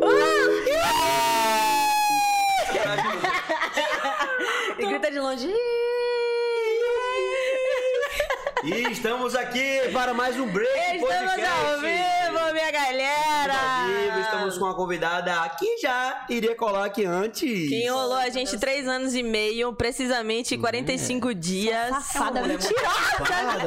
Ah, longe. E estamos aqui para mais um break Estamos podcast. ao vivo, minha galera! Ao vivo, estamos com uma convidada que já iria colar aqui antes. é Que enrolou a gente três anos e meio, precisamente 45 dias. safada, né? É uma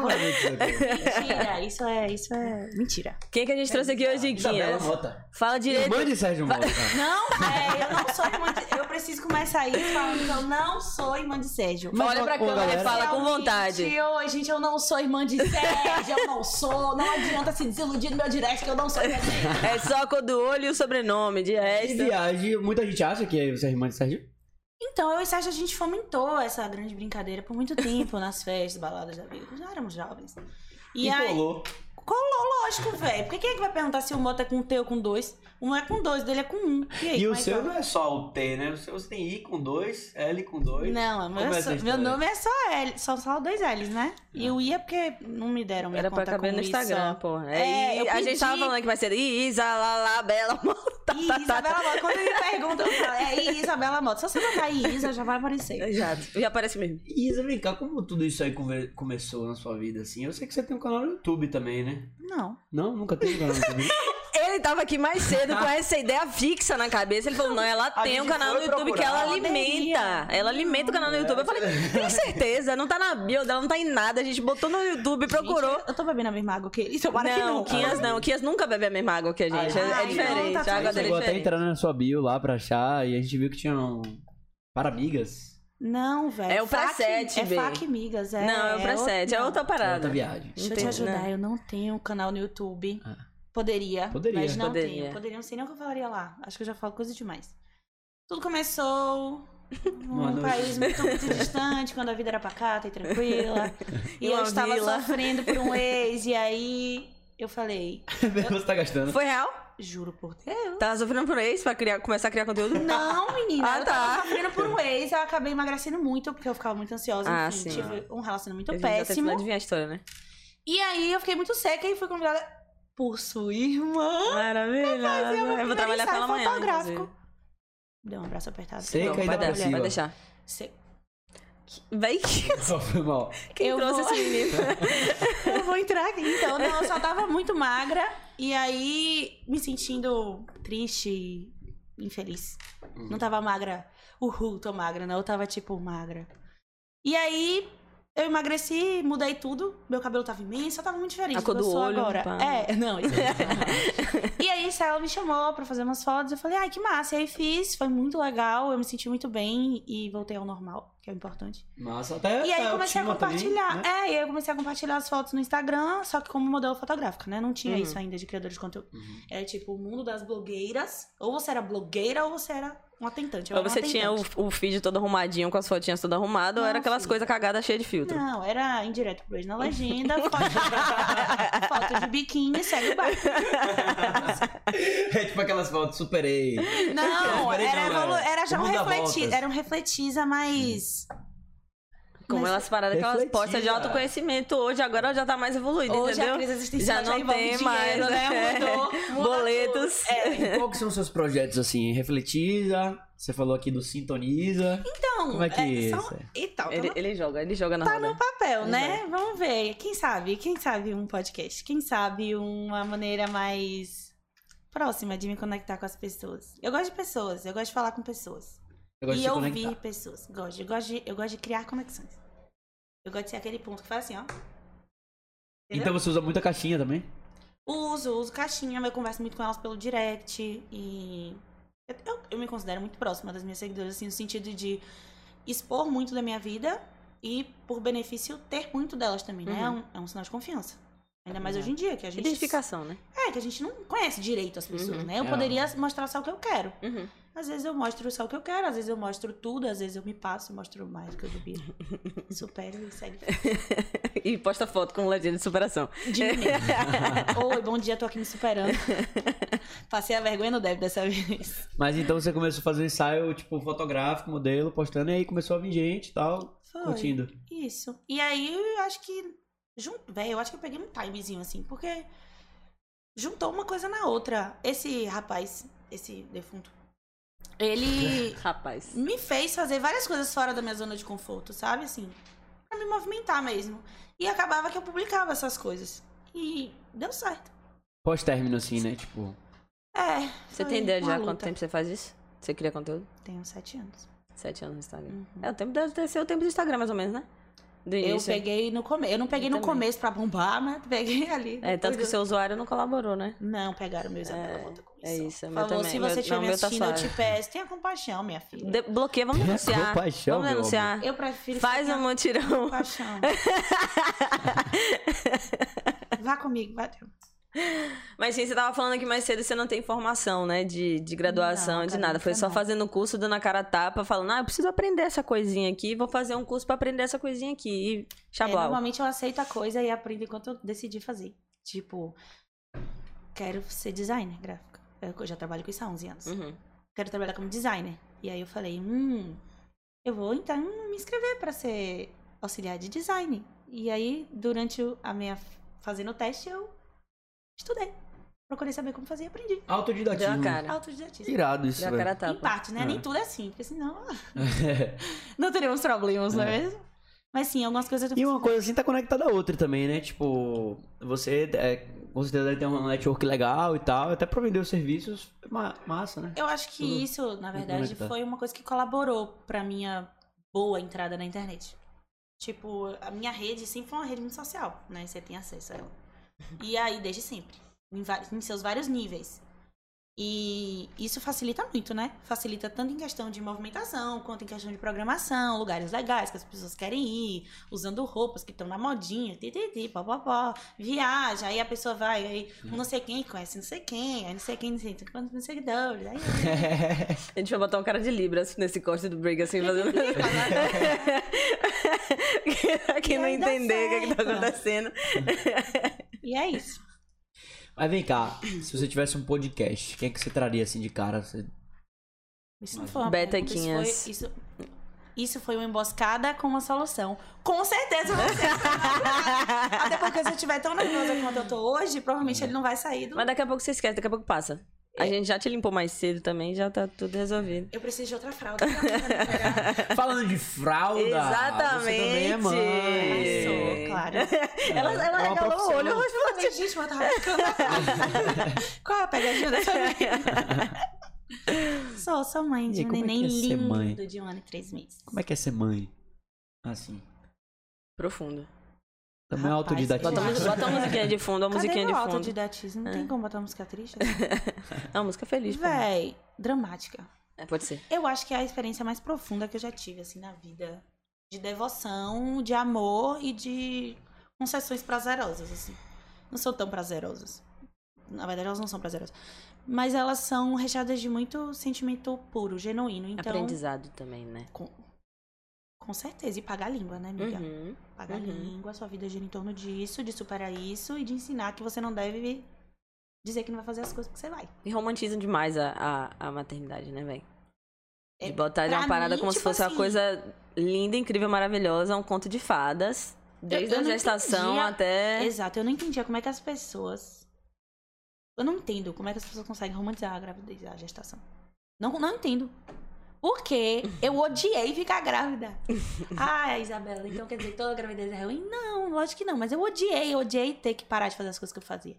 mulher mentira. Fala. Mentira, isso é, isso é mentira. Quem que a gente trouxe aqui hoje, é Isabela Guinhas? Mota. Fala direito. Irmã de Sérgio Mota. Não, é, eu não sou irmã de... Eu preciso começar aí falando que eu não sou irmã de Sérgio. Mas Olha uma- pra uma câmera e galera- fala com vontade. Eu, gente, eu não sou irmã de Sérgio, eu não sou. Não adianta se desiludir no meu direct que eu não sou irmã de Sérgio. É só a cor do olho e o sobrenome, de Que resto. viagem, muita gente acha que você é irmã de Sérgio. Então, eu e Sérgio, a gente fomentou essa grande brincadeira por muito tempo nas festas, baladas da vida. Já éramos jovens. E, aí, colou. colou, lógico, velho. Porque quem é que vai perguntar se o moto é com T ou com dois? Um é com dois, dele é com um. E, aí, E o como é que seu vai? não é só o T, né? O seu você tem I com dois, L com dois. Não, Como é meu, essa só- meu história? nome é só L, só, só dois L's, né? E o I é porque não me deram minha Era pra conta caber com no I Instagram, só. pô. É, É, eu a gente pedi- tava falando que vai ser Isa, lá, lá, bela, tá, Mota. Ih, Isabela Mota, quando me perguntam, eu falo, é I, Isabela Mota. Se você botar I, Isa, já vai aparecer. Já, já aparece mesmo. é- Isa, vem cá, como tudo isso aí come- começou na sua vida, assim? Eu sei que você tem um canal no YouTube também, né? Não. Não, nunca teve canal no YouTube. Ele tava aqui mais cedo com essa ideia fixa na cabeça. Ele falou: não, ela A tem um gente canal no foi YouTube que procurar. ela alimenta. Ela alimenta o canal no YouTube. Eu falei, tem certeza, não tá na bio dela, não tá em nada. A gente botou no YouTube, procurou. Gente, eu tô bebendo a mesma água que ele, tomara que não, não. Kias não. Kias nunca bebe a mesma água que a gente. Ah, é, é então diferente. tá a água dele certo. Chegou é até diferente. entrando na sua bio lá pra achar e a gente viu que tinha um... Para amigas. Não, velho. É o Fac- preset, É bê. fac migas, é. não, é o preset, é outro- outra Para parada. outra viagem. Deixa eu te Entendi. ajudar, Não. eu não tenho canal no YouTube. Ah. Poderia, Poderia. mas não Poderia. tenho. Poderia, não sei nem o que eu falaria lá. Acho que eu já falo coisa demais. Tudo começou num Mano, país muito, muito distante, quando a vida era pacata e tranquila. e Uma eu estava vila. sofrendo por um ex, e aí eu falei, você tá gastando. Foi real? juro por Deus. Tava sofrendo por isso pra criar, começar a criar conteúdo? Não, menina, Ah, eu tá. tava sofrendo por um ex, eu acabei emagrecendo muito, porque eu ficava muito ansiosa, Ah, enfim, sim. tive um relacionamento A gente já tá tentando péssimo. adivinhar a história, né? E aí eu fiquei muito seca e fui convidada por sua irmã. Maravilha. Eu vou primeiro trabalhar com ensaio ela amanhã. fotográfico. inclusive. Deu um abraço apertado. Seca Não, e vai, dar, depressiva. vai deixar. Seca. Vai que. Só foi mal. Quem Eu trouxe vou- esse menino? Eu vou entrar aqui. Então, não, eu só tava muito magra. E aí, me sentindo triste e infeliz. Não tava magra. Uhul, tô magra. Não, eu tava, tipo, magra. E aí, eu emagreci, mudei tudo. Meu cabelo tava imenso, eu tava muito diferente A cor que eu do sou olho, tá? agora. pá. É, não, isso é. E aí, ela me chamou pra fazer umas fotos. Eu falei, ai, que massa. E aí, fiz. Foi muito legal. Eu me senti muito bem e voltei ao normal, que é o importante. Massa, até E É, aí a comecei a autoestima também, compartilhar. né? É, e aí eu comecei a compartilhar as fotos no Instagram, só que como modelo fotográfica, né? Não tinha Uhum. isso ainda de criador de conteúdo. Uhum. Era tipo o mundo das blogueiras. Ou você era blogueira ou você era um atentante. Eu Ou era um você tinha o, atentante. o feed todo arrumadinho, com as fotinhas todas arrumadas, ou Não, era aquelas filho. coisas cagadas cheias de filtro? Não, era indireto pro ex na legenda, foto, foto de biquíni, segue o barco. É tipo aquelas fotos, superei. Não, Mas peraí, era, não, evolu- né? é. era já um O mundo dá refletiza, voltas. era um refletiza mais... Como Mas- elas pararam, aquelas Refletir, postas de cara. autoconhecimento. Hoje, agora ela já tá mais evoluída, Hoje a entendeu? crise existencial Já não envolve tem dinheiro, mais, né? é. Mudou, muda Boletos. tudo. É. Qual que são os seus projetos, assim? Refletiza, você falou aqui do Sintoniza. Então, Como é que é são- isso? E tal, tá Ele, no ele joga, ele joga na tá roda. no papel, né? Exato. Vamos ver. Quem sabe? Quem sabe um podcast? Quem sabe uma maneira mais próxima de me conectar com as pessoas? Eu gosto de pessoas, eu gosto de falar com pessoas. Eu gosto e de se ouvir conectar. pessoas. Gosto, eu gosto, de, eu gosto de criar conexões. Eu gosto de ser aquele ponto que faz assim, ó. Então você usa muita caixinha também? Uso, uso caixinha, mas eu converso muito com elas pelo direct e eu- eu, eu me considero muito próxima das minhas seguidoras, assim, no sentido de expor muito da minha vida e, por benefício, ter muito delas também, né? É Uhum. É um, é um sinal de confiança. Ainda mais Exato. hoje em dia, que a gente. Identificação, né? É, que a gente não conhece direito as pessoas, Uhum. né? Eu É. poderia mostrar só o que eu quero. Uhum. Às vezes eu mostro só o que eu quero, às vezes eu mostro tudo, às vezes eu me passo, mostro mais do que eu devia. Supero e segue. E posta foto com legenda de superação. De mim mesmo. Oi, bom dia, tô aqui me superando. Passei a vergonha no deve dessa vez. Mas então você começou a fazer um ensaio, tipo, fotográfico, modelo, postando, e aí começou a vir gente e tal, Foi. curtindo. Isso. E aí, eu acho que. Jun... Véi, eu acho que eu peguei um timezinho assim, porque juntou uma coisa na outra. Esse rapaz, esse defunto, Ele Rapaz. me fez fazer várias coisas fora da minha zona de conforto, sabe? Assim, pra me movimentar mesmo. E acabava que eu publicava essas coisas. E deu certo. Pós-término, assim, né? Tipo. É. Você foi tem ideia uma já há luta. quanto tempo você faz isso? Você cria conteúdo? Tenho sete anos. Sete anos no Instagram. É, o tempo deve ter- ser o tempo do Instagram, mais ou menos, né? Do Hum. Eu início. peguei no começo. Eu não peguei Eu no também. começo pra bombar, mas peguei ali. É, tanto depois que o do- seu usuário não colaborou, né? Não, pegaram meu Isabela conta com isso. é isso, o meu Falou, também. se Meu- você não, estiver me meu tá assistindo, eu suave. te peço. Tenha compaixão, minha filha. De- bloqueia, vamos denunciar. É, Compaixão, vamos meu denunciar. Eu prefiro... que Faz você um tenha mutirão. Compaixão. Vá comigo, vai. Mas sim, você tava falando aqui mais cedo, você não tem formação, né? De, de graduação, Não, de nada. Foi só acadêmica não. fazendo curso, dando a cara a tapa, falando, ah, eu preciso aprender essa coisinha aqui, vou fazer um curso pra aprender essa coisinha aqui. E É, xablau. normalmente eu aceito a coisa e aprendo enquanto eu decidi fazer. Tipo, quero ser designer gráfica. Eu já trabalho com isso há 11 anos. Uhum. Quero trabalhar como designer. E aí eu falei, hum, eu vou então me inscrever pra ser auxiliar de design. E aí, durante o- a minha fazendo o teste, eu estudei. Procurei saber como fazer e aprendi. Deu a Autodidatismo. cara. Autodidatismo. Irado isso, Deu a cara velho. a Em tapa. parte, né? É. Nem tudo é assim, porque senão não teríamos problemas, não é mesmo? Mas sim, algumas coisas eu tô E uma coisa assim tá conectada à outra também, né? Tipo, você é, com certeza deve ter um network legal e tal, até pra vender os serviços, é ma- massa, né? Eu acho que Tudo isso, na verdade, conectado. foi uma coisa que colaborou pra minha boa entrada na internet. Tipo, a minha rede sempre foi uma rede muito social, né? Você tem acesso a ela. E aí, desde sempre. Em, vários- em seus vários níveis. E isso facilita muito, né? Facilita tanto em questão de movimentação, quanto em questão de programação, lugares legais que as pessoas querem ir, usando roupas que estão na modinha, ttt, papapá, viaja, aí a pessoa vai, aí um não sei quem conhece não sei quem, aí não sei quem, não sei quantos mil seguidores, aí A gente vai botar um cara de Libras nesse corte do break, assim, fazendo. pra quem não E aí dá entender o que, é que tá acontecendo. certo. E é isso. Mas vem cá, se você tivesse um podcast, quem é que você traria assim de cara? Você- Isso não foi uma Betequinhas. pergunta, Isso foi, isso, isso foi uma emboscada com uma solução. Com certeza você. vai. Até porque se eu estiver tão nervosa quanto eu tô hoje, provavelmente ele não vai sair do. Mas daqui a pouco você esquece, daqui a pouco passa. A gente já te limpou mais cedo também, já tá tudo resolvido. Eu preciso de outra fralda. pra né? poder pegar. Falando de fralda, você também é Exatamente. mãe. Sou, claro. Ela, É ela uma regalou o profissão. olho. Eu falei, gente, mas eu tava ficando. Qual é a pegadinha dessa vez? Sou, sou mãe de E um como é que neném é ser lindo mãe? de um ano e três meses. Como é que é ser mãe? Assim. Profundo. Também é Rapaz, Bota, um- autodidatismo. eu acho- bota uma musiquinha de fundo, uma Cadê é musiquinha de meu fundo. autodidatismo? Não tem como botar música triste? É uma música feliz. pô. Véi, dramática. É, Pode ser. Eu acho que é a experiência mais profunda que eu já tive, assim, na vida. De devoção, de amor e de concessões prazerosas, assim. Não são tão prazerosas. Na verdade, elas não são prazerosas. Mas elas são recheadas de muito sentimento puro, genuíno. Então, Aprendizado também, né? com, com certeza. E pagar a língua, né, amiga? Uhum. Pagar uhum. a língua, sua vida gira em torno disso, de superar isso e de ensinar que você não deve dizer que não vai fazer as coisas porque você vai. E romantizam demais a, a, a maternidade, né, velho? É, De botar de pra uma parada mim, como se tipo fosse assim- uma coisa linda, incrível, maravilhosa, um conto de fadas. Desde eu a não gestação entendia- até. Exato, eu não entendia como é que as pessoas. Eu não entendo como é que as pessoas conseguem romantizar a gravidez, a gestação. Não, não entendo. Porque eu odiei ficar grávida. Ah, Isabela, então quer dizer que toda gravidez é ruim? Não, lógico que não. Mas eu odiei, eu odiei ter que parar de fazer as coisas que eu fazia.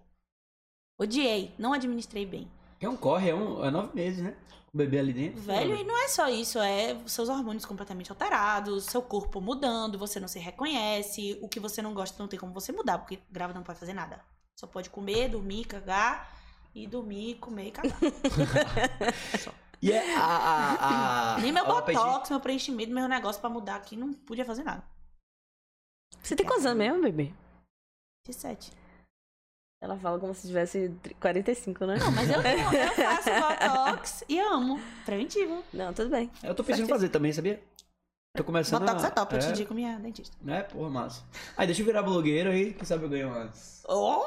Odiei, não administrei bem. É um corre, é, um, é nove meses, né? O bebê ali dentro. Velho, e não é só isso, é seus hormônios completamente alterados, seu corpo mudando, você não se reconhece, o que você não gosta não tem como você mudar, porque grávida não pode fazer nada. Só pode comer, dormir, cagar, e dormir, comer e cagar. E é a, a, a- Nem meu a- o apetite- botox, meu preenchimento, meu negócio pra mudar aqui, não podia fazer nada. Você tem quantos anos mesmo, bebê? 17. Ela fala como se tivesse tri- 45, né? Não, mas eu, tenho- eu faço botox e amo. Preventivo. Não, tudo bem. Eu tô pensando em fazer também, sabia? Tô começando Botox a... é top, eu te é, indico minha dentista. Né? Porra, massa. Aí, deixa eu virar blogueiro aí, quem sabe eu ganho umas... Oh,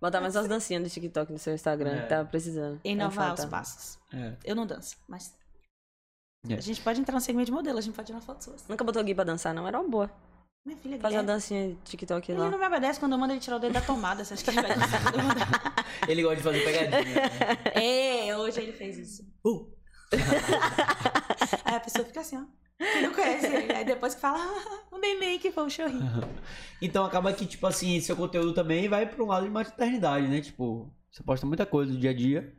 Botar mais umas dancinhas do TikTok no seu Instagram, É. que tava precisando. inovar Vai os faltar. passos. É. Eu não danço, mas. É. A gente pode entrar no segmento de modelo, a gente pode tirar uma foto sua. Nunca botou o Gui pra dançar, não? Era uma boa. Minha filha é Fazer uma Guilherme. dancinha de TikTok Ele lá. não me obedece quando eu mando ele tirar o dedo da tomada. Você acha que ele vai conseguir? Ele gosta de fazer pegadinha. né? Uh, é, hoje ele fez isso. assim, depois que fala, ah, o neném que foi o chorrinho. Então acaba que, tipo assim, seu conteúdo também vai pra um lado de maternidade, né? Tipo, você posta muita coisa do dia a dia.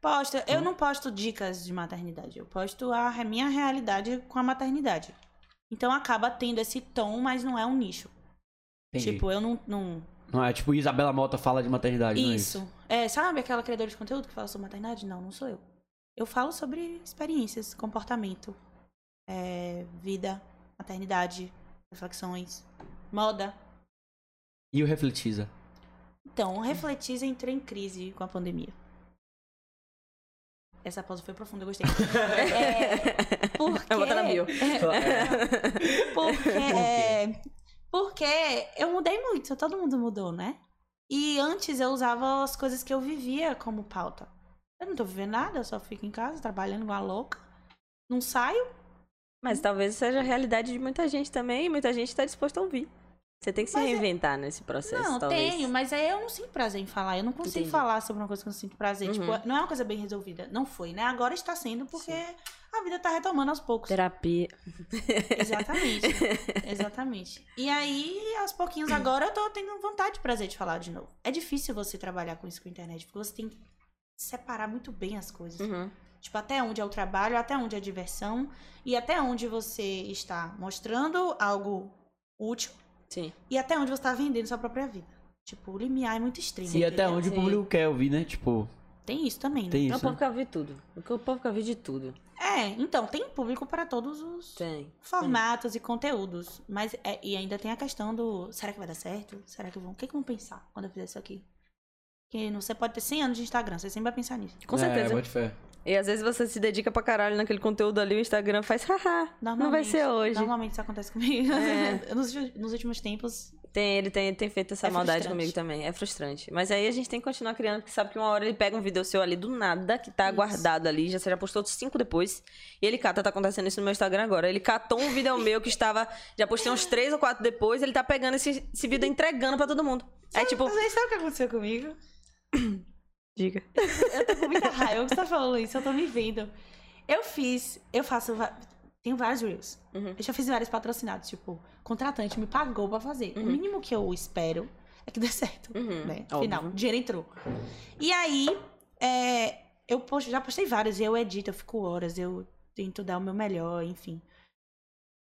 Posta, eu não posto dicas de maternidade, eu posto a re- minha realidade com a maternidade. Então acaba tendo esse tom, mas não é um nicho. Entendi. Tipo, eu não. não... Não é tipo Isabela Mota fala de maternidade, não é isso? Isso. É, sabe aquela criadora de conteúdo que fala sobre maternidade? Não, não sou eu. Eu falo sobre experiências, comportamento, é, vida, maternidade, reflexões, moda. E o Refletiza. Então, Refletiza entrou em crise com a pandemia. Essa pausa foi profunda, eu gostei. É, porque... Eu vou botar na bio. Porque, é, porque eu mudei muito, todo mundo mudou, né? E antes eu usava as coisas que eu vivia como pauta. Eu não tô vivendo nada, eu só fico em casa trabalhando igual a louca. Não saio. Mas talvez seja a realidade de muita gente também, e muita gente tá disposta a ouvir. Você tem que se Mas é- reinventar nesse processo, não, talvez. tenho, mas aí eu não sinto prazer em falar. Eu não consigo Entendi. falar sobre uma coisa que eu não sinto prazer. Uhum. Tipo, não é uma coisa bem resolvida. Não foi, né? Agora está sendo porque a vida tá retomando aos poucos. Terapia. Exatamente. Exatamente. E aí, aos pouquinhos agora, eu tô tendo vontade e prazer de falar de novo. É difícil você trabalhar com isso com a internet, porque você tem que separar muito bem as coisas. Uhum. Tipo, até onde é o trabalho, até onde é a diversão e até onde você está mostrando algo útil Sim. e até onde você está vendendo sua própria vida. Tipo, o limiar é muito extremo. E até entendeu? onde o público quer ouvir, né? Tipo, Tem isso também, né? tem Mas isso. O povo né? quer ouvir tudo. Porque o povo quer ouvir de tudo. É, então, tem público para todos os Tem. formatos e conteúdos. Mas é- e ainda tem a questão do será que vai dar certo? Será que vão? O que, que vão pensar quando eu fizer isso aqui? Porque não- você pode ter 100 anos de Instagram, você sempre vai pensar nisso. Com certeza. É, bote fé. E às vezes você se dedica pra caralho naquele conteúdo ali, o Instagram faz, haha, não vai Normalmente, ser hoje. Normalmente isso acontece comigo. É. nos, nos últimos tempos. Tem, ele tem, tem feito essa É maldade frustrante. comigo também. É frustrante. Mas aí a gente tem que continuar criando, porque sabe que uma hora ele pega um vídeo seu ali do nada, que tá Isso. guardado ali, já você já postou cinco depois. E ele cata, tá acontecendo isso no meu Instagram agora. Ele catou um vídeo meu que estava. Já postei uns três ou quatro depois, ele tá pegando esse, esse vídeo e entregando pra todo mundo. Aí tipo, Mas aí sabe o que aconteceu comigo? diga. Eu tô com muita raiva que você tá falando isso, eu tô me vendo. Eu fiz, eu faço. va- Tenho vários reels. Uhum. Eu já fiz vários patrocinados, tipo, contratante me pagou pra fazer. O mínimo que eu espero é que dê certo. Uhum, né? óbvio. Final, o dinheiro entrou. E aí, é, eu posto- já postei vários, eu edito, eu fico horas, eu tento dar o meu melhor, enfim.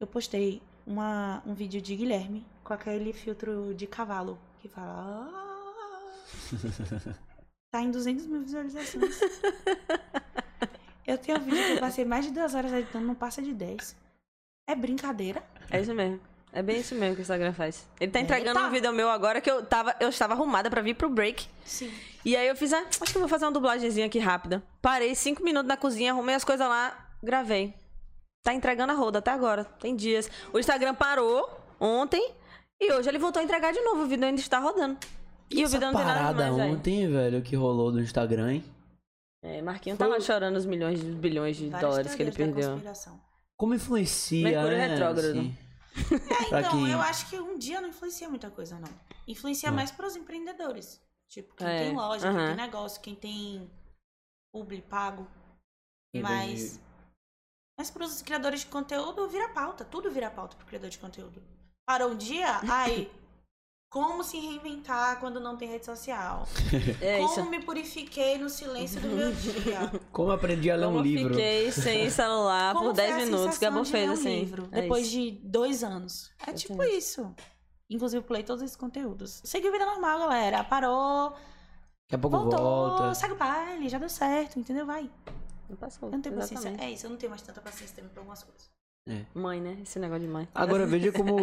Eu postei uma- um vídeo de Guilherme com aquele filtro de cavalo que fala. "Ah". Tá em 200 mil visualizações. Eu tenho um vídeo que eu passei mais de duas horas editando, não passa de 10. É brincadeira? É isso mesmo. É bem isso mesmo que o Instagram faz. Ele tá É, entregando tá. um vídeo meu agora que eu tava, eu estava arrumada pra vir pro break. Sim. E aí eu fiz, ah, acho que eu vou fazer uma dublagenzinha aqui rápida. Parei cinco minutos na cozinha, arrumei as coisas lá, gravei. Tá entregando a roda até agora, tem dias. O Instagram parou ontem e hoje ele voltou a entregar de novo. O vídeo ainda está rodando. E o Essa vídeo não tem nada parada mais aí. ontem, velho, que rolou no Instagram, hein? É, Marquinho Foi tá lá o- chorando os milhões de bilhões de Várias dólares que ele teorias da perdeu. conspiração. Como influencia, Mercúrio né? retrógrado. assim? É, Pra então, quem- eu acho que um dia não influencia muita coisa, não. Influencia mais pros empreendedores. Tipo, quem É, tem loja, quem aham. tem negócio, quem tem publi pago. E daí- Mas. Mas pros criadores de conteúdo vira pauta. Tudo vira pauta pro criador de conteúdo. Para um dia, ai. Como se reinventar quando não tem rede social? É como isso. me purifiquei no silêncio do meu dia? Como aprendi a ler Como um livro. fiquei sem celular Como Ah, por foi 10 a minutos. sensação Gabo de fez ler um assim. livro é depois isso. de dois anos. É tipo Exatamente. isso. Inclusive, eu pulei todos esses conteúdos. Segui vida normal, galera. Parou, Daqui a pouco voltou, volta. segue o baile, já deu certo, entendeu? Vai. Não passou. Eu não tenho paciência. Exatamente. É isso, eu não tenho mais tanta paciência também pra algumas coisas. Mãe, né? Esse negócio de mãe. Agora veja como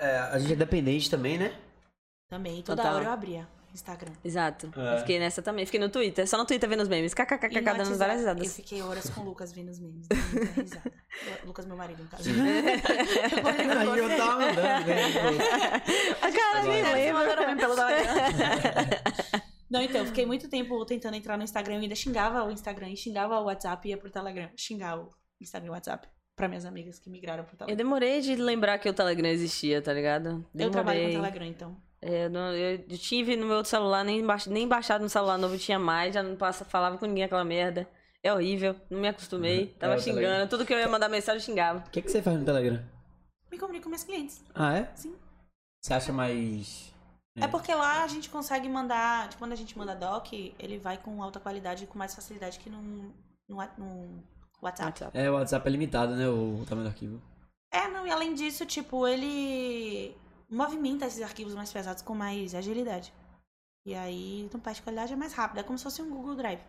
é, é, a gente é dependente também, né? Também, toda Total. hora eu abria Instagram. Exato. É. Eu fiquei nessa também. Fiquei no Twitter. Só no Twitter vendo os memes. E no KKKK dando WhatsApp, várias Eu risadas. fiquei horas com o Lucas vendo os memes. dando muita risada. O Lucas, meu marido, no caso. Aí eu tava andando, né? A cara nem um Não, então, eu fiquei muito tempo tentando entrar no Instagram. Eu ainda xingava o Instagram, e xingava o WhatsApp e ia pro Telegram. Xingar o Instagram e o WhatsApp. Pra minhas amigas que migraram pro Eu Telegram. demorei de lembrar que o Telegram existia, tá ligado? Eu, trabalho com Demorei. Telegram, então. É, eu, não- eu tive no meu outro celular, nem, baix- nem baixado no celular novo tinha mais, já não passa, falava com ninguém aquela merda. É horrível, não me acostumei, tava o Telegram. xingando, tudo que eu ia mandar mensagem eu xingava. O que, que você é faz no Telegram? me comunico com meus clientes. Ah, é? Você acha mais. É. porque lá a gente consegue mandar, tipo, quando a gente manda doc, ele vai com alta qualidade e com mais facilidade que num, num, wa- num WhatsApp. WhatsApp. É, o WhatsApp é limitado, né? O tamanho do arquivo. É, não, e além disso, tipo, ele movimenta esses arquivos mais pesados com mais agilidade. E aí, não parte de qualidade é mais rápido, é como se fosse um Google Drive.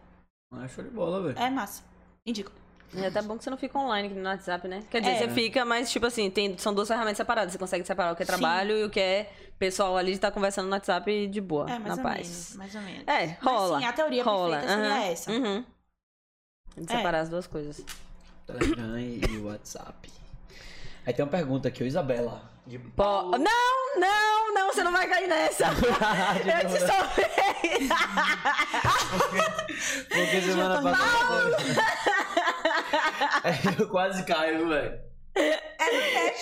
Ah, show de bola, velho. É massa. Indico. É até bom que você não fica online no WhatsApp, né? Quer dizer, É. você fica, mas tipo assim, tem, são duas ferramentas separadas. Você consegue separar o que é Sim. trabalho e o que é pessoal ali de estar conversando no WhatsApp de boa, É, mais na ou paz. menos. Mais ou menos. É, rola. Mas, sim, a teoria rola. perfeita seria aham, essa. Uhum. Tem que É. separar as duas coisas. Telegram e e WhatsApp. Aí tem uma pergunta aqui, ô Isabela. De Po- Não, não, não, você não vai cair nessa. Eu te salvei. Porque semana passada. É, eu quase caio, velho. É,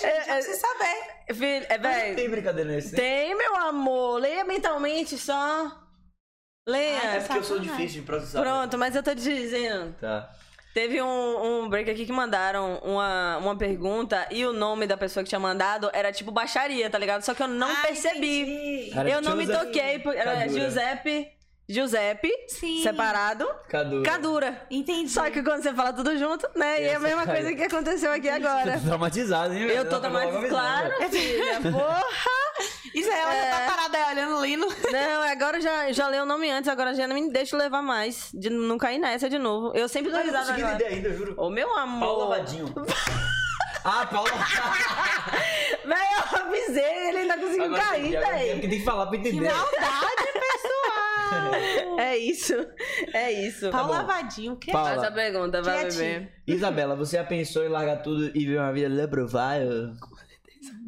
já precisa saber. Filho, é, Não velho. Tem brincadeira nesse. né? Tem, meu amor. Leia mentalmente só. Ai, Leia. que É Porque eu sou sacanagem. difícil de processar. Pronto, mas eu tô te dizendo. Tá. Teve um, um break aqui que mandaram uma, uma pergunta e o nome da pessoa que tinha mandado era tipo baixaria, tá ligado? Só que eu não Ah, percebi. entendi. Era eu não me Joseph toquei, porque era Cadura. Giuseppe. Giuseppe, Sim. separado, Cadura. Cadura. Entendi. Só que quando você fala tudo junto, né? E é a Essa mesma cara. coisa que aconteceu aqui agora. Tô traumatizado, hein, velho? Eu tô Ela falou mais logo a visão, claro, velho. filha. Porra! Israel já tá parada aí olhando o Lino. Não, agora eu já, já leio o nome antes, agora já não me deixo levar mais. De não cair nessa de novo. Eu sempre dou Eu não risada consegui agora. entender ainda, eu juro. Ô, meu amor. Paula Vadinho. ah, Paula. Véi, eu avisei, ele ainda conseguiu Agora Tá cair, entendi, agora entendi, véi. Porque tem que falar pra entender. É isso, é isso. Paula bom. Tá um Lavadinho, que Paula. Faz a pergunta, vai, bebê. Isabela, você já pensou em largar tudo e viver uma vida leprovável?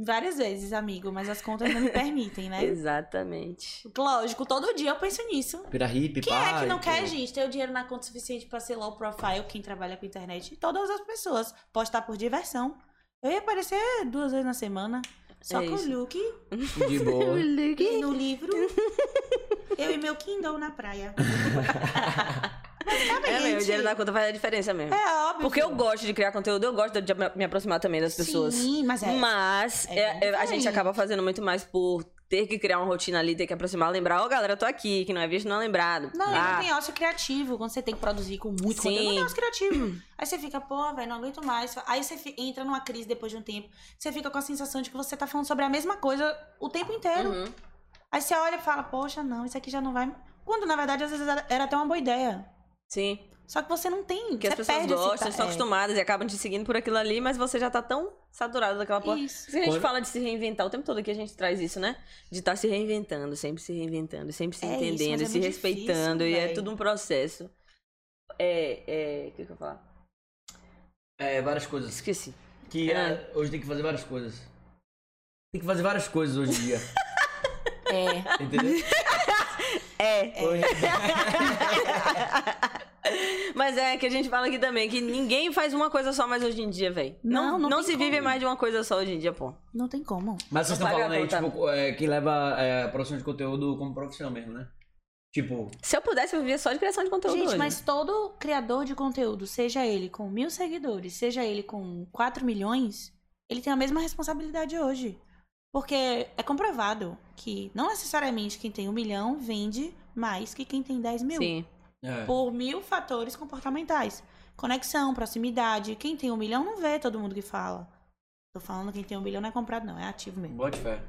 várias vezes, amigo, mas as contas não me permitem, né? Exatamente. Lógico, todo dia eu penso nisso. Pira hippie, Quem pá, é que não e quer, tudo. gente, ter o dinheiro na conta suficiente pra ser low profile, quem trabalha com internet? Todas as pessoas. Postar por diversão. Eu ia aparecer duas vezes na semana. Só É com isso. o look, De boa. no livro. eu e meu Kindle na praia. É mesmo, o dinheiro da conta faz a diferença mesmo. É óbvio. Porque eu gosto de criar conteúdo, eu gosto de me aproximar também das pessoas. Sim, mas é. Mas É é- é- a verdade. gente acaba fazendo muito mais por ter que criar uma rotina ali, ter que aproximar, lembrar, ó, galera, eu tô aqui, que não é visto, não é lembrado. Não, e Ah, não tem ócio criativo. Quando você tem que produzir com muito Sim. conteúdo, não tem ócio criativo. Aí você fica, pô, velho, não aguento mais. Aí você fi- entra numa crise depois de um tempo. Você fica com a sensação de que você tá falando sobre a mesma coisa o tempo inteiro. uhum. Aí você olha e fala, poxa, não, isso aqui já não vai. Quando, na verdade, às vezes era- era até uma boa ideia. Sim. Só que você não tem. Porque você as pessoas perde esse gostam, ta- estão é. acostumadas e acabam te seguindo por aquilo ali, mas você já tá tão saturado daquela porra. é. Isso. Se a gente Quando- fala de se reinventar o tempo todo que a gente traz isso, né? De estar se reinventando, sempre se reinventando, sempre se É isso, mas entendendo, é se muito respeitando. difícil, e é véi. tudo um processo. É. é, O que, que eu ia falar? É, várias coisas. Esqueci. Que É. é, hoje tem que fazer várias coisas. Tem que fazer várias coisas hoje em dia. É. entendeu? É. Hoje- Mas é que a gente fala aqui também que ninguém faz uma coisa só mais hoje em dia, velho. Não, não tem se vive como. mais de uma coisa só hoje em dia, pô. Não tem como. Mas vocês Não estão paga falando aí, a conta. tá? tipo, é, quem leva é, a produção de conteúdo como profissão mesmo, né? Tipo, Se eu pudesse, eu vivia só de criação de conteúdo Gente, hoje. mas todo criador de conteúdo, seja ele com mil seguidores, seja ele com 4 milhões, ele tem a mesma responsabilidade hoje. Porque é comprovado que não necessariamente quem tem um milhão vende mais que quem tem 10 mil. Sim. é, Por mil fatores comportamentais. Conexão, proximidade. Quem tem um milhão não vê todo mundo que fala. Tô falando quem tem um milhão não é comprado, não, é ativo mesmo. bote fé.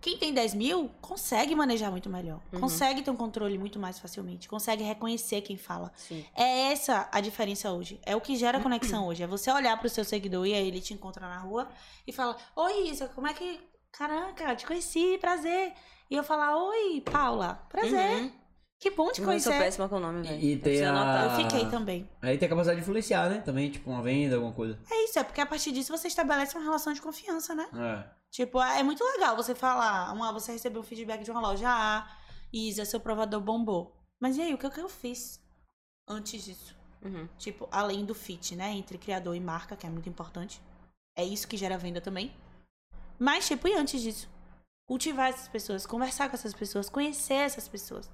Quem tem 10 mil consegue manejar muito melhor. Uhum. Consegue ter um controle muito mais facilmente. Consegue reconhecer quem fala. Sim. É essa a diferença hoje. É o que Hum. gera conexão hoje. É você olhar pro seu seguidor e aí ele te encontra na rua e fala: Oi, Isa, como é que. Caraca, te conheci, prazer. E eu falar: Oi, Paula, prazer. Uhum. Que bom te Mas eu sou Ah. conhecer. péssima com o nome, velho. E Eu tem preciso a- anotar. Eu fiquei também. Aí tem a capacidade de influenciar, né? Também, tipo, uma venda, alguma coisa. É isso, é porque a partir disso você estabelece uma relação de confiança, né? É. Tipo, é muito legal você falar, uma, você receber um feedback de uma loja, ah, Isa, seu provador bombou. Mas e aí, o que, que eu fiz antes disso? Uhum. Tipo, além do fit, né? Entre criador e marca, que é muito importante. É isso que gera venda também. Mas, tipo, e antes disso? Cultivar essas pessoas, conversar com essas pessoas, conhecer essas pessoas.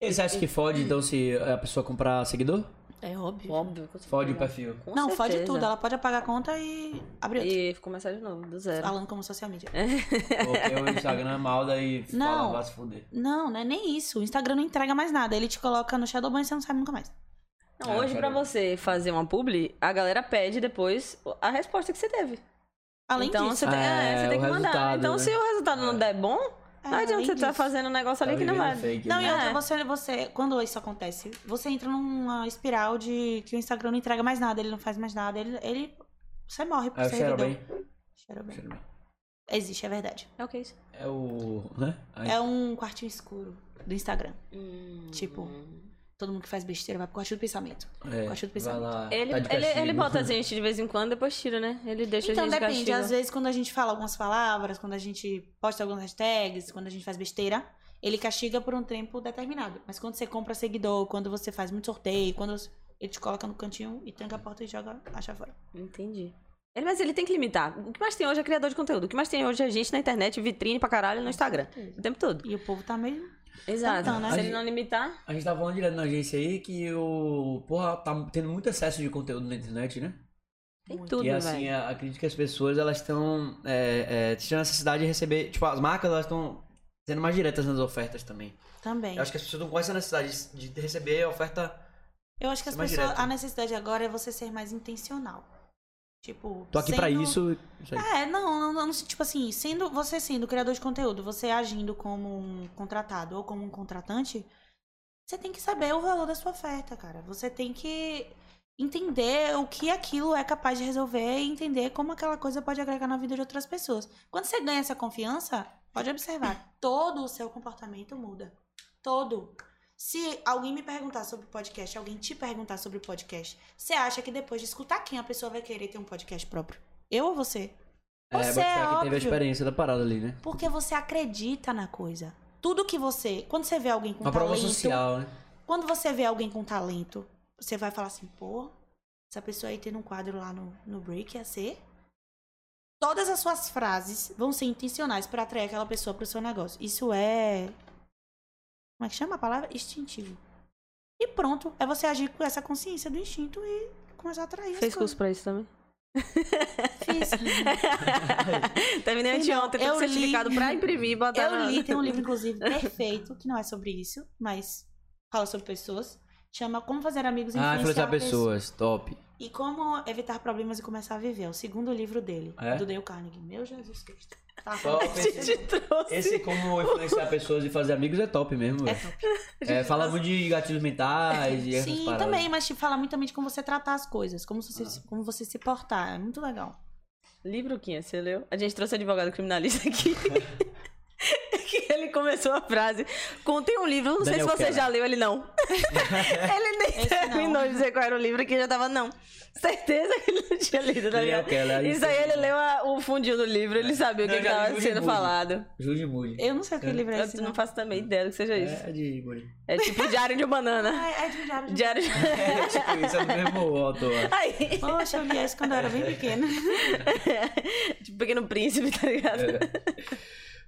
E você acha que fode, então, se a pessoa comprar seguidor? É óbvio. Óbvio. com Fode o certeza. perfil. Com não, fode certeza. tudo. Ela pode apagar a conta e abrir outra. E começar de novo, do zero. Falando como social media. Porque o Instagram é mal, daí fala, Não. vai se fuder. Não, não é nem isso. O Instagram não entrega mais nada. Ele te coloca no Shadowban e você não sabe nunca mais. Não, É, hoje, pra cara. você fazer uma publi, a galera pede depois a resposta que você teve. Além então, disso, Você tem, é, É, você tem o que mandar. resultado, Então, né? se o resultado não der bom, não é, adianta além você estar disso. fazendo um negócio Tá ali que não vivendo vai. fake, Não, né? e É. outra, você, você, quando isso acontece, você entra numa espiral de que o Instagram não entrega mais nada, ele não faz mais nada, ele. ele você morre Ah, por É o ser servidor. Xerobem. Cheirou bem. Existe, é verdade. É o que é isso? É o. né? Aí- É um quartinho escuro do Instagram. Hum. Tipo, Todo mundo que faz besteira vai pro quartinho do pensamento. é, gosto do vai pensamento. lá, Ele, tá de ele, castigo. ele bota a gente de vez em quando, depois tira, né? Ele deixa a então gente de depende, castigo. às vezes quando a gente fala algumas palavras, quando a gente posta algumas hashtags, quando a gente faz besteira, ele castiga por um tempo determinado. Mas quando você compra seguidor, quando você faz muito sorteio, quando você- ele te coloca no cantinho e tranca a porta e joga a chave fora. Entendi. Ele, mas ele tem que limitar. O que mais tem hoje é criador de conteúdo. O que mais tem hoje é gente na internet, vitrine pra caralho no Instagram. O tempo todo. E o povo tá meio. Exato. Então, né? Se ele não limitar. A gente tava falando direto na agência aí que o. Porra, tá tendo muito excesso de conteúdo na internet, né? Tem Muito. tudo, e assim, velho. a- acredito que as pessoas elas estão é, é, sentindo a necessidade de receber. Tipo, as marcas elas estão sendo mais diretas nas ofertas também. Também. Eu acho que as pessoas estão com essa necessidade de de receber oferta. as ser mais pessoas. direto. né? A necessidade agora é você ser mais intencional. Tipo. Tô aqui pra sendo- isso. né? isso aí. É, não, não, não, tipo assim, sendo você sendo criador de conteúdo, você agindo como um contratado ou como um contratante, você tem que saber o valor da sua oferta, cara. Você tem que entender o que aquilo é capaz de resolver e entender como aquela coisa pode agregar na vida de outras pessoas. Quando você ganha essa confiança, pode observar, todo o seu comportamento muda. Todo. Se alguém me perguntar sobre podcast, alguém te perguntar sobre podcast, você acha que depois de escutar quem a pessoa vai querer ter um podcast próprio? Eu ou você? é, botar Você é que teve a óbvio. experiência da parada ali, né? Porque você acredita na coisa. Tudo que você. Quando você vê alguém com Uma prova talento. social, né? Quando você vê alguém com talento, você vai falar assim, pô, essa pessoa aí tendo um quadro lá no, no break ia ser. Todas as suas frases vão ser intencionais pra atrair aquela pessoa pro seu negócio. Isso é. Como é que chama a palavra? Instintivo. E pronto. É você agir com essa consciência do instinto e começar a é- atrair. as Fez curso coisas. pra isso também. Fiz. Terminei Sei não, anteontem, tô eu com li- certificado pra imprimir e botar Eu na- li, tem um livro, inclusive, perfeito, que não é sobre isso, mas fala sobre pessoas. Chama Como Fazer Amigos e Ah, Influenciar influenciar Pessoas. pessoas. Top. E Como Evitar Problemas e Começar a Viver. É o segundo livro dele, É? do Dale Carnegie. Meu Jesus Cristo. Tá Só bom. Te trouxe. Esse como influenciar pessoas e fazer amigos é top mesmo. É velho. top. É, fala muito de gatilhos mentais e essas Sim, paradas. também, mas te fala muito também de como você tratar as coisas, como você, Ah. se- como você se portar. É muito legal. Livro Quinha, você leu? A gente trouxe advogado criminalista aqui. que ele começou a frase. Contei um livro, não sei Daniel se você Keller. já leu ele não. ele nem Esse não. terminou de dizer qual era o livro que já tava, não. Certeza que ele não tinha lido, Daniel. Daniel Keller, Isso aí ele leu a- o fundinho do livro, ele sabia o É. Não, que, que eu já li tava o sendo Jude. falado. Jude Moody. Eu não sei o que livro é Eu esse, não não. faço também ideia do que seja isso. Hum. É de Moody. É tipo Diário de Banana. Ah, é de um diário de... Diário de... É, tipo, isso é do mesmo autor. Aí, um Poxa, eu li esse quando eu era bem pequena. É tipo Pequeno Príncipe, tá ligado? É.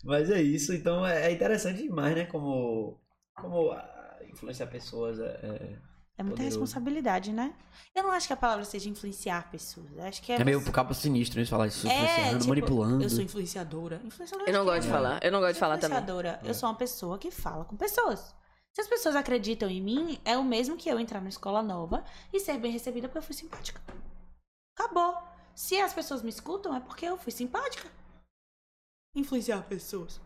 Mas é isso, então é é interessante demais, né? Como, como ah, influenciar pessoas. É, é- É muita Poderoso. responsabilidade, né? Eu não acho que a palavra seja influenciar pessoas. Eu Acho que é, É meio você- capa sinistro eles falar isso, influenciando, tipo, manipulando. Eu sou influenciadora. Influenciadora Eu não gosto de É. falar, eu não gosto de falar também. Influenciadora. Eu sou uma pessoa que fala com pessoas. Se as pessoas acreditam em mim, é o mesmo que eu entrar numa escola nova e ser bem recebida porque eu fui simpática. Acabou. Se as pessoas me escutam, é porque eu fui simpática. Influenciar pessoas.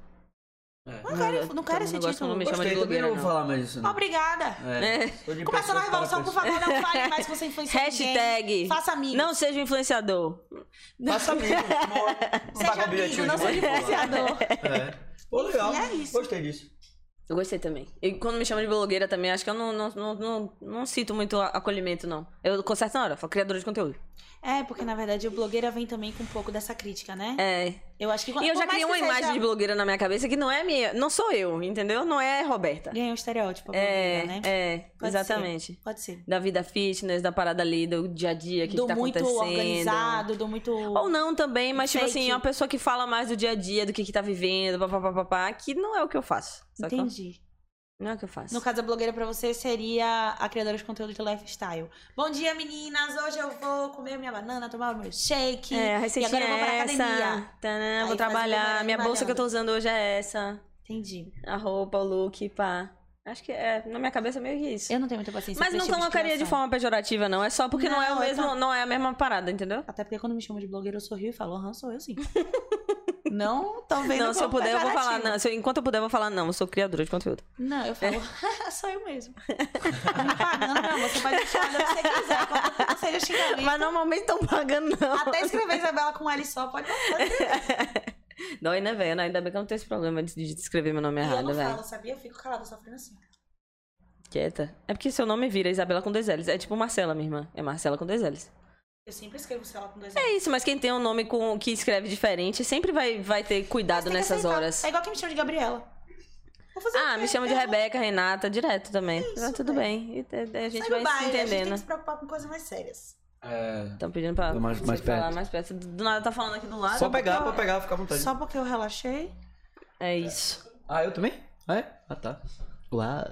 É. Não quero, influ- não também quero esse não gosto título. quando me Gostei, chama de também blogueira, não vou não. falar mais isso, não. Obrigada. É, sou de né, Começa pessoas para na revolução, por pessoas. favor. Não fale mais que você influencia ninguém. Hashtag. Faça amigos. Não seja um influenciador. Faça amigo. Seja amigo, não seja influenciador. É. Pô, legal. Enfim, é isso. Gostei disso. Eu gostei também. E quando me chamam de blogueira também, acho que eu não, não, não, não, não sinto muito a- acolhimento, não. Eu conserto na hora, falo criadora de conteúdo. É, porque na verdade o blogueira vem também com um pouco dessa crítica, né? É. Eu acho que E eu por já mais criei que uma seja- imagem de blogueira na minha cabeça que não é minha, não sou eu, entendeu? Não é Roberta. Ganhou um estereótipo, a É, blogueira, né? é, Pode ser. exatamente. Pode ser. Da vida fitness, da parada ali, do dia a dia, o que, do que tá muito acontecendo. organizado, do muito. Ou não também, mas tipo Fake. assim, é uma pessoa que fala mais do dia a dia, do que, que tá vivendo, papapá, que não é o que eu faço. Sacou? Entendi. Não é o que eu faço. No caso, a blogueira pra você seria a criadora de conteúdo de lifestyle. Bom dia, meninas! Hoje eu vou comer minha banana, tomar o meu shake. É, a e receitinha agora eu vou pra é essa. academia. Tanã, Aí vou faz uma trabalhar. hora Minha bolsa que eu tô trabalhando. usando hoje é essa. Entendi. A roupa, o look, pá. Acho que é, na minha cabeça é meio que isso. Eu não tenho muita paciência Mas não pra esse tipo colocaria de criação. forma pejorativa, não. É só porque não, é o Não, eu mesmo, tam- não é a mesma parada, entendeu? Até porque quando me chamam de blogueira, eu sorrio e falo, aham, sou eu sim. não tô vendo Não, se eu como puder, eu vou falar. né? pejorativo. Não, se eu- enquanto eu puder, eu vou falar, não, eu sou criadora de conteúdo. Não, eu falo, sou eu mesmo. Tá me pagando, não, você pode me chamar do que você quiser, contanto que não seja xingamento. Mas normalmente estão pagando, não. Até escrever Isabela com L só, pode botar. Dói, né, velho? Ainda bem que eu não tenho esse problema de, de escrever meu nome E eu errado, não velho. falo, sabia? Eu fico calada, sofrendo assim. Quieta. É porque seu nome vira Isabela com dois L's. É tipo Marcela, minha irmã. É Marcela com dois L's. Eu sempre escrevo Isabela com dois É isso, mas quem tem um nome com, que escreve diferente sempre vai, vai ter cuidado Tem que nessas aceitar. horas. É igual quem me chama de Gabriela. Vou fazer o Ah, quê? me chama de Eu- Rebeca, Renata, direto também. É isso, Tá tudo velho. bem. E te- te- a gente Sai vai do se baile, A gente entendendo. tem que se preocupar com coisas mais sérias. É. Estão pedindo pra Tô mais- você mais falar perto. mais perto. Do nada tá falando aqui do lado. Só pegar, pode pegar, fica à vontade. Só porque eu relaxei. É isso. Ah, eu também? É? Ah, tá. Lá,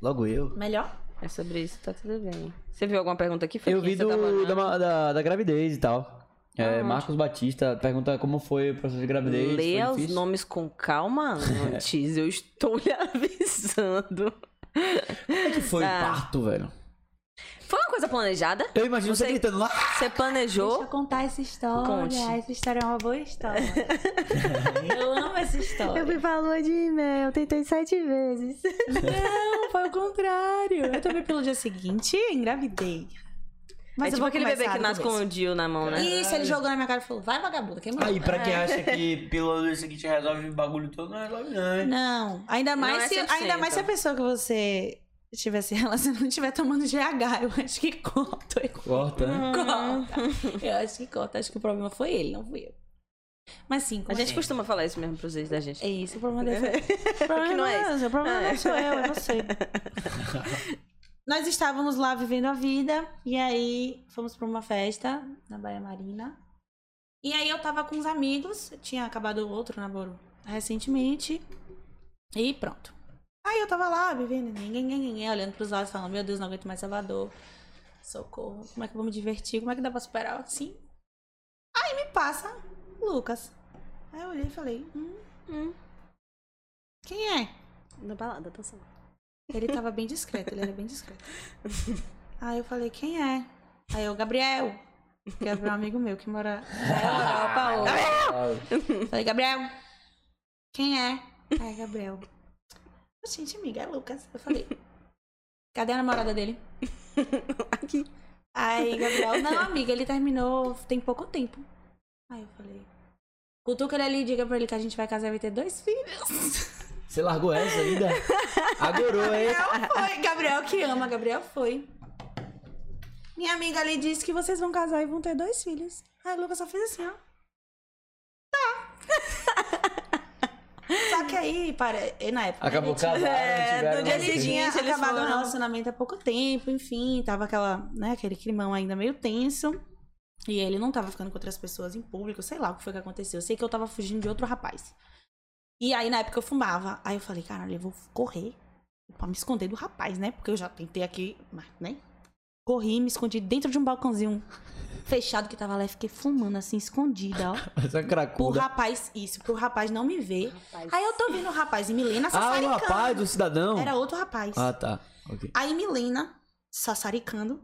logo eu. Melhor? É sobre isso, tá tudo bem. Você viu alguma pergunta aqui? Foi Eu que vi você tá do, tava olhando? da, ma- da, da gravidez e tal. É, Ah, Marcos Batista pergunta como foi o processo de gravidez. Leia foi os difícil? nomes com calma antes, eu estou lhe avisando. Como é que foi Ah. o parto, velho? Foi uma coisa planejada? Eu imagino você, Você- gritando "Ah, lá. Você Deixa planejou? eu contar essa história. Conte. Essa história é uma boa história. eu amo essa história. pra lua de mel, tentei sete vezes. Não, foi o contrário. Eu tomei pelo dia seguinte e engravidei. Mas é tipo aquele bebê que nasce com começo. o Dio na mão, né? Isso, ele jogou na minha cara e falou, vai vagabunda, quem mandou? Aí, pra quem acha que. Pílula do seguinte resolve o bagulho todo, é não resolve, não, hein? Não, ainda mais, Não é se, 100%. ainda mais se a pessoa que você tiver se relacionando não estiver tomando GH. Eu acho que corta. Eu Corta, Hum, né? corta. Eu acho que corta. Acho que o problema foi ele, não fui eu. Mas sim, assim? A gente costuma falar isso mesmo pros ex da gente. É isso, o problema dele foi. O problema não não é é esse, o problema É. não sou eu, é você. Nós estávamos lá vivendo a vida, e aí fomos pra uma festa na Baía Marina. E aí eu tava com uns amigos, eu tinha acabado outro namoro recentemente. E pronto. Aí eu tava lá vivendo, ninguém, ninguém, ninguém, olhando pros lados, falando: Meu Deus, não aguento mais Salvador. Socorro, como é que eu vou me divertir? Como é que dá pra superar assim? Aí me passa Lucas. Aí eu olhei e falei: Hum, hum. Quem é? Na balada, tô só. Ele tava bem discreto, ele era bem discreto. Aí eu falei, quem é? Aí eu, Gabriel. Que é um amigo meu que mora é, Ah, na tá Europa hoje. Falei, Gabriel, quem é? Aí, Gabriel. Gente, amiga, é Lucas. Eu falei, cadê a namorada dele? Aqui. Aí, Gabriel, não, amiga, ele terminou tem pouco tempo. Aí eu falei, cutuca ele ali, diga pra ele que a gente vai casar e vai ter dois filhos. Você largou essa ainda? Agorou, hein? Gabriel foi. Gabriel que ama, Gabriel foi. Minha amiga ali disse que vocês vão casar e vão ter dois filhos. Aí o Lucas só fez assim, ó. Tá. só que aí, para, e na época. Acabou né, casaram, É, tiveram no dia uma- ele seguinte. tinha eles acabado o foram. relacionamento há pouco tempo, enfim, tava aquela, né, aquele climão ainda meio tenso. E ele não tava ficando com outras pessoas em público, sei lá o que foi que aconteceu. Eu sei que eu tava fugindo de outro rapaz. E aí, na época, eu fumava. Aí eu falei, caralho, eu vou correr pra me esconder do rapaz, né? Porque eu já tentei aqui, mas, né? Corri e me escondi dentro de um balcãozinho fechado que tava lá e fiquei fumando, assim, escondida, ó. Essa é Pro cracuda. rapaz, isso, pro rapaz não me ver. Aí eu tô vendo o rapaz e Milena Ah, o sassaricando. rapaz do cidadão? Era outro rapaz. Ah, tá. Ok. Aí Milena, sassaricando,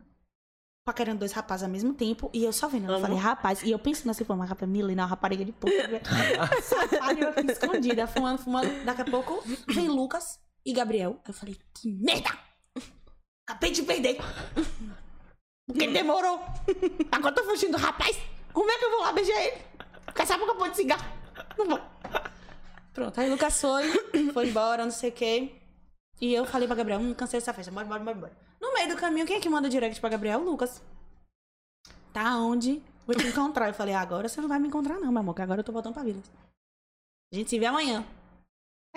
paquerando dois rapazes ao mesmo tempo, e eu só vendo. Eu Amo. falei, rapaz, e eu pensando assim, pô, mas rapaz, Milena é uma rapariga de porra. Safada, e eu aqui escondida, fumando, fumando. Daqui a pouco vem Lucas e Gabriel. Eu falei, que merda! Acabei de perder! Porque demorou! Agora eu tô fugindo do rapaz! Como é que eu vou lá beijar ele? Com essa boca pode cigarro! Não vou! Pronto, aí Lucas foi, foi embora, não sei o quê. E eu falei pra Gabriel, hum, cansei dessa festa, bora, bora, bora, bora. No meio do caminho, quem é que manda direct pra Gabriel? O Lucas. Tá onde? Vou te encontrar. Eu falei, ah, agora você não vai me encontrar não, meu amor, que agora eu tô voltando pra vila. A gente se vê amanhã.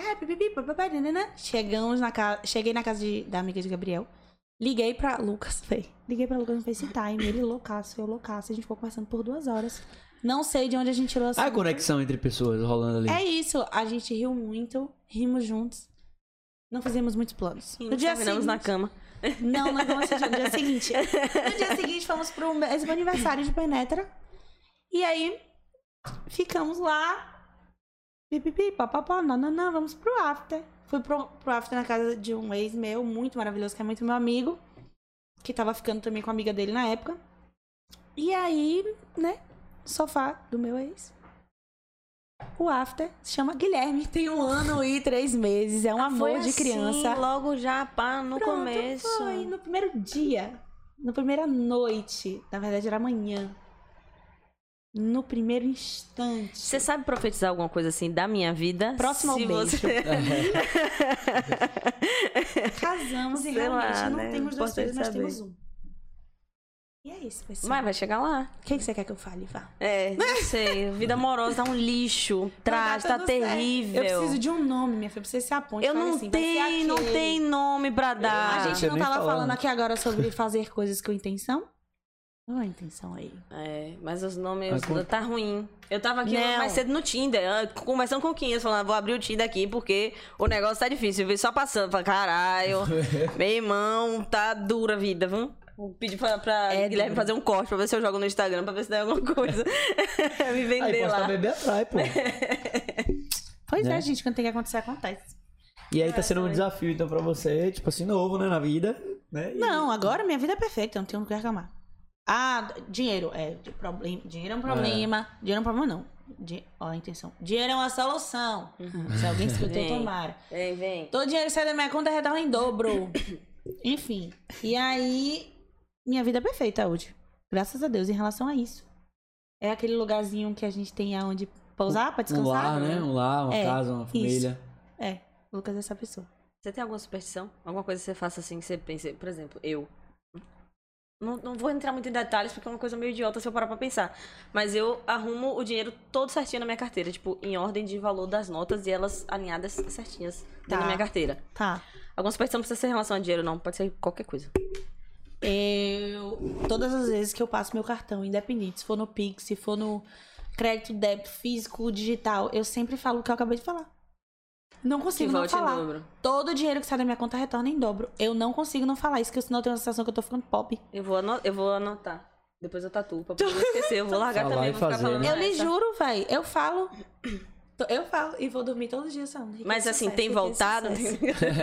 É, pipipi, papai, né? Chegamos na casa, cheguei na casa de- da amiga de Gabriel. Liguei pra Lucas, véi. Liguei pra Lucas no FaceTime, ele loucaço, eu loucaço. A gente ficou conversando por duas horas. Não sei de onde a gente tirou essa A conexão entre pessoas rolando ali. é isso, a gente riu muito, rimos juntos. Não fizemos muitos planos. Sim, no dia terminamos seguinte. na cama. Não, não vamos assistir. No dia seguinte. No dia seguinte, fomos pro mesmo aniversário de Penetra. E aí, ficamos lá. Pipipi, papapá, não, não, não, vamos pro after. Fui pro, pro after na casa de um ex meu, muito maravilhoso, que é muito meu amigo. Que tava ficando também com a amiga dele na época. E aí, né, sofá do meu ex. O after se chama Guilherme, tem um ano e três meses, é um amor Foi de assim, criança. logo já, pá, no Pronto, começo. Foi no primeiro dia. Na primeira noite. Na verdade, era amanhã. No primeiro instante. Você sabe profetizar alguma coisa assim da minha vida? Próximo ao Se beijo. você- Casamos e Sei realmente tá- lá, não né? temos dois Importante filhos, nós saber. temos um. E é isso, pessoal. Mas vai chegar lá. O que que você quer que eu fale? Vá. É, não sei. Vida amorosa tá um lixo. Traz, Vai dar tá tudo certo. terrível. Eu preciso de um nome, minha filha, pra você se aponte. Eu Fale não assim, vai ser tenho, não aquele. tem nome pra A dar. gente Você não nem tava falou, falando né? aqui agora sobre fazer coisas com intenção? Qual a intenção aí? É, mas os nomes Ah, com- tá ruim. Eu tava aqui Não. mais cedo no Tinder, ah, conversando com o Quinhas, falando, vou abrir o Tinder aqui porque o negócio tá difícil. Eu vi só passando, falei, caralho, meu irmão, tá dura a vida, viu? Vou pedir pra, pra É Guilherme dura. fazer um corte pra ver se eu jogo no Instagram, pra ver se dá alguma coisa. Me Aí vender posta lá. bebê atrai, pô. Pois Né? é, gente, quando tem que acontecer, acontece. E É, aí tá sendo um desafio, então, pra você, tipo assim, novo, né, na vida. Né? E- Não, agora minha vida é perfeita, eu não tenho o que reclamar. Ah, dinheiro. É, de problem... dinheiro é um problema. Dinheiro é um problema, não. Di... Ó, a intenção. Dinheiro é uma solução. Uhum. Se alguém escutou, Vem. tomara. Vem, vem. Todo dinheiro que sai da minha conta redonda em dobro. Enfim. E aí, minha vida é perfeita hoje. Graças a Deus em relação a isso. É aquele lugarzinho que a gente tem aonde pousar pra Um descansar. lar, né? Um lar, uma É, casa, uma família. É, o Lucas é essa pessoa. Você tem alguma superstição? Alguma coisa que você faça assim que você pense, por exemplo, eu. Não, não vou entrar muito em detalhes porque é uma coisa meio idiota se eu parar pra pensar. Mas eu arrumo o dinheiro todo certinho na minha carteira, tipo, em ordem de valor das notas e elas alinhadas certinhas Tá. na minha carteira. Tá. Alguma superstição não precisa ser em relação a dinheiro, não. Pode ser qualquer coisa. Eu. Todas as vezes que eu passo meu cartão, independente, se for no Pix, se for no crédito, débito, físico, digital, eu sempre falo o que eu acabei de falar. Não consigo não volte em falar. dobro. Todo o dinheiro que sai da minha conta retorna em dobro. Eu não consigo não falar isso, porque senão eu tenho a sensação que eu tô ficando pop. Eu vou, ano- eu vou anotar. Depois eu tatuo pra poder não esquecer. Eu vou largar Falar também, e vou ficar fazer, falando. né? Eu lhe é essa. juro, véi. Eu falo. Tô- Eu falo e vou dormir todos os dias falando. Riqueza Mas e assim, sucesso, tem riqueza e voltado? sucesso. Tem.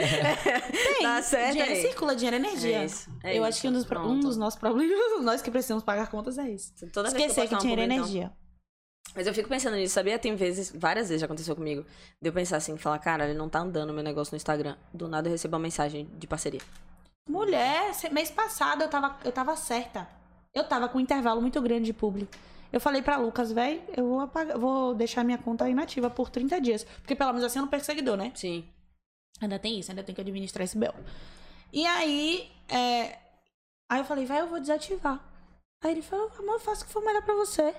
Tem. Tá certo? dinheiro é. circula, dinheiro é energia. É isso, é eu isso. acho que um dos, pro- um Pronto. dos nossos problemas, nós que precisamos pagar contas, é isso. Toda vez Esquecer que eu um postar uma dinheiro é publicação- energia. Mas eu fico pensando nisso, sabia? Tem vezes, várias vezes já aconteceu comigo, de eu pensar assim, falar, cara, ele não tá andando meu negócio no Instagram. Do nada eu recebo uma mensagem de parceria. Mulher, se- mês passado eu tava, eu tava certa. Eu tava com um intervalo muito grande de público. Eu falei pra Lucas, velho, eu vou apagar, vou deixar minha conta inativa por 30 dias. Porque pelo menos assim eu não perco seguidor, né? Sim. Ainda tem isso, ainda tem que administrar esse BO. E aí, é... aí eu falei, vai, eu vou desativar. Aí ele falou, amor, eu faço o que for melhor pra você.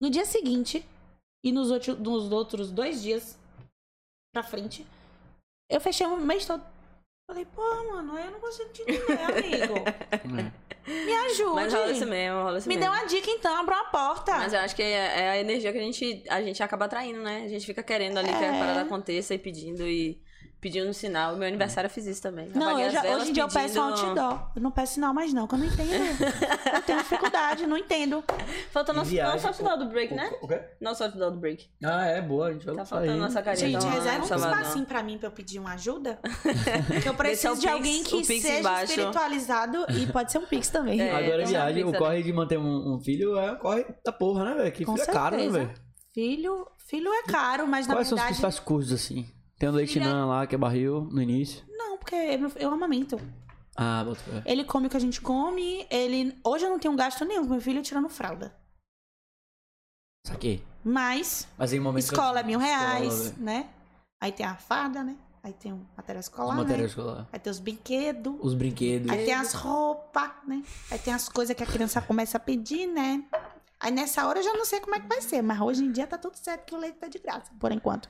No dia seguinte, e nos, outro- nos outros dois dias pra frente, eu fechei o mês todo. Falei, pô, mano, eu não consigo te entender, amigo. É. Me ajude. Mas rola isso mesmo, rola isso Me dê mesmo. uma dica então, abra uma porta. Mas eu acho que é, é a energia que a gente, a gente acaba atraindo, né? A gente fica querendo ali que a É. parada aconteça e pedindo e pedindo um sinal. Meu aniversário eu fiz isso também. Não, Apaguei eu as já- velas hoje em dia eu peço um pedindo- outdoor. Eu não peço sinal mais, não, que eu não entendo. eu tenho dificuldade, não entendo. Faltou nosso, Viagem, nosso outdoor do break, né? O quê? Nosso outdoor do break. Ah, é, boa, a gente vai Tá lançar faltando aí. nossa carinha. Gente, Então, reserva um Salvador. espacinho pra mim pra eu pedir uma ajuda. eu preciso o de Pix- alguém que o Pix seja embaixo. espiritualizado e pode ser um Pix também. É, Agora é então já viagem, o avisa. corre de manter um, um filho é o corre da porra, né, velho? Que Com filho é caro, né, certeza. velho? Filho, filho é caro, mas na Quais são os verdade. principais custos, assim? Tem o Leitinã lá, que é barril, no início. Não, porque eu, eu amamento. Ah, boto fé. Ele come o que a gente come. Ele. Hoje eu não tenho gasto nenhum com meu filho tirando fralda. Saquei. Mas Mas em momentos... escola é mil reais, Escola, velho. né? Aí tem a farda, né? Aí tem o material escolar, Os materiais né? escolar. Aí tem os brinquedos. Os brinquedos. Aí tem as roupas, né? Aí tem as coisas que a criança começa a pedir, né? Aí nessa hora eu já não sei como é que vai ser, mas hoje em dia tá tudo certo que o leite tá de graça, por enquanto.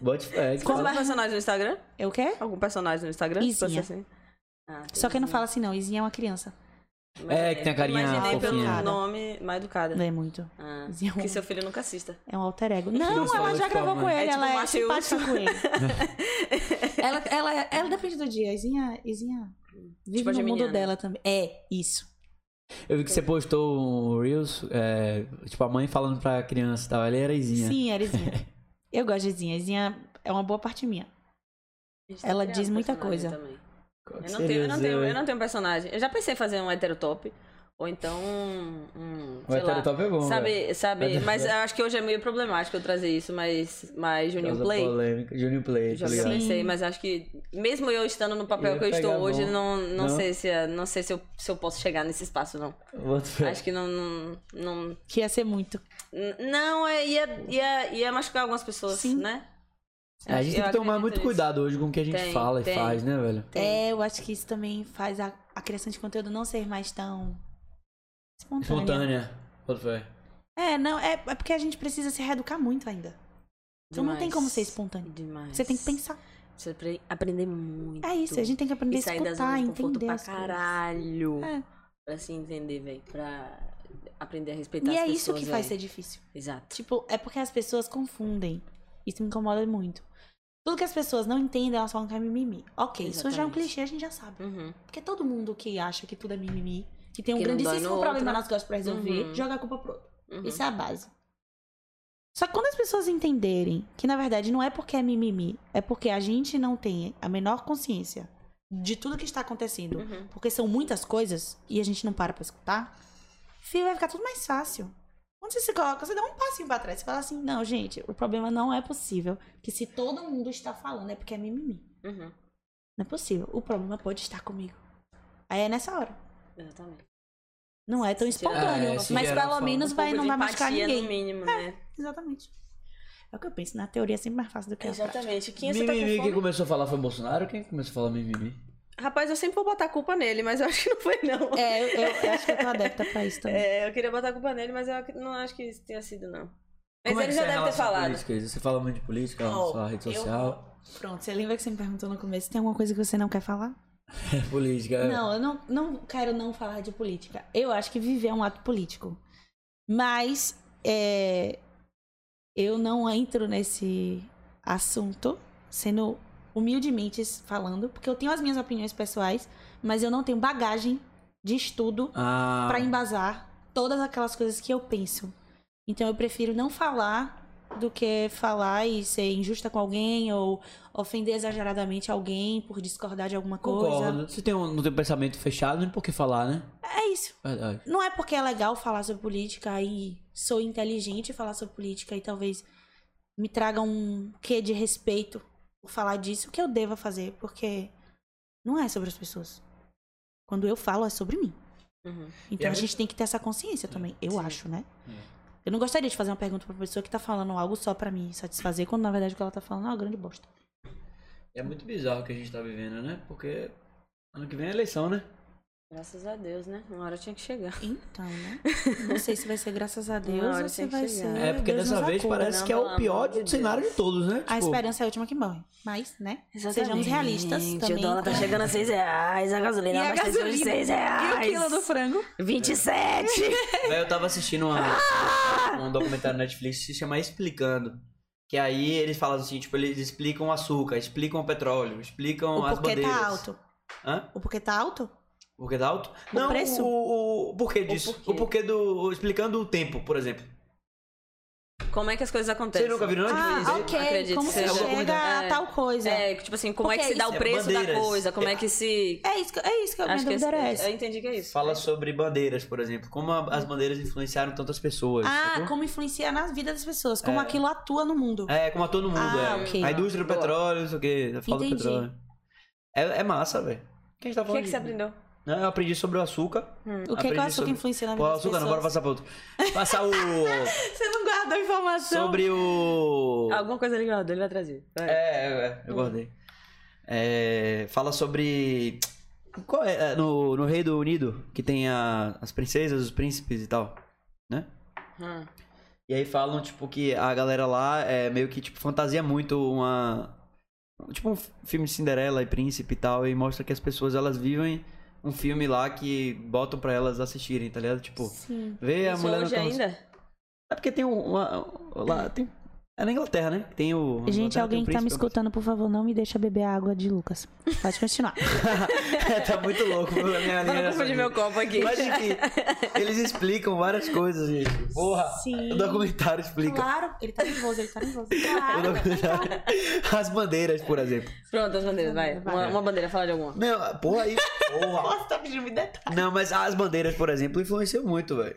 Bote fé. Você faz escola. algum personagem no Instagram? É o quê? Algum personagem no Instagram? Izinha. Você assim? Ah, Só quem não izinha. fala assim não, Izinha é uma criança. Imaginei, que tem a carinha né? Imaginei fofinha. pelo nome mal educada. Não é um muito. Ah, Zinho. que seu filho nunca assista. É um alter ego. Não, Não, ela só já de forma- gravou com É ele, tipo ela é Mateus. simpática com ele. ela, ela, ela depende do dia. Izinha, Izinha vive Tipo a no mundo geminiana. dela também. É, isso. Eu vi que você postou um Reels, é, tipo, a mãe falando pra criança e tal. Ela é era Izinha. Sim, era Izinha. Eu gosto de Izinha. Izinha é uma boa parte minha. A gente tá Ela criando diz muita personagem coisa. também. Qual que Eu não, seria tenho, eu, o não seu, tenho, hein? eu não tenho um personagem. Eu já pensei em fazer um heterotop. Ou então um. um O sei lá. heterotop é bom, velho. Sabe, sabe, Heterotop. mas eu acho que hoje é meio problemático eu trazer isso, mas, mas Juninho Causa Play, polêmica. Junior Play, tá já ligado? comecei, mas acho que mesmo eu estando no papel Ia que eu estou pegar bom. hoje, não, não, Não? sei se é- não sei se eu, se eu posso chegar nesse espaço não. Boto fé. Acho que não não, não, Que ia ser muito. n- não é, ia, ia, ia machucar algumas pessoas, Sim. né? É, a gente Eu tem que tomar acredito muito nisso. cuidado hoje com o que a gente Tem, fala e tem. faz, né, velho? Tem. É, eu acho que isso também faz a, a criação de conteúdo não ser mais tão espontânea. Espontânea. Boto fé. É, não, é, é porque a gente precisa se reeducar muito ainda. Então não tem Demais. como ser espontâneo. Demais. Você tem que pensar. Você apre- aprender muito. É isso, a gente tem que aprender e a sair da escutar, zona de conforto entender. pra as coisas. caralho. É. Pra se entender, velho. Pra aprender a respeitar E as é pessoas. isso que faz ser véi. difícil. Exato. Tipo, é porque as pessoas confundem. Isso me incomoda muito. Tudo que as pessoas não entendem, elas falam que é mimimi. Ok, isso já é um Exatamente. clichê, a gente já sabe. Uhum. Porque todo mundo que acha que tudo é mimimi, que tem um Que não dói grandíssimo no problema outro. nas costas pra resolver, Uhum. joga a culpa pro outro. uhum. Isso é a base. Só que quando as pessoas entenderem que, na verdade, não é porque é mimimi, é porque a gente não tem a menor consciência de tudo que está acontecendo, Uhum. porque são muitas coisas e a gente não para pra escutar, filho, vai ficar tudo mais fácil. Quando você se coloca, você dá um passinho pra trás, você fala assim, não, gente, o problema não é possível, que se todo mundo está falando é porque é mimimi. Uhum. Não é possível, o problema pode estar comigo. Aí é nessa hora. Exatamente. Não é tão Se tirar- espontâneo, É, se mas gerar pelo fala. menos Um vai, pouco não de vai machucar empatia, ninguém. É, No mínimo, né? Exatamente. É o que eu penso. Na teoria é sempre mais fácil do que a prática. Exatamente. Quem você tá Mimimi, com quem fome? começou a falar foi o Bolsonaro? Quem começou a falar mimimi? Rapaz, eu sempre vou botar a culpa nele, mas eu acho que não foi, não. É, eu, eu- eu acho que eu tô adepta pra isso também. É, eu queria botar a culpa nele, mas eu ac- não acho que isso tenha sido, não. Mas Como é ele que já você é em deve ter relação à falado. política? Você fala muito de política na Oh, sua rede eu- social? Pronto, você lembra que você me perguntou no começo? Tem alguma coisa que você não quer falar? É política. é. Não, eu não, não quero não falar de política. Eu acho que viver é um ato político. Mas é, eu não entro nesse assunto, sendo humildemente falando, porque eu tenho as minhas opiniões pessoais, mas eu não tenho bagagem de estudo Ah, Pra embasar todas aquelas coisas que eu penso. Então eu prefiro não falar do que falar e ser injusta com alguém ou ofender exageradamente alguém por discordar de alguma coisa. concordo. Se tem um, não tem um pensamento fechado, não tem por que falar, né? É isso. Verdade. Não é porque é legal falar sobre política e sou inteligente e falar sobre política e talvez me traga um quê de respeito por falar disso que eu deva fazer, porque não é sobre as pessoas. Quando eu falo é sobre mim. Uhum. E Então é a muito- gente tem que ter essa consciência também, eu Sim. acho, né? É. Eu não gostaria de fazer uma pergunta pra pessoa que tá falando algo só pra me satisfazer, quando na verdade o que ela tá falando é uma grande bosta. É muito bizarro o que a gente tá vivendo, né? Porque ano que vem é eleição, né? Graças a Deus, né? Uma hora tinha que chegar. Então, né? Não sei se vai ser graças a Deus Uma hora ou se tem que vai chegar. ser. É, porque Deus dessa nos vez acuda. né, parece não, que é pelo o amor pior de Deus. cenário de todos, né? A Tipo, esperança é a última que morre. Mas, né? Sejamos realistas Gente, também. O dólar tá com- chegando a 6 reais, a gasolina E a abasteceu de gasolina? 6 E o reais. quilo do frango? 27! Véi, eu tava assistindo uma- um documentário na Netflix que se chama Explicando. Que aí eles falam assim, tipo, eles explicam o açúcar, explicam o petróleo, explicam O as porquê bandeiras. tá alto? Hã? O porquê tá alto? O porquê tá alto? O Não, preço? O, o- o porquê disso. porquê. O porquê do... Explicando o tempo, por exemplo. Como é que as coisas acontecem? Você nunca viu, não? Ah, De- de- ok. acredito como que se seja. chega a É. tal coisa? É, É, tipo assim, como é Porque que se dá isso- o preço da bandeiras. coisa? Como é que se... isso, que- é isso que eu minha Acho que dúvida era essa. é, eu entendi que é isso. Fala sobre bandeiras, por exemplo. Como a- as bandeiras influenciaram tantas pessoas. Ah, sacou? como influencia na vida das pessoas, como É. aquilo atua no mundo. É, como a todo mundo, Ah, é. ok. A indústria do Boa. petróleo, não sei o que, fala do Entendi. petróleo. É, é massa, velho. Quem a gente tá O que, falando? é que de- você aprendeu? Não, eu aprendi sobre o açúcar. O que, é que eu Aprendi acho que sobre- influencia na Pô, vida das açúcar, não, bora pessoas? passar pra outro. Passar o. Você não guardou informação? sobre o. Alguma coisa ligada, ele vai trazer. Vai. É, é, é, eu guardei. É, fala sobre. Qual é? é, No, no Reino Unido, que tem a- as princesas, os príncipes e tal. Hum. E aí falam, tipo, que a galera lá é meio que, tipo, fantasia muito uma. Tipo, um filme de Cinderela e Príncipe e tal, e mostra que as pessoas elas vivem um filme lá que botam pra elas assistirem, tá ligado? Tipo, Sim. vê a Isso mulher no hoje carro- ainda? É porque tem um. uma- lá tem. É na Inglaterra, né? Que Tem o. Gente, Inglaterra alguém tem que o tá me príncipe. escutando, por favor, não me deixa beber a água de Lucas. Pode continuar. É, tá muito louco. Minha Pra não minha- confundir meu copo aqui. Mas enfim, eles explicam várias coisas, gente. Porra! Sim. O documentário explica. Claro, ele tá nervoso, ele tá nervoso. O Claro. documentário- As bandeiras, por exemplo. Pronto, as bandeiras, vai. Uma, uma bandeira, fala de alguma. Não, porra aí. Porra. Nossa, tá pedindo me detalhe. Não, mas as bandeiras, por exemplo, influenciam muito, velho.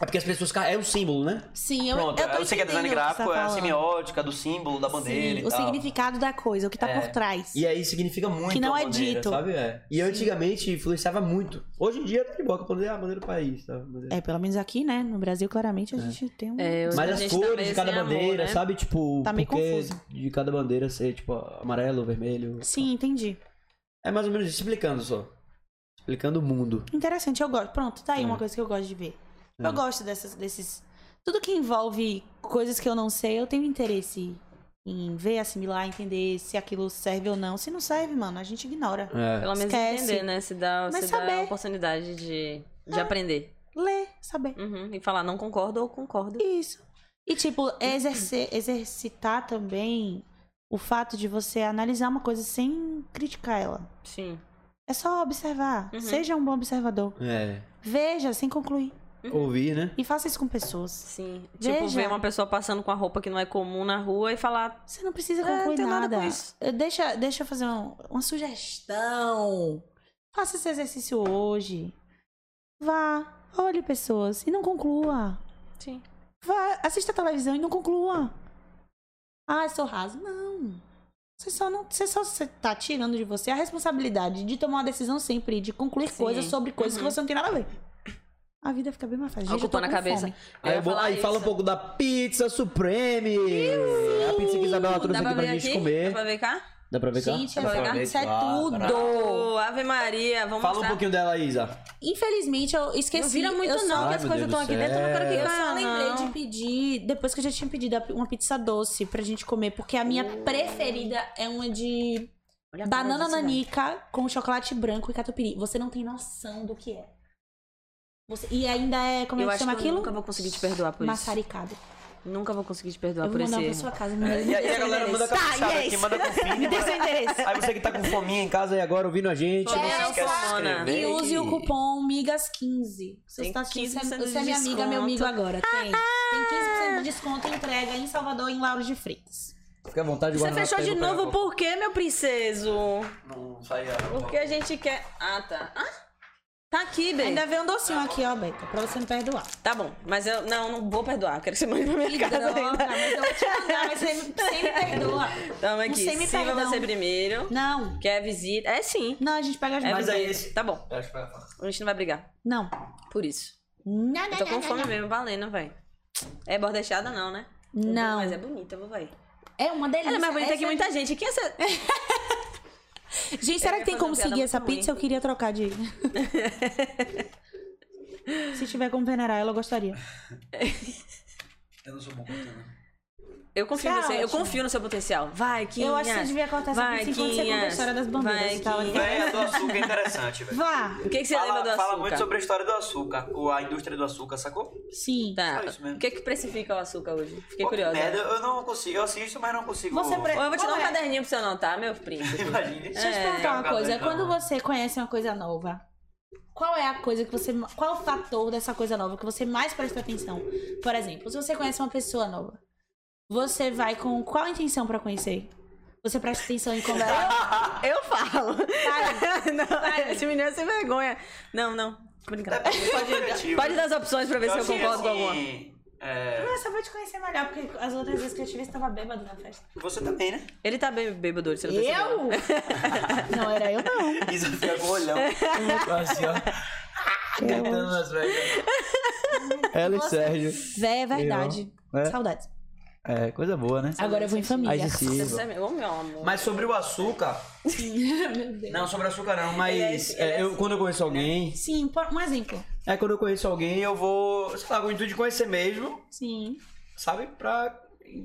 É porque as pessoas. ca- É um símbolo, né? Sim, eu, Pronto, eu tô eu sei que é design entendendo o que você tá gráfico, é a falando. semiótica do símbolo, da bandeira Sim, e o tal. significado da coisa, o que tá É. por trás. E aí significa muito. Que não a é bandeira, dito. Sabe? É. E antigamente influenciava muito. Hoje em dia tá de boa, que a bandeira é a bandeira do país. Tá? A bandeira- É, pelo menos aqui, né? No Brasil, claramente, a gente tem um. É, eu- Mas A as gente tá cores meio de cada sem amor, bandeira, né? sabe? Tipo, Tá meio porque confuso. de cada bandeira ser, tipo, amarelo, vermelho. Sim, entendi. É mais ou menos isso, explicando só. Explicando o mundo. Interessante, eu gosto. Pronto, tá aí É. uma coisa que eu gosto de ver. É. Eu gosto dessas, desses. Tudo que envolve coisas que eu não sei, eu tenho interesse em ver, assimilar, entender se aquilo serve ou não. Se não serve, mano, a gente ignora. É. Pelo menos Esquece. entender, né? Se dá, Mas se dá a saber. Ah. oportunidade de, de aprender. Ler, saber. Uhum, E falar não concordo ou concordo. Isso. E, tipo, exercer, exercitar também o fato de você analisar uma coisa sem criticar ela. Sim. É só observar. Uhum. Seja um bom observador. É. Veja sem concluir. Ouvir, né? E faça isso com pessoas. Sim. Tipo, Veja. ver uma pessoa passando com a roupa que não é comum na rua e falar. Você não precisa É, não concluir tem nada nada. com isso. Eh, Deixa, deixa eu fazer um- uma sugestão. Faça esse exercício hoje. Vá, olhe pessoas e não conclua. Sim. Vá, assista a televisão e não conclua. Ah, eu sou raso. Não. Você só não, você só você tá tirando de você a responsabilidade de tomar uma decisão sempre, de concluir Sim. coisas sobre coisas Uhum. que você não tem nada a ver. A vida fica bem mais fácil. Gente, eu tô Ocupando a com cabeça. fome. Eu Aí, ia bom, falar aí fala um isso. pouco da pizza Supreme. A pizza que Isabela trouxe Dá pra aqui pra ver gente aqui? Dá pra comer. ver cá? Dá pra ver cá? Gente, Dá pra essa ver? pizza é Ah, tudo. caralho. Ô, Ave Maria, vamos Fala um mostrar. pouquinho dela, Isa. Infelizmente, eu esqueci. Não vira muito eu só- não, que as Ai, coisas meu Deus estão do aqui dentro, eu não quero que céu. Eu só caia, lembrei não. de pedir, depois que eu já tinha pedido a- uma pizza doce pra gente comer, porque a minha preferida é uma de Olha Hum. a cara banana disso, velho. nanica com chocolate branco e catupiry. Você não tem noção do que é. Você- E ainda é, como Eu é que acho que chama eu aquilo? nunca vou conseguir te perdoar por isso. Maçaricado. Nunca vou conseguir te perdoar Eu vou por esse mandar pra erro. sua casa. É, e a, e a galera manda tá, caprichada yes. aqui, manda com Me fim. dê seu endereço. Aí você que tá com fominha em casa aí agora ouvindo a gente. Não Essa- se esquece de escrever. E use o que- cupom MIGAS15. Você Tem está assistindo, 15% você é- de você é minha amiga, meu amigo desconto. agora. Tem. ah. Tem 15% de desconto e entrega em Salvador e em Lauro de Freitas. Fica à vontade de Você guardar na fechou de pega pra- novo por quê, meu princeso? Não sai a- Porque a gente quer... Ah, tá. Ah, tá aqui, bem. Ainda vem um docinho aqui, ó, Beca, pra você me perdoar. Tá bom, mas eu não, não vou perdoar. Quero que você mande pra minha Que casa droga, ainda. mas eu vou te mandar, mas você, me- você me perdoa. Tamo aqui. Você me Siga perdão. você primeiro. Não, Quer visita? É sim. não, a gente pega as É duas. Mas aí visita. esse- Tá bom. Acho que vai falar. A gente não vai brigar. Não. Por isso. Não, Eu não, tô não, com não, fome não. mesmo, valendo, véi. É bordechada não, né? Não. Mas é bonita, vou vai. É uma delícia. Ela é mais bonita Essa- que muita gente. Quem é essa... Gente, será Eu que ia fazer tem como uma piada seguir essa muito ruim. pizza? Eu queria trocar de. Se tiver como venerar, ela eu gostaria. Eu não sou bom contando. Eu confio Isso é em você, eu ótimo. confio no seu potencial. Vai, Quinha. Eu acho que você devia contar essa Vai, pizza enquanto você conta a Quinhas. história das tá bandeiras Vai, e tal. Quinhas. Véi, a do açúcar é interessante, velho. Vá! O que, que você lembra Fala, do açúcar? fala muito sobre a história do açúcar, ou a indústria do açúcar, sacou? Sim. Tá. Só isso mesmo. O que que precifica o açúcar hoje? Fiquei Pô, que curiosa. merda, eu não consigo, eu assisto, mas não consigo. Você pre- Ou eu vou te dar um Qual é? caderninho pra você anotar, meu príncipe. Imagina. Deixa eu te É perguntar Então, um uma Jogador coisa. não. então. Quando você conhece uma coisa nova, qual é a coisa que você. Qual o fator dessa coisa nova que você mais presta atenção? Por exemplo, se você conhece uma pessoa nova, você vai com qual intenção pra conhecer? Você presta atenção em como ela. é? Eu falo. Vai. não, Vai. Esse menino é sem vergonha. Não, não. Tô brincando. Pode, Pode dar as opções pra ver se eu achei, concordo com assim, alguma. é, Eu só vou te conhecer melhor, porque as outras vezes que eu estive, você tava bêbado na festa. Você também, né? Ele tá bem bêbado hoje, você não percebeu? Eu? Ah, não, era eu não. Isa fica com o olhão. Assim, ó. Cantando nas velhas. Ela e Você- Sérgio. Vé, é verdade. É? Saudades. É, coisa boa, né? Agora eu vou em A família. Você Gissi. percebeu? é Ô, meu amor. Mas sobre o açúcar. Meu Deus. Não, sobre o açúcar não, mas. Mas é, assim. eu, quando eu conheço alguém. Sim, por- um exemplo. É quando eu conheço alguém, eu vou. Sei lá, com o intuito de conhecer mesmo, Sim. sabe? Pra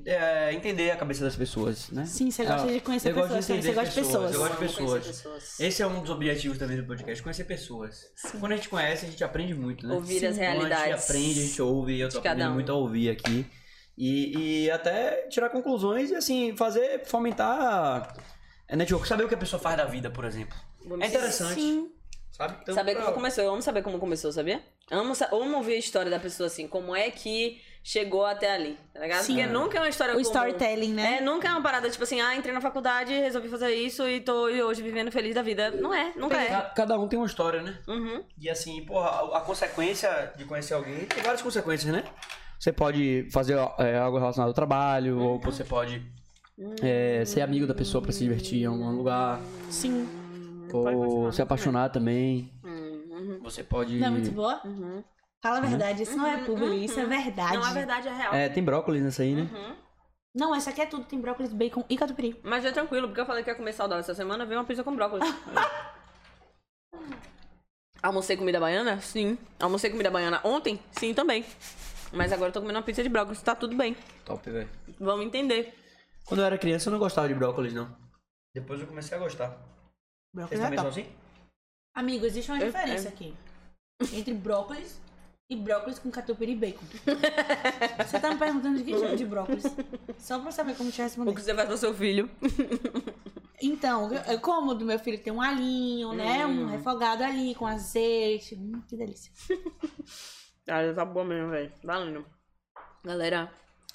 é, entender a cabeça das pessoas, né? Sim, você gosta Ah, de conhecer eu gosto pessoas, de você entender gosta de pessoas. Eu gosto de Vamos pessoas. conhecer pessoas. Esse é um dos objetivos também do podcast, conhecer pessoas. Quando a gente conhece, a gente aprende muito, né? Ouvir as Então, a realidades gente aprende, a gente ouve, e eu tô de cada aprendendo um. muito a ouvir aqui. E, e até tirar conclusões e, assim, fazer, fomentar a network. Saber o que a pessoa faz da vida, por exemplo. Vamos É interessante, Sim. sabe? Então, Saber pra- como começou. Eu amo saber como começou, sabia? Amo, sa- amo ouvir a história da pessoa, assim. Como é que chegou até ali, tá ligado? Sim. Porque nunca é uma história O comum. storytelling, né? É, nunca é uma parada tipo assim, ah, entrei na faculdade, resolvi fazer isso e tô e hoje vivendo feliz da vida. Não é, nunca é. Ca- Cada um tem uma história, né? Uhum. E assim, porra, a, a consequência de conhecer alguém tem várias consequências, né? Você pode fazer ó, é, algo relacionado ao trabalho, Uhum. ou você pode Hum. é, ser amigo da pessoa pra se divertir em algum lugar, Sim. ou se apaixonar também. Uhum. Você pode. Não é muito boa? Uhum. Fala a verdade, isso não é público, Uhum. isso é verdade. Não, a verdade é real. É, tem brócolis nessa aí, né? Uhum. Não, essa aqui é tudo, tem brócolis, bacon e catupiry. Mas é tranquilo, porque eu falei que ia comer saudável essa semana, veio uma pizza com brócolis. Almocei comida baiana? Sim. Almocei comida baiana ontem? Sim, também. Mas agora eu tô comendo uma pizza de brócolis, tá tudo bem. Top, velho. Vamos entender. Quando eu era criança eu não gostava de brócolis, não. Depois eu comecei a gostar. Tá Vocês Brócolis é também são top. assim? Amigo, existe uma Eu- é. diferença aqui. Entre brócolis e brócolis com catupiry e bacon. Você tá me perguntando de que tipo de brócolis? Só pra eu saber como te O responder. que você faz pro seu filho? Então, eu- eu como do meu filho tem um alinho, né? Hum. Um refogado ali com azeite. Hum, que delícia. Cara, tá bom mesmo, velho. Valendo. Galera,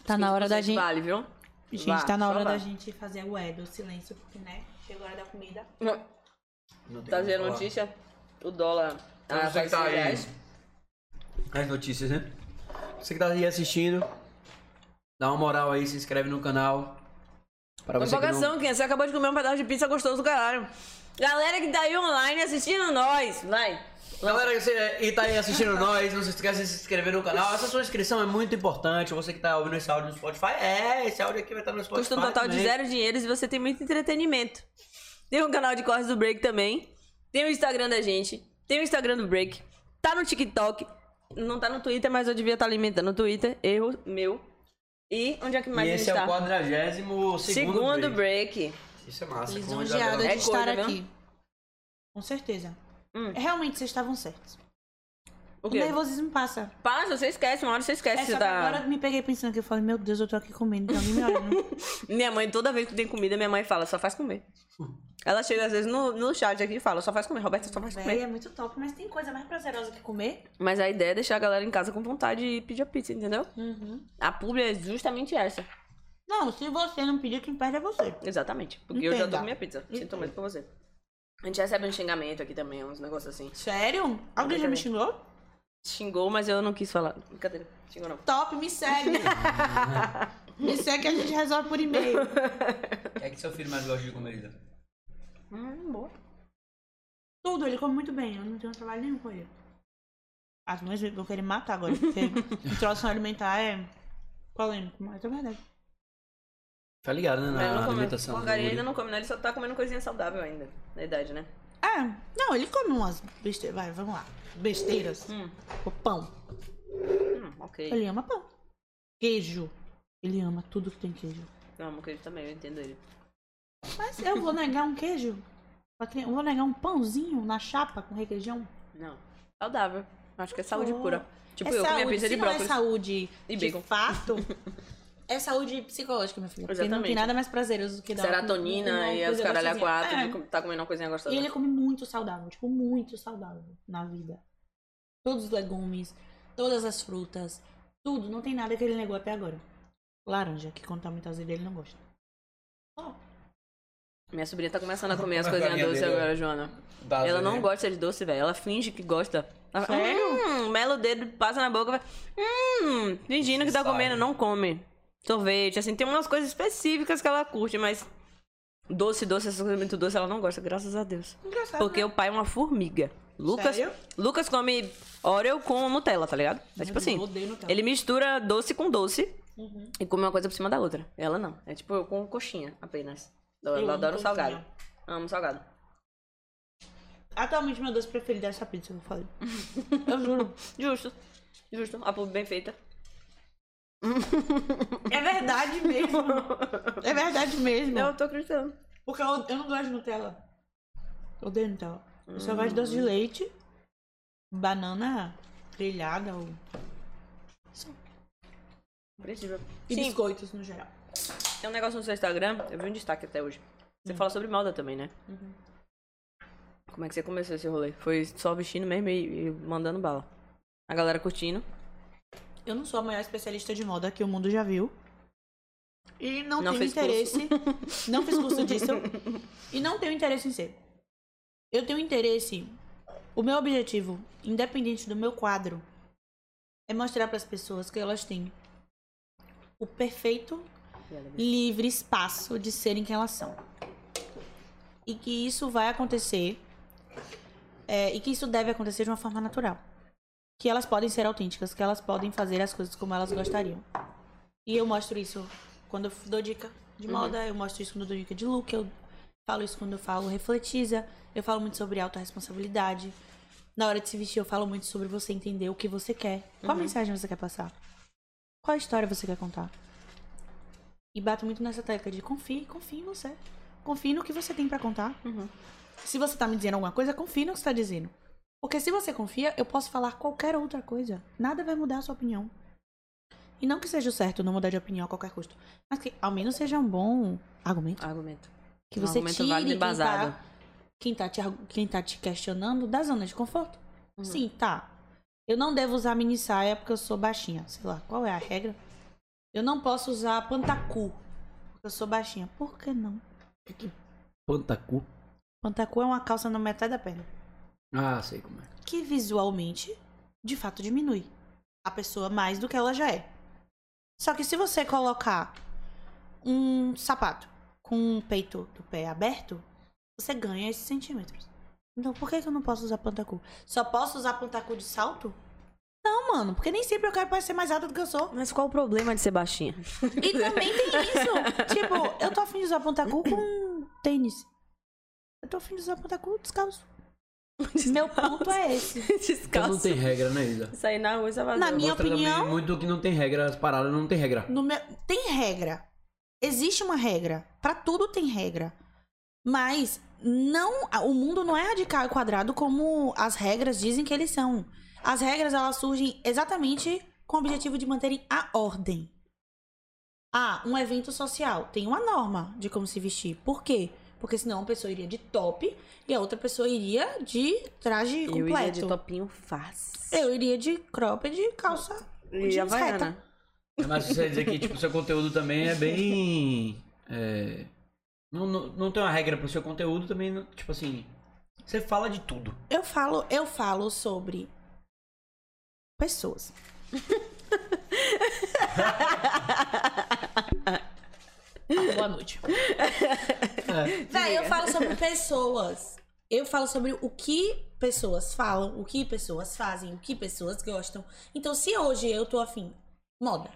Tá na hora da 15% gente. Vale, viu? Gente, Vá, tá na só hora vá. da gente fazer o é do silêncio, porque, né? Chegou a hora da comida. Não tem Tá como vendo a falar. notícia? O dólar. Então Ah, você que faz tá seis aí. reais. as notícias, né? Você que tá aí assistindo, dá uma moral aí, se inscreve no canal. Pra Com você que não... empolgação, Kim. Você acabou de comer um pedaço de pizza gostoso do caralho. Galera que tá aí online assistindo nós. Vai. Galera que você- e tá aí assistindo nós, não se esqueça de se inscrever no canal. Essa sua inscrição é muito importante. Você que tá ouvindo esse áudio no Spotify, é, esse áudio aqui vai estar no Spotify. Custa um total de também. zero dinheiros e você tem muito entretenimento. Tem um canal de cortes do Break também. Tem o Instagram da gente. Tem o Instagram do Break. Tá no TikTok. Não tá no Twitter, mas eu devia estar alimentando o Twitter. Erro meu. E onde é que mais E a esse gente é tá? o 42 segundo, Segundo break. break. Isso é massa. como eu já Lisonjeada de gravava. É estar coisa, aqui. Com certeza. Hum. Realmente vocês estavam certos. O O, quê? nervosismo passa. Passa, você esquece. Uma hora você É esquece. só você que tá... agora eu me peguei pensando que eu falei, meu Deus, eu tô aqui comendo, tem alguém me olhando. Minha mãe, toda vez que tem comida, minha mãe fala, só faz comer. Ela chega às vezes no, no chat aqui e fala, só faz comer, Roberto, só faz Véi, comer. é muito top, mas tem coisa mais prazerosa que comer? Mas a ideia é deixar a galera em casa com vontade e pedir a pizza, entendeu? Uhum. A publi é justamente essa. Não, se você não pedir, quem perde é você. Exatamente. Porque eu já tô Entenda. com minha pizza. Sinto Entenda. muito por você. A gente recebe um xingamento aqui também, uns negócios assim. Sério? Alguém já me xingou? Xingou, mas eu não quis falar. Brincadeira. Xingou não. Top, me segue. me segue que a gente resolve por e-mail. O que é que seu filho mais gosta de comer, Lisa? Hum, boa. Tudo, ele come muito bem. Eu não tenho trabalho nenhum com ele. As mães vão querer matar agora, porque introdução alimentar é polêmico, mas é verdade. Tá ligado, né? Mas eu Na não come alimentação. do porcaria, guri. ainda não come, né? Ele só tá comendo coisinha saudável ainda. Na idade, né? É, não, ele come umas besteiras. Vai, vamos lá. Besteiras. Hum. O pão. Hum, ok. Ele ama pão. Queijo. Ele ama tudo que tem queijo. Eu amo queijo também, eu entendo ele. Mas eu vou negar um queijo? Pra criança- Eu vou negar um pãozinho na chapa com requeijão? Não. Saudável. Acho que é saúde Oh. pura. Tipo é eu, com saúde. minha pizza de Se não brócolis. é saúde E de bacon. fato, é saúde psicológica, meu filho. Porque não Exatamente. tem nada mais prazeroso do que dar uma- Serotonina uma e é coisa os caralho a gostosinha. quatro. É. de com- Tá comendo uma coisinha gostosa. E ele come muito saudável, tipo, muito saudável na vida. Todos os legumes, todas as frutas, tudo. Não tem nada que ele negou até agora. Laranja, que quando tá muito azedo ele não gosta. Ó, Minha sobrinha tá começando a comer as A coisinhas carinha doces dele, agora, Joana. Dá Ela azar, não né? gosta de doce, velho. Ela finge que gosta. Ela fala, Sério? Hum, mela o dedo, passa na boca. vai, Hum, fingindo que tá Sabe. comendo, não come. Sorvete, assim, tem umas coisas específicas que ela curte, mas doce, doce, essas coisas muito doce, ela não gosta, graças a Deus. engraçado. né? Porque o pai é uma formiga. Lucas, tá Sério? Lucas come Oreo com Nutella, tá ligado? É tipo assim. Eu odeio Nutella. Ele mistura doce com doce Uhum. e come uma coisa por cima da outra. Ela não. É tipo eu com coxinha apenas. Eu, Eu amo adoro coxinha. salgado. Amo salgado. Atualmente meu doce preferido é essa pizza que eu falei. eu juro. Justo. Justo. A pub bem feita. É verdade mesmo. É verdade mesmo. Eu tô acreditando. Porque eu, eu não gosto de Nutella. Eu odeio Nutella. Eu só gosto de doce de leite, banana grelhada ou... Imprescindível. e Sim, biscoitos no geral. tem um negócio no seu Instagram, eu vi um destaque até hoje. Hum. Você fala sobre moda também, né? Uhum. Como é que você começou esse rolê? Foi só vestindo mesmo e, e mandando bala. A galera curtindo. Eu não sou a maior especialista de moda que o mundo já viu. E não, Não tenho fez interesse. Não fiz curso disso. E não tenho interesse em ser. Eu tenho interesse. O meu objetivo, independente do meu quadro, é mostrar para as pessoas que elas têm o perfeito livre espaço de serem quem elas são. E que isso vai acontecer. é, e que isso deve acontecer de uma forma natural. Que elas podem ser autênticas, que elas podem fazer as coisas como elas gostariam. E eu mostro isso quando eu dou dica de moda, eu mostro isso quando eu dou dica de look, eu falo isso quando eu falo refletiza, eu falo muito sobre autorresponsabilidade. Na hora de se vestir, eu falo muito sobre você entender o que você quer. Qual mensagem você quer passar? Qual história você quer contar? E bato muito nessa tecla de confie, confie em você. Confie no que você tem pra contar. Se você tá me dizendo alguma coisa, confie no que você tá dizendo. Porque se você confia, eu posso falar qualquer outra coisa. Nada vai mudar a sua opinião. E não que seja o certo não mudar de opinião a qualquer custo. Mas que ao menos seja um bom argumento. Argumento. Que Um você argumento tire válido e quem embasado. tá, quem, tá te, argu- quem tá te questionando da zona de conforto. Uhum. Sim, tá. Eu não devo usar mini saia porque eu sou baixinha. Sei lá, qual é a regra? Eu não posso usar pantacu porque eu sou baixinha. Por que não? Pantacu. Pantacu é uma calça na metade da perna. Ah, sei como é. que visualmente, de fato, diminui a pessoa mais do que ela já é. Só que se você colocar um sapato com o peito do pé aberto, você ganha esses centímetros. Então por que, que eu não posso usar pantacu? Só posso usar pantacu de salto? Não, mano, porque nem sempre eu quero parecer mais alta do que eu sou. Mas qual o problema de ser baixinha? E também tem isso. tipo, eu tô afim de usar pantacu com tênis. Eu tô afim de usar pantacu descalço. Meu ponto é esse. Então não Descalço. tem regra, né, Isa? Sair na rua e você vai Na minha Mostra também opinião- muito que não tem regra, as paradas não tem regra. No meu- Tem regra. Existe uma regra. Pra tudo tem regra. Mas não, a- o mundo não é radical e quadrado como as regras dizem que eles são. As regras elas surgem exatamente com o objetivo de manterem a ordem. Ah, um evento social tem uma norma de como se vestir. Por quê? Porque senão uma pessoa iria de top e a outra pessoa iria de traje Eu completo. iria de topinho fácil. Eu iria de cropped e calça. E jeans Havaiana. reta. É, Mas você dizer que, tipo, seu conteúdo também é bem. é, não, não, não tem uma regra pro seu conteúdo também, não- tipo assim. Você fala de tudo. Eu falo, eu falo sobre pessoas. Ah, boa noite. É. É, Véi, eu falo sobre pessoas. Eu falo sobre o que pessoas falam, o que pessoas fazem, o que pessoas gostam. Então, se hoje eu tô afim, moda.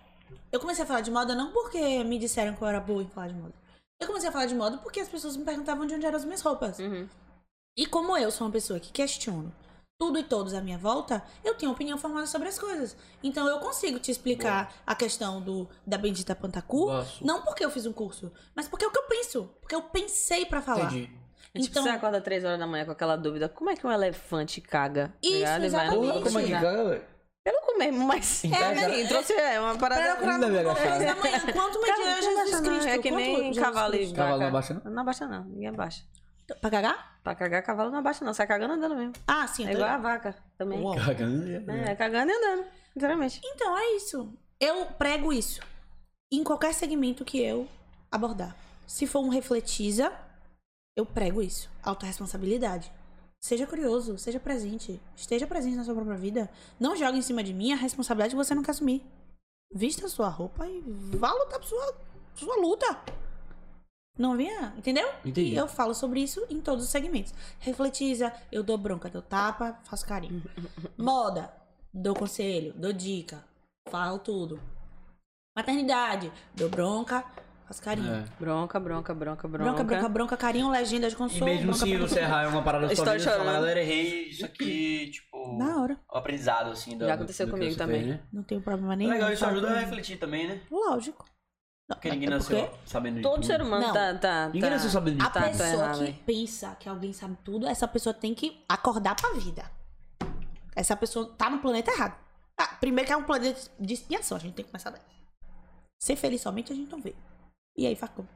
Eu comecei a falar de moda não porque me disseram que eu era boa em falar de moda. Eu comecei a falar de moda porque as pessoas me perguntavam de onde eram as minhas roupas. Uhum. E como eu sou uma pessoa que questiono tudo e todos à minha volta, eu tenho opinião formada sobre as coisas. Então eu consigo te explicar a questão do da bendita Pantacu, Gosto. não porque eu fiz um curso, mas porque é o que eu penso, porque eu pensei pra falar. Entendi. É Tipo, Então- você acorda 3 horas da manhã com aquela dúvida, como é que um elefante caga? Isso, Ligado? E vai no exatamente. banco como é que cagar. Pelo comer, mas... Então, É, mas cara- assim, trouxe é, uma Pra parada... procurar Ainda me no Google agacharam. três da manhã, quanto Cara, media não Jesus abaixa, não. Cristo? É que Quanto nem Jesus cavalo e Cristo? Então, Cavalo né? vaca. não abaixa, não? Não abaixa não, ninguém abaixa. Pra cagar? Pra cagar, cavalo não abaixa não, sai cagando e andando mesmo. Ah, sim. eu É tô- igual a vaca também. Uau. né? É, cagando e andando, sinceramente. Então é isso. Eu prego isso em qualquer segmento que eu abordar. Se for um refletiza, eu prego isso. Autoresponsabilidade. Seja curioso, seja presente. Esteja presente na sua própria vida. Não jogue em cima de mim a responsabilidade que você não quer assumir. Vista a sua roupa e vá lutar por sua, sua luta. Não vinha, entendeu? É. Entendi. E eu falo sobre isso em todos os segmentos. Refletiza, eu dou bronca, dou tapa, faço carinho. Moda, dou conselho, dou dica, falo tudo. Maternidade, dou bronca, Faz carinho. É, Bronca, bronca, bronca, bronca. Bronca, bronca, bronca, carinho, legenda de E consolo. mesmo bronca, se bronca, você é bronca. errar em uma parada da sua Estou vida, você fala, chorando. galera, errei isso aqui, tipo... Na hora. O aprendizado, assim, do, Já aconteceu do que comigo você também. fez, né? Não tem problema nenhum. Legal, isso Só ajuda a que- refletir também, né? Lógico. Não, é Porque ninguém até nasceu sabendo de É, Todo tudo. ser humano Não. tá, tá. Ninguém tá- nasceu sabendo de Ah, A tudo. tá, tá pessoa errado, que hein? pensa que alguém sabe tudo, essa pessoa tem que acordar pra vida. Essa pessoa tá no planeta errado. Ah, primeiro que é um planeta de expiação, a gente tem que começar daí. Ser feliz somente a gente não vê. E aí, Facão?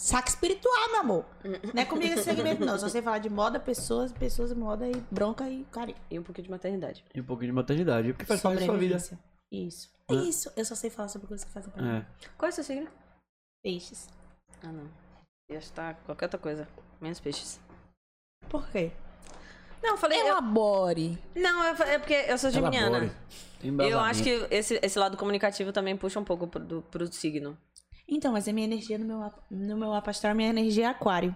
Saco espiritual, meu amor. Não é comigo esse segmento, não. Só sei falar de moda, pessoas, pessoas, moda e bronca e carinho. E um pouquinho de maternidade. E um pouquinho de maternidade. Porque faz parte da sua vida. Sobrevivência. Isso. É isso. Eu só sei falar sobre coisas que fazem pra mim. É. Qual é o seu signo? Peixes. Ah, não. Ia estar tá qualquer outra coisa. Menos peixes. Por quê? Não, eu falei. eu- Elabore. Não, eu fa- é porque eu sou geminiana. Elabore. Tem Eu embasamento. acho que esse, esse lado comunicativo também puxa um pouco pro, do- pro signo. Então, mas a minha energia no meu, mapa- no meu mapa astral, minha energia é aquário.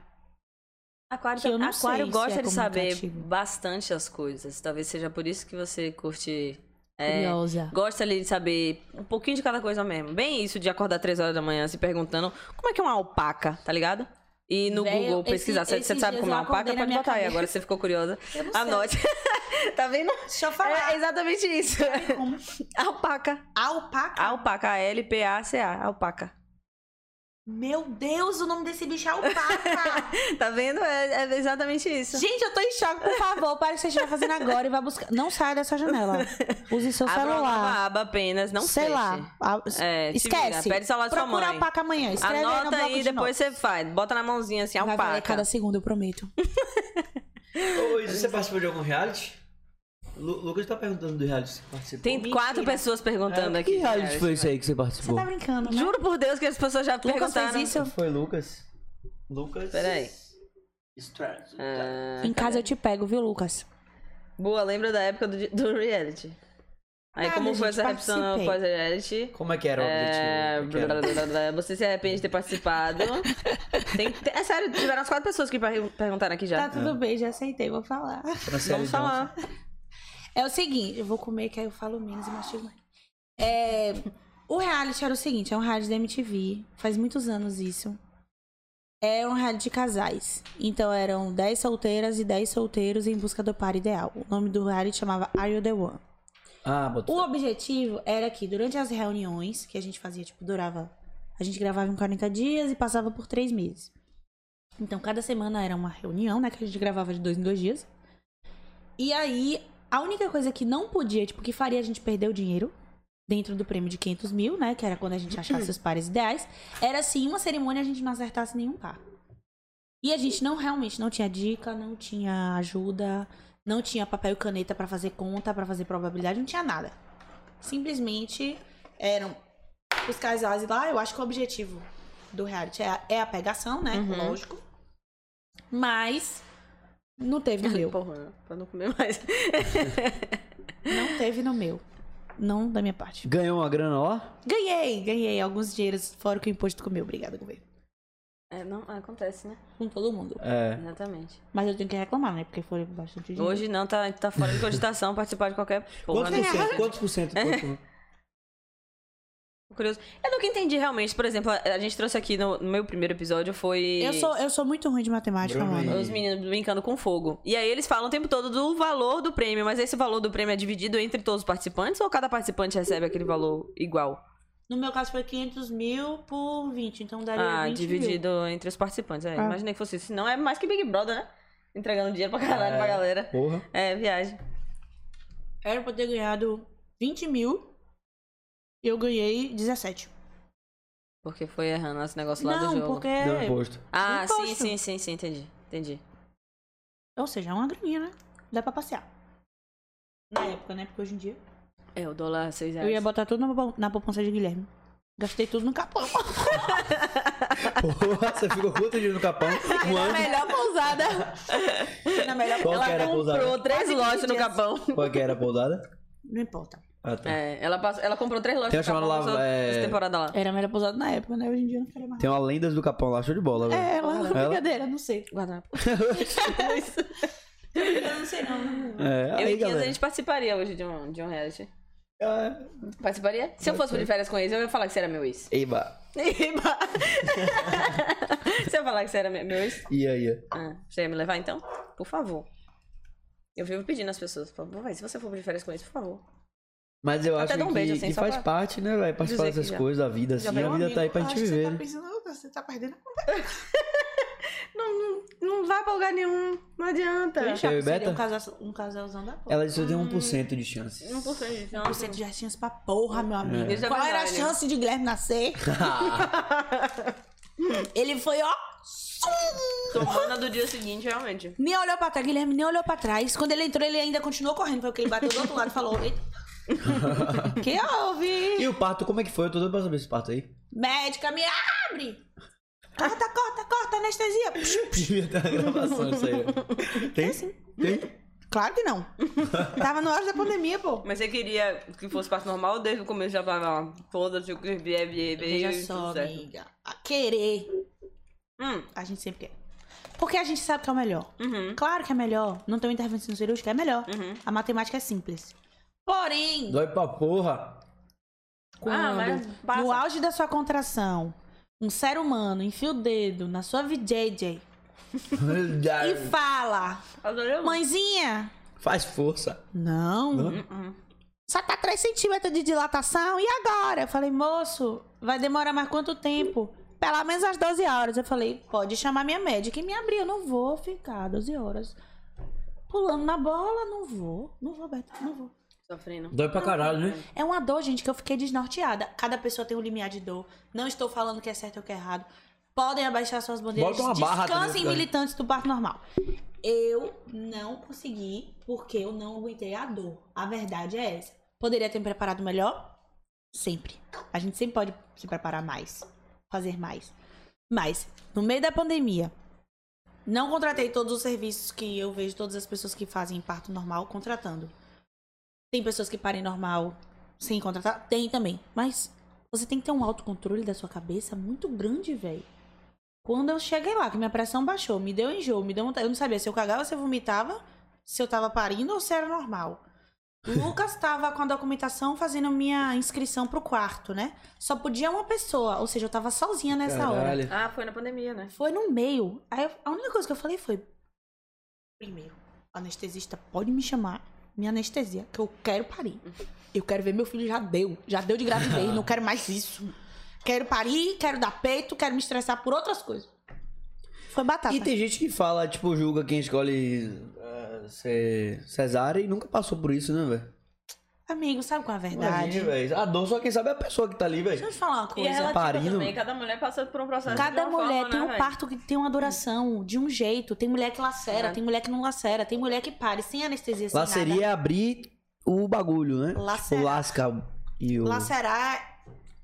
Aquário, tá- Que eu não Aquário sei se gosta é de saber comunicativo. bastante as coisas. Talvez seja por isso que você curte. é, Curiosa. gosta ali de saber um pouquinho de cada coisa mesmo. Bem isso de acordar três horas da manhã se perguntando como é que é uma alpaca, tá ligado? E no Véi, Google esse- pesquisar. Se você esses sabe dias como é eu uma alpaca, acordei na pode minha botar aí. cabeça. Agora se você ficou curiosa. Eu não sei. Anote. tá vendo? Deixa eu falar. É exatamente isso. Como? alpaca. Alpaca. Alpaca. A-L-P-A-C-A. Alpaca. Meu Deus, o nome desse bicho é alpaca. Tá vendo? É, é exatamente isso. Gente, eu tô em choque. Por favor, pare o que você estiver fazendo agora e vá buscar. Não saia dessa janela. Use seu Abra uma celular. nova aba apenas, não Sei feche. lá. A- É, te Esquece. vira, pede o celular de sua Procura mãe. alpaca amanhã. Escreve aí no Anota bloco aí, de depois notas. você faz. Bota na mãozinha assim, Vai valer alpaca. cada segundo, eu prometo. Ô, Isa, você participou de algum reality? Lu- Lucas tá perguntando do reality que você participou. Tem Mentira. quatro pessoas perguntando É, aqui. Que reality foi esse aí que você Você participou? tá brincando, né? Juro por Deus que as pessoas já Lucas perguntaram. fez isso. Foi Lucas? Lucas... Peraí. Strange. Ah, Em casa eu te pego, viu, Lucas? Boa, lembra da época do, do reality. Aí, Nada, como foi gente, essa recepção participei. pós-reality? Como é que era o É, objetivo? Como é que blá, era? blá, blá, blá. Você se arrepende de ter participado. Tem- tem- é sério, tiveram as quatro pessoas que per- perguntaram aqui já. Tá tudo bem, já aceitei, vou falar. Pra série Vamos Johnson. falar. É o seguinte, eu vou comer que aí eu falo menos e mastigo mais. É, o reality era o seguinte, é um reality da MTV, faz muitos anos isso. Era um reality de casais. Então eram 10 solteiras e 10 solteiros em busca do par ideal. O nome do reality chamava Are You The One? Ah, botou. O objetivo era que durante as reuniões que a gente fazia, tipo, durava. A gente gravava em 40 dias e passava por 3 meses. Então, cada semana era uma reunião, né? Que a gente gravava de dois em dois dias. E aí, a única coisa que não podia, tipo, que faria a gente perder o dinheiro dentro do prêmio de 500 mil, né? Que era quando a gente achasse os pares ideais, era se em uma cerimônia a gente não acertasse nenhum par. E a gente não realmente não tinha dica, não tinha ajuda, não tinha papel e caneta pra fazer conta, pra fazer probabilidade, não tinha nada. Simplesmente eram os casais lá, eu acho que o objetivo do reality é a, é a pegação, né? Uhum. Lógico. Mas não teve no meu. Porra, pra não comer mais. Não teve no meu. Não da minha parte. Ganhou uma grana, ó. Ganhei, ganhei alguns dinheiros fora o que o imposto comeu. Obrigada, governo. É, não, acontece, né? Com todo mundo. É. Exatamente. Mas eu tenho que reclamar, né? Porque foi bastante dinheiro. Hoje não, tá, tá fora de cogitação participar de qualquer porra. É. Quantos né? por cento? Quantos por cento? Quanto- Curioso. Eu nunca entendi realmente. Por exemplo, a, a gente trouxe aqui no, no meu primeiro episódio foi. Eu sou, eu sou muito ruim de matemática, Bruno, mano. Os meninos brincando com fogo. E aí eles falam o tempo todo do valor do prêmio, mas esse valor do prêmio é dividido entre todos os participantes ou cada participante recebe aquele valor igual? No meu caso foi 500 mil por 20, então daria ah, 20 dividido entre os participantes. É, Ah. imaginei que fosse isso. Senão é mais que Big Brother, né? Entregando dinheiro pra caralho É. pra galera. Porra. É, viagem. mil. Era pra ter ganhado 20 mil e eu ganhei 17. Porque foi errando esse negócio lá do não, jogo. porque... Deu um imposto. Ah, Imposto. sim, sim, sim, sim, entendi. Entendi. Ou seja, é uma graninha, né? Dá pra passear. Na época, né? Porque hoje em dia... É, o dólar 6 Eu reais. ia botar tudo na poupan- na poupança de Guilherme. Gastei tudo no capão. Porra, você ficou quanto dinheiro no capão? Um ano. melhor pousada. Na melhor... Qual Ela que era a pousada? comprou três Quase lotes 15 no dias. capão. Qual é que era a pousada? Não importa. Ah, tá. É, ela, passou- ela comprou três lojas Tem no uma chamada Capão lá, passou é- essa temporada lá. Era a melhor pousada na época, né? Hoje em dia eu não quero mais. Tem uma Lendas do Capão lá, show de bola, velho. É, ela, Ela? brincadeira, não sei. Guardanapo. Eu não sei não. É, Eu aí, e Kinhas, a galera. É, gente participaria hoje de um, de um reality. Ah, Participaria? Se eu fosse de férias com ex, eu ia falar que você era meu ex. Eba. Eba. Se eu falar que você era me- meu ex, Ia, ia. ah, você ia me levar então? Por favor. Eu vivo pedindo às pessoas, por favor, vai, se você for de férias com ex, por favor. Mas eu Até acho dou um que, beijo, assim, que só faz pra parte, né, velho? Participar dizer que dessas já- coisas, da vida, assim. Já A veio vida um tá aí amigo, pra gente acho que viver. Você tá, né? É, pensando, você tá perdendo a Não vai pra lugar nenhum, não adianta. conversa. Eu e Seria Beta? Um, casal, um casalzão da porra. Ela disse que eu tenho 1% de chance. Não Um por frente, não. Você já tinha pra porra, meu amigo. Isso é Qual era a verdade. chance de Guilherme nascer? Ah, Ele foi, ó. Tomando do dia seguinte, realmente. Nem olhou pra trás, Guilherme nem olhou pra trás. Quando ele entrou, ele ainda continuou correndo. Foi porque ele bateu do outro lado e falou: Eita. que houve? E o parto, como é que foi? Eu tô doido pra saber esse parto aí. Médica, me abre! Corta, corta, corta, anestesia. Devia ter uma gravação isso aí. ó. É Tem? assim. Tem? Claro que não. Tava no auge da pandemia, pô. Mas você queria que fosse parte normal desde o começo já tava lá. Foda-se o que vier, vier, vier. Veja e só, tudo certo. amiga. A querer, Hum, a gente sempre quer. Porque a gente sabe que é o melhor. uhum, Claro que é melhor. Não ter uma intervenção cirúrgica é melhor. uhum. A matemática é simples. Porém, Dói pra porra. Ah, Quando, mas passa. no auge da sua contração, um ser humano enfia o dedo na sua VJJ e fala: Adorei. Mãezinha, Faz força. não, Hum, Não? só tá 3 centímetros de dilatação, e agora? Eu falei: Moço, vai demorar mais quanto tempo? Pelo menos às 12 horas. Eu falei: Pode chamar minha médica e me abrir. Eu não vou ficar 12 horas pulando na bola, não vou. Não vou, Beto, não vou. Sofrendo. Dói pra caralho, né? É uma dor, gente, que eu fiquei desnorteada. Cada pessoa tem um limiar de dor. Não estou falando que é certo ou que é errado. Podem abaixar suas bandeiras. Bota uma barra então. Descansem, também, cara. militantes do parto normal. Eu não consegui porque eu não aguentei a dor. A verdade é essa. Poderia ter me preparado melhor? Sempre. A gente sempre pode se preparar mais. Fazer mais. Mas, no meio da pandemia, não contratei todos os serviços que eu vejo todas as pessoas que fazem parto normal contratando. Tem pessoas que parem normal sem contratar? Tem também. Mas você tem que ter um autocontrole da sua cabeça muito grande, velho. Quando eu cheguei lá, que minha pressão baixou, me deu enjoo, me deu vontade. Eu não sabia se eu cagava, se eu vomitava, se eu tava parindo ou se era normal. Lucas tava com a documentação fazendo minha inscrição pro quarto, né? Só podia uma pessoa, ou seja, eu tava sozinha nessa hora. Caralho. Ah, foi na pandemia, né? Foi no meio. Aí eu- a única coisa que eu falei foi: primeiro, anestesista pode me chamar, me anestesia, que eu quero parir. Eu quero ver meu filho já deu, já deu de gravidez, não quero mais isso. Quero parir, quero dar peito, quero me estressar por outras coisas. Foi batata. E tem gente que fala, tipo, julga quem escolhe eh, ser cesárea e nunca passou por isso, né, velho? Amigo, sabe qual é a verdade? Imagina, velho. A dor só quem sabe é a pessoa que tá ali, Deixa eu velho. te falar uma E é coisa. relativo Parindo. também. Cada mulher passa por um processo Cada de uma mulher forma, tem né, um véi? parto que tem uma duração de um jeito. Tem mulher que lacera, É. tem mulher que não lacera, tem mulher que pare sem anestesia, sem nada. Laceria é abrir o bagulho, né? Lacerar. Tipo, lasca e o... Lacerar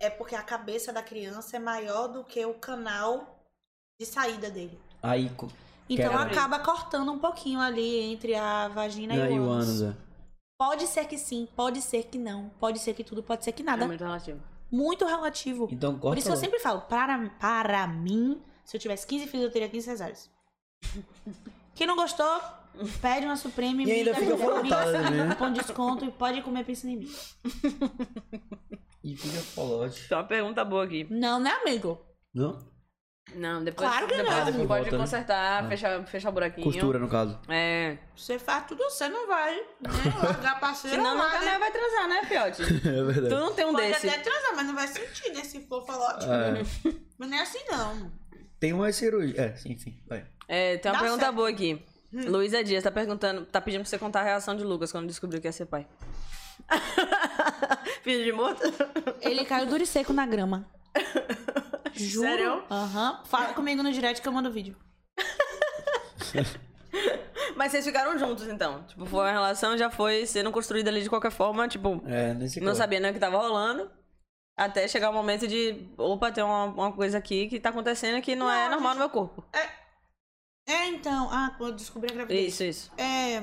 é porque a cabeça da criança é maior do que o canal de saída dele. Aí, co- Então Quebra. acaba cortando um pouquinho ali entre a vagina e e aí o o ânus. ânus, velho. Pode ser que sim, pode ser que não, pode ser que tudo, pode ser que nada. É muito relativo. Muito relativo. Então corta Por isso que eu logo. sempre falo, para, para mim, se eu tivesse 15 filhos, eu teria 15 cesáreas. Quem não gostou, pede uma Supreme um E ainda fica voltada, né? põe desconto e pode comer pensando em mim. E fica folote. Tem uma pergunta boa aqui. Não, né, amigo? Não? Não, depois, Claro que depois não. você pode Volta, né? consertar, Ah. fechar, fechar o buraquinho. Costura, no caso. É. Você faz tudo, você não vai né, largar parceiro Senão lá, nunca né? mais vai transar, né, Fiote? É tu verdade. não tem um Pode desse. até transar, mas não vai sentir, né? Se for falar, tipo, É, mas não é assim, não. tem tem uma cirurgia. É, sim, enfim. Vai. É, tem uma Dá pergunta certo. boa aqui. Luísa Dias tá perguntando, tá pedindo pra você contar a reação de Lucas quando descobriu que ia ser pai. Filho de morto? Ele caiu duro e seco na grama. Juro. Sério? Aham. Fala comigo no direct que eu mando o vídeo. Mas vocês ficaram juntos então? Tipo, foi uma relação, já foi sendo construída ali de qualquer forma, tipo, É, nesse não caso. sabia nem o que tava rolando. Até chegar o momento de, opa, tem uma, uma coisa aqui que tá acontecendo que não, é Não, normal no meu corpo. É, então. Ah, quando eu descobri a gravidez. Isso, isso. É.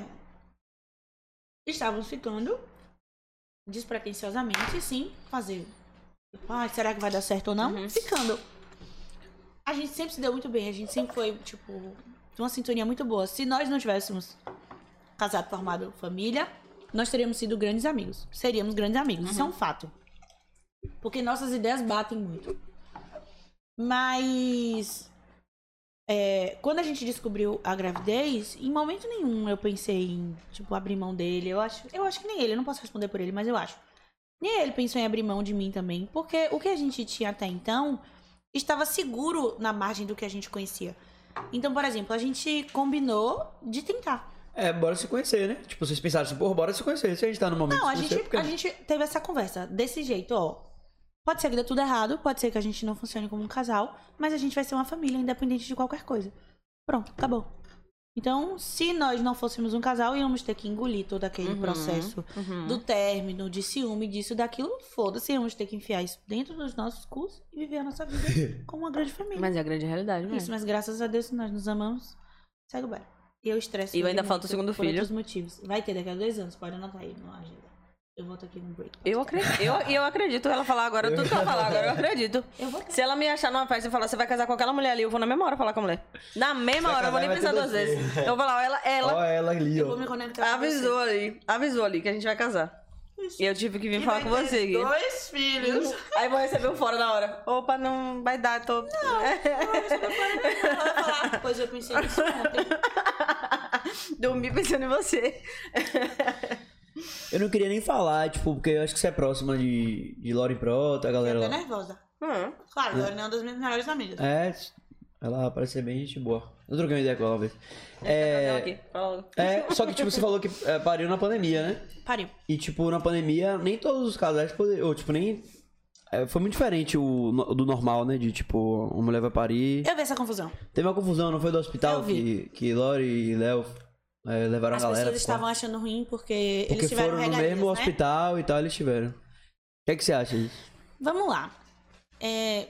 Estavam ficando. Despretensiosamente, sim. Fazer. Tipo, ah, será que vai dar certo ou não? Uhum. Ficando. A gente sempre se deu muito bem. A gente sempre foi, tipo. Uma sintonia muito boa. Se nós não tivéssemos casado, formado família, nós teríamos sido grandes amigos. Seríamos grandes amigos, Uhum. isso é um fato. Porque nossas ideias batem muito. Mas. é, quando a gente descobriu a gravidez, em momento nenhum eu pensei em, tipo, abrir mão dele. Eu acho, eu acho que nem ele, eu não posso responder por ele, mas eu acho. Nem ele pensou em abrir mão de mim também. Porque o que a gente tinha até então estava seguro na margem do que a gente conhecia. Então, por exemplo, a gente combinou de tentar. É, bora se conhecer, né? Tipo, vocês pensaram assim, pô, bora se conhecer. Se a gente tá no momento Não, a de se conhecer, gente, por que a não? gente teve essa conversa desse jeito, ó. Pode ser que dê tudo errado, pode ser que a gente não funcione como um casal, mas a gente vai ser uma família independente de qualquer coisa. Pronto, acabou. Então, se nós não fôssemos um casal, íamos ter que engolir todo aquele Uhum, processo uhum. do término, de ciúme, disso, daquilo. Foda-se, íamos ter que enfiar isso dentro dos nossos cursos e viver a nossa vida como uma grande família. Mas é a grande realidade, né? Isso, mas graças a Deus, se nós nos amamos, segue o baile. E eu estresso. E ele ainda muito falta o segundo por filho. outros motivos. Vai ter daqui a dois anos, pode anotar aí na agenda. Eu volto aqui no break. Eu acredito, eu, eu acredito ela falar agora, tudo que ela falar agora, eu acredito. Eu vou ter. Se ela me achar numa festa e falar, você vai casar com aquela mulher ali, eu vou na mesma hora falar com a mulher. Na mesma hora, eu vou nem casar, pensar vai duas ter dois vezes. filhos. Eu vou lá, ela, ela Ó, ela ali, Eu vou ó. me conectar avisou ali, avisou ali que a gente vai casar. E eu tive que vir falar com você, Gui. Dois filhos. Aí vou receber um fora na hora. Opa, não vai dar, tô. Ela vai falar, pois eu pensei nisso ontem. Dormi pensando em você. Eu não queria nem falar, tipo, porque eu acho que você é próxima de, de Lauren Prota, a galera Eu tô lá. nervosa. Hum. Claro, ela é uma das minhas melhores amigas. É, ela parece ser bem gente boa. Eu troquei uma ideia com ela uma vez. Ela É, aqui, fala logo. é, só que, tipo, você falou que é, pariu na pandemia, né? É. Pariu. E, tipo, na pandemia, nem todos os casais poderiam. Ou, tipo, nem. é, foi muito diferente o, no- do normal, né? De, tipo, uma mulher vai parir. Eu vi essa confusão. Teve uma confusão, não foi do Eu hospital vi. que, que Lori e Léo é, levaram As a galera. pessoas estavam achando ruim porque, porque eles tiveram foram no regalias, mesmo né? hospital e tal, eles tiveram. O que, é que você acha disso? Vamos lá. É,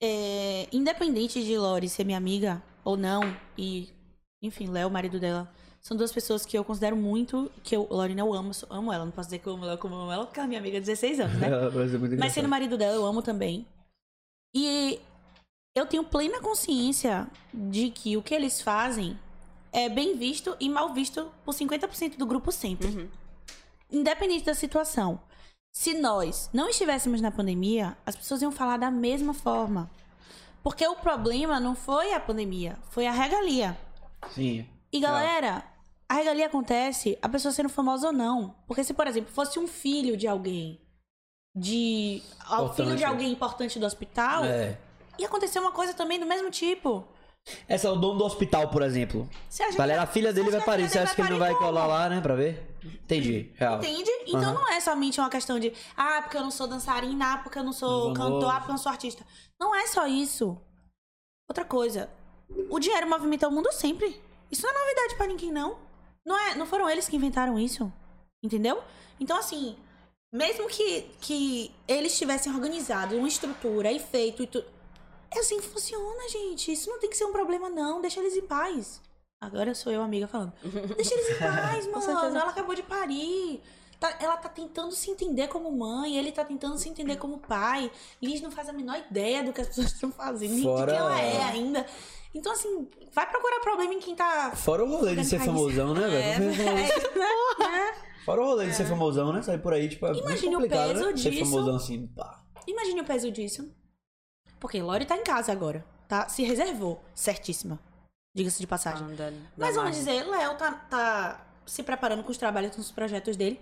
é, independente de Lori ser minha amiga ou não, e enfim, Léo, o marido dela, são duas pessoas que eu considero muito, que eu, Lori, né, eu amo, sou- amo ela, não posso dizer que eu amo ela como eu amo ela, porque ela é minha amiga há 16 anos, né? Ela parece muito Mas engraçada. sendo marido dela, eu amo também. E eu tenho plena consciência de que o que eles fazem é bem visto e mal visto por 50% do grupo sempre. Uhum. Independente da situação. Se nós não estivéssemos na pandemia, as pessoas iam falar da mesma forma. Porque o problema não foi a pandemia, foi a regalia. Sim. E galera, a regalia acontece a pessoa sendo famosa ou não. Porque se, por exemplo, fosse um filho de alguém, de. ao filho Importante. de alguém importante do hospital, É. ia acontecer uma coisa também do mesmo tipo. Essa é o dono do hospital, por exemplo. Você acha Galera, a filha dele vai Você acha que a parir. filha Você dele acha que ele não vai vai parir colar lá, né? Pra ver? Entendi. Real. Entende? Então Aham. não é somente uma questão de, ah, porque eu não sou dançarina, ah, porque eu não sou Não sou cantor, ah, famoso. porque eu não sou artista. Não é só isso. Outra coisa, o dinheiro movimenta o mundo sempre. Isso não é novidade pra ninguém, não. Não, é, não foram eles que inventaram isso. Entendeu? Então, assim, mesmo que, que eles tivessem organizado uma estrutura e feito e tudo. É assim que funciona, gente. Isso não tem que ser um problema, não. Deixa eles em paz. Agora sou eu, amiga, falando. Deixa eles em paz, mano. certeza. Ela acabou de parir. Tá- ela tá tentando se entender como mãe, ele tá tentando se entender como pai. Liz não faz a menor ideia do que as pessoas estão fazendo, nem de Fora- quem ela é ainda. Então, assim, vai procurar problema em quem tá. Fora o rolê de ser Organizar isso. famosão, né, É, É, velho? né? Fora o rolê de ser famosão, né? Sair por aí, tipo, é Imagine o muito complicado, peso né? Ser disso. famosão assim, pá. Imagine o peso disso. Porque Lori tá em casa agora, tá? Se reservou, certíssima. Diga-se de passagem. Anda, Mas dá vamos margem. dizer, Léo tá, tá se preparando com os trabalhos, com os projetos dele.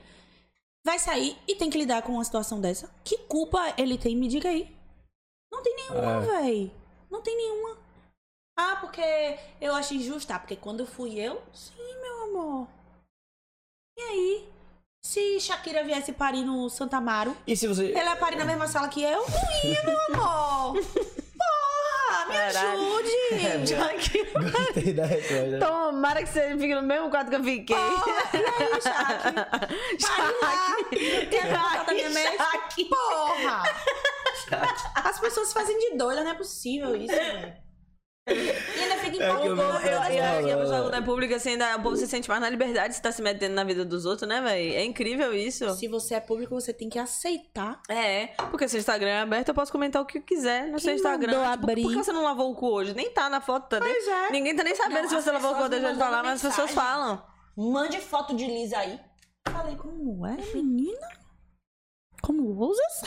Vai sair e tem que lidar com uma situação dessa. Que culpa ele tem? Me diga aí. Não tem nenhuma, É. véi. Não tem nenhuma. Ah, porque eu acho injusto. Ah, porque quando fui eu. Sim, meu amor. E aí? Se Shakira viesse parir no Santa Amaro, E se você. ela ia parir na mesma sala que eu? Não ia, meu amor. Porra, me Caralho. ajude. Gostei da Então, resposta. Tomara que você fique no mesmo quadro que eu fiquei. Porra, e aí, Shaq? Pare lá! Quer voltar Tá da minha mesa? Porra! As pessoas fazem de doida, não é possível isso, velho. E ainda fica É que eu vi empolgando. essa Eu acho que Não, não, a não. pessoa é pública, assim, ainda, o povo se sente mais na liberdade se tá se metendo na vida dos outros, né, véi? É incrível isso. Se você é público, você tem que aceitar. É, porque seu Instagram é aberto, eu posso comentar o que eu quiser no seu Quem Instagram. mandou Tipo, abrir? por que você não lavou o cu hoje? Nem tá na foto, tá? Pois é. Ninguém tá nem sabendo Não, se as você lavou o cu, tá pessoas deixa me de falar, mandando mas as pessoas mensagem. falam. Mande foto de Liz aí. Falei, como é, menina? Como ousas?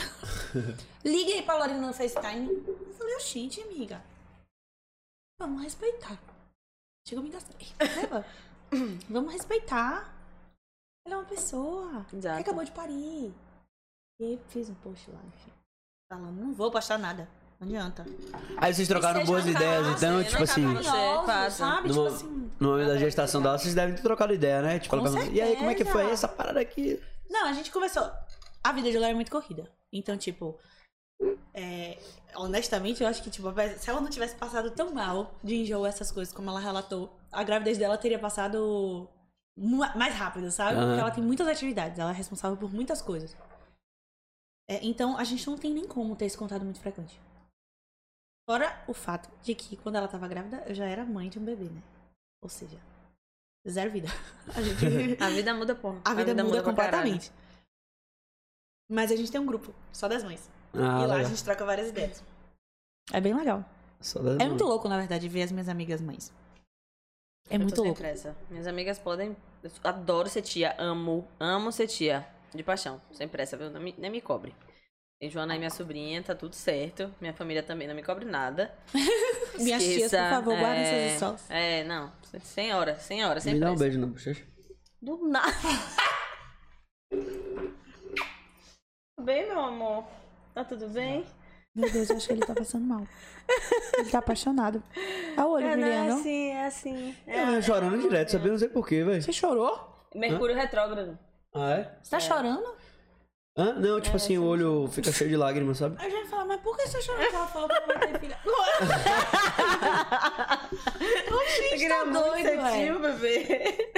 Liguei pra Lorena no FaceTime. Falei, "Ô, gente, amiga. Vamos respeitar. Chegou me gastei. Leva. Vamos respeitar. Ela é uma pessoa. Exato. Que acabou de parir. E aí fiz um post lá, enfim. Falando, não vou postar nada. Não adianta. Aí vocês trocaram Seja boas um ideias, caso, então, né? tipo Não assim. acaba Você, claro. sabe? Numa- Tipo assim. No momento da gestação dela, vocês devem ter trocado ideia, né? Tipo, Com ela pergunta, e aí, como é que foi certeza. essa parada aqui? Não, a gente conversou. A vida de lá é muito corrida. Então, tipo. é, honestamente, eu acho que, tipo, se ela não tivesse passado tão mal de enjoo essas coisas como ela relatou, a gravidez dela teria passado mu- mais rápido, sabe? Aham. Porque ela tem muitas atividades, ela é responsável por muitas coisas. É, então, a gente não tem nem como ter esse contato muito frequente. Fora o fato de que, quando ela tava grávida, eu já era mãe de um bebê, né? Ou seja, zero vida. A gente A vida muda, porra. a vida, pra muda, caralho. completamente. Mas a gente tem um grupo, só das mães. Ah, e lá a legal. gente troca várias ideias. É bem legal. Só das É mãos. muito louco, na verdade, ver as minhas amigas mães. É Eu tô muito sem louco. pressa. Minhas amigas podem. Eu adoro ser tia. Amo. Amo ser tia. De paixão. Sem pressa, viu? Não me, nem me cobre. E Joana é minha sobrinha, tá tudo certo. Minha família também não me cobre nada. Minhas tias, por Esqueça, favor, guardem é, seus stories. É, não. Sem hora, sem hora, sem Me dá pressa. um beijo na bochecha. Do nada. Tudo bem, meu amor? Tá tudo bem? Meu Deus, eu acho que ele tá passando mal. Ele tá apaixonado. Olha o olho, É, não, é brilhando. assim, é assim. É. Ah, chorando direto, sabia? Não sei porquê, velho. Você chorou? Mercúrio retrógrado. Ah, é? Você tá chorando? Hã? Não, É, tipo assim, o olho fica cheio de lágrimas, sabe? Aí eu já ia falar, mas por que você chorou? Ela falou que não vai ter filha. Oxi, tá doido, velho. bebê.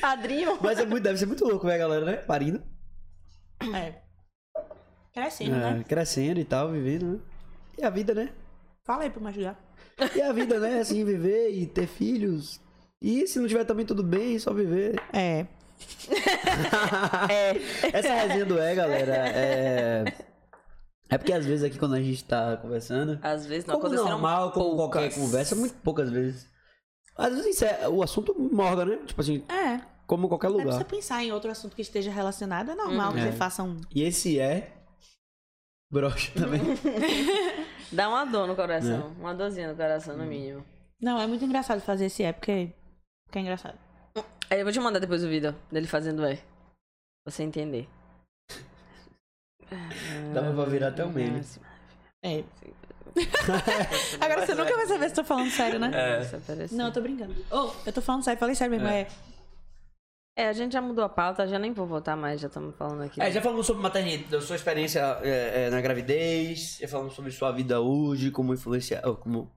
Padrinho. Mas é muito, deve ser muito louco, velho, galera, né? Parindo. É. Crescendo, né? É, crescendo e tal, vivendo, né? E a vida, né? Fala aí pra me ajudar. E a vida, né? Assim, viver e ter filhos. E se não tiver também tudo bem, só viver. É. É. Essa resenha do é, galera, é. É porque às vezes aqui quando a gente tá conversando. Às vezes não Como aconteceram normal, como poucas. qualquer conversa, é muito poucas vezes. Às vezes isso é, o assunto morga, né? Tipo assim, É. como qualquer Até pra você lugar. pensar em outro assunto que esteja relacionado, é normal Uhum. que É. você faça um. E esse é. Broxa também. Dá uma dor no coração. Né? Uma dorzinha no coração, Hum. no mínimo. Não, é muito engraçado fazer esse é, porque. porque é engraçado. Aí É, eu vou te mandar depois o vídeo dele fazendo é. Pra você entender. Dava pra virar até um meme. É. Agora você é. nunca vai saber se eu tô falando sério, né? Nossa, parece- Não, eu tô brincando. Ô, eu tô falando sério, falei sério mesmo. É. É, a gente já mudou a pauta, já nem vou voltar mais, já estamos falando aqui. É, já falamos sobre maternidade, da sua experiência é, é, na gravidez, já falamos sobre sua vida hoje, como influenciar, ou como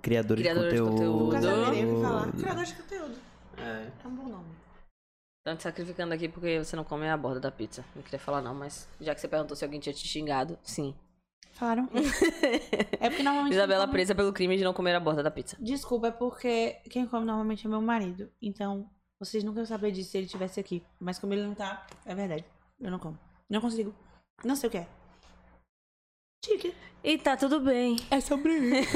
criadora, Criadora de de conteúdo. conteúdo. Nunca saberei o que falar. Criador de conteúdo. É. É um bom nome. Estão te sacrificando aqui porque você não come a borda da pizza. Não queria falar não, mas já que você perguntou se alguém tinha te xingado, sim. Falaram. é porque normalmente. Isabela quem come- presa pelo crime de não comer a borda da pizza. Desculpa, é porque quem come normalmente é meu marido. Então, vocês nunca iam saber disso se ele estivesse aqui. Mas como ele não tá, é verdade. Eu não como. Não consigo. Não sei o que é. Chique. E tá tudo bem. É sobre isso.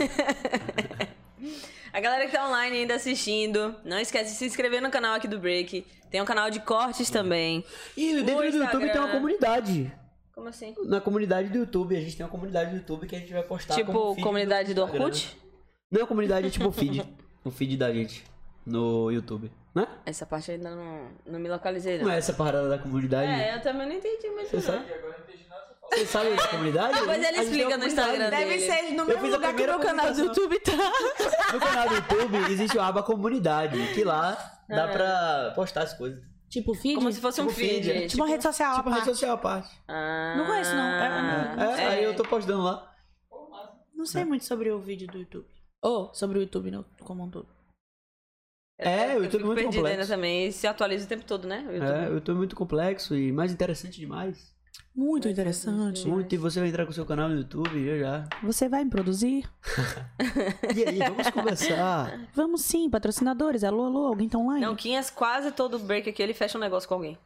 A galera que tá online ainda assistindo, não esquece de se inscrever no canal aqui do Break. Tem um canal de cortes também. E dentro do Instagram. YouTube tem uma comunidade. Como assim? Na comunidade do YouTube, a gente tem uma comunidade do YouTube que a gente vai postar. como tipo, feed comunidade do um Instagram. Orkut? Não, comunidade é tipo o feed. o feed da gente no YouTube. Né? Essa parte ainda não, não me localizei, não. Não é essa parada da comunidade? É, eu também não entendi muito, Você não. sabe? Você sabe essa comunidade? Depois ele A gente tem uma explica no Instagram comunidade. dele. no fiz a primeira apresentação. tá. No canal do YouTube existe a aba comunidade, que lá dá É. pra postar as coisas. Tipo, feed? Como se fosse um Tipo feed. feed, é. Tipo uma rede social. Tipo à rede parte. social à parte. Ah, Não conheço, não. É, É, aí eu tô postando lá. Não sei muito sobre o vídeo do YouTube. Ou Tá. sobre o YouTube no, como um todo. É, o eu YouTube é fico muito perdida ainda complexo. também. E se atualiza o tempo todo, né? O YouTube. É, o YouTube é muito complexo e mais interessante demais. Muito interessante. Muito, e você vai entrar com o seu canal no YouTube já já. Você vai me produzir? E aí, vamos conversar. Vamos sim, patrocinadores. Alô, alô, alguém tá É. online? Não, Quinhas, quase todo break aqui ele fecha um negócio com alguém.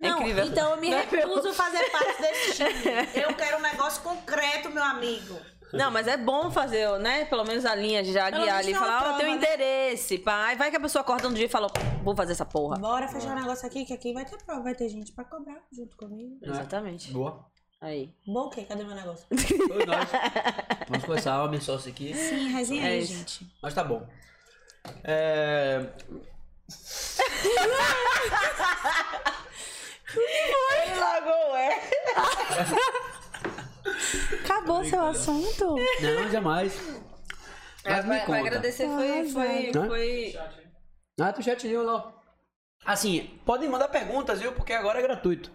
É Não, incrível. então eu me recuso a fazer parte desse time. Eu quero um negócio concreto, meu amigo. Não, mas é bom fazer, né? Pelo menos a linha já Pelo guiar menos ali. é uma Falar, ó, prova, tem um né? interesse, pai. Vai que a pessoa acorda um dia e fala, vou fazer essa porra. Bora fechar o negócio aqui, que aqui vai ter prova, vai ter gente pra cobrar junto comigo. É. Exatamente. Boa. Aí. Bom, ok, cadê meu negócio? Foi nós. Vamos começar, ó, minha sócia aqui. Sim, resenha É aí, isso. gente. Mas tá bom. É... Ele largou, é. Acabou seu assunto? é Não, jamais. Mas me Pra conta. É, agradecer foi. Ai, foi, velho. foi... Ah, tu chatinho lá. Assim, podem mandar perguntas, viu? Porque agora é gratuito.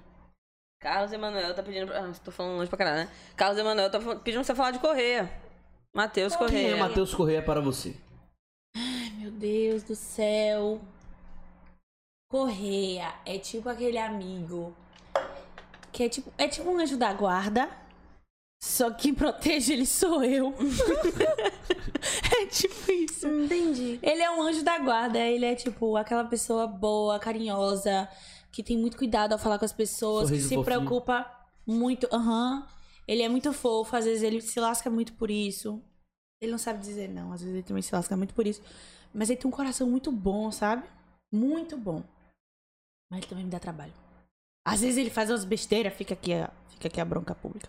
Carlos Emanuel tá pedindo. pra- Ah, tô falando longe pra caralho, né? Carlos Emanuel tá fal- pedindo pra você falar de Correia. Matheus Quem Correia. é Matheus Correia para você? Meu Deus do céu. Correia é tipo aquele amigo que é tipo, é tipo um anjo da guarda, só que protege ele sou eu. é tipo isso. Entendi. Ele é um anjo da guarda, ele é tipo aquela pessoa boa, carinhosa, que tem muito cuidado ao falar com as pessoas, Sorriso que se fofinho. preocupa muito. Aham. Ele é muito fofo, às vezes ele se lasca muito por isso. Ele não sabe dizer não, às vezes ele também se lasca muito por isso. Mas ele tem um coração muito bom, sabe? Muito bom. Mas ele também me dá trabalho. Às vezes ele faz umas besteiras, fica aqui a, fica aqui a bronca pública.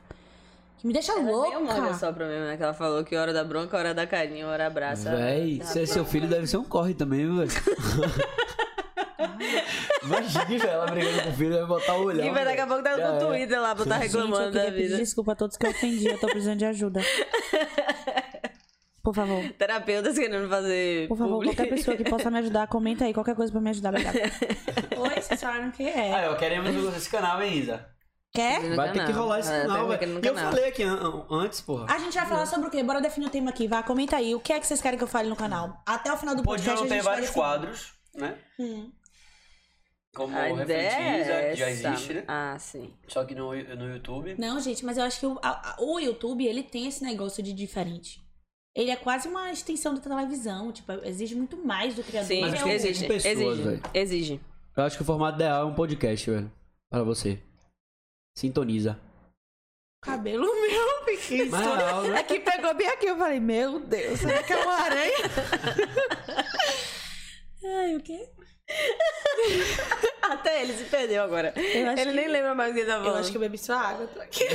Que me deixa Louca. Tá louca. Olha só pra mim, né? Que ela falou que hora da bronca, hora da carinha, hora abraça. Véi, se é seu filho deve ser um corre também, viu, velho. Imagina, velho, ela brigando com o filho, vai botar o olhar. E vai daqui a pouco tá Já no era. Twitter lá pra tá é. Gente, eu reclamando queria da pedir vida. desculpa a todos que eu ofendi, eu tô precisando de ajuda. Por favor. Terapeutas querendo fazer. Por favor, publi. qualquer pessoa que possa me ajudar, comenta aí qualquer coisa pra me ajudar. Obrigada. Oi, vocês falaram que é. Ah, eu queremos esse canal, hein, Isa? Quer? No Vai ter que canal. rolar esse Ah, canal, tá velho. no E eu canal. falei aqui an- an- antes, porra. Ah, A gente vai falar sobre o quê? Bora definir o tema aqui, vá. Comenta aí. O que é que vocês querem que eu fale no canal? Até o final do Podiam podcast a ter gente vai vários decidir. quadros, né? Hum. Como A Refletir ideia Isa, é que já essa. existe, né? Ah, sim. Só que no, no YouTube. Não, gente, mas eu acho que o, a- a- o YouTube, ele tem esse negócio de diferente. Ele é quase uma extensão da televisão, tipo, exige muito mais do criador. Sim, Mas Ele é porque um- exige. pessoas, exige. velho. Exige. Eu acho que o formato ideal é um podcast, velho. Pra você. Sintoniza. Cabelo meu, pequeno. Mas é real, né? Aqui pegou bem aqui, eu falei, meu Deus, será que é uma aranha? Ai, o quê? Até ele se perdeu agora. acho Ele que- nem lembra mais o que ele tá falando. Eu acho que eu bebi sua água, tô aqui.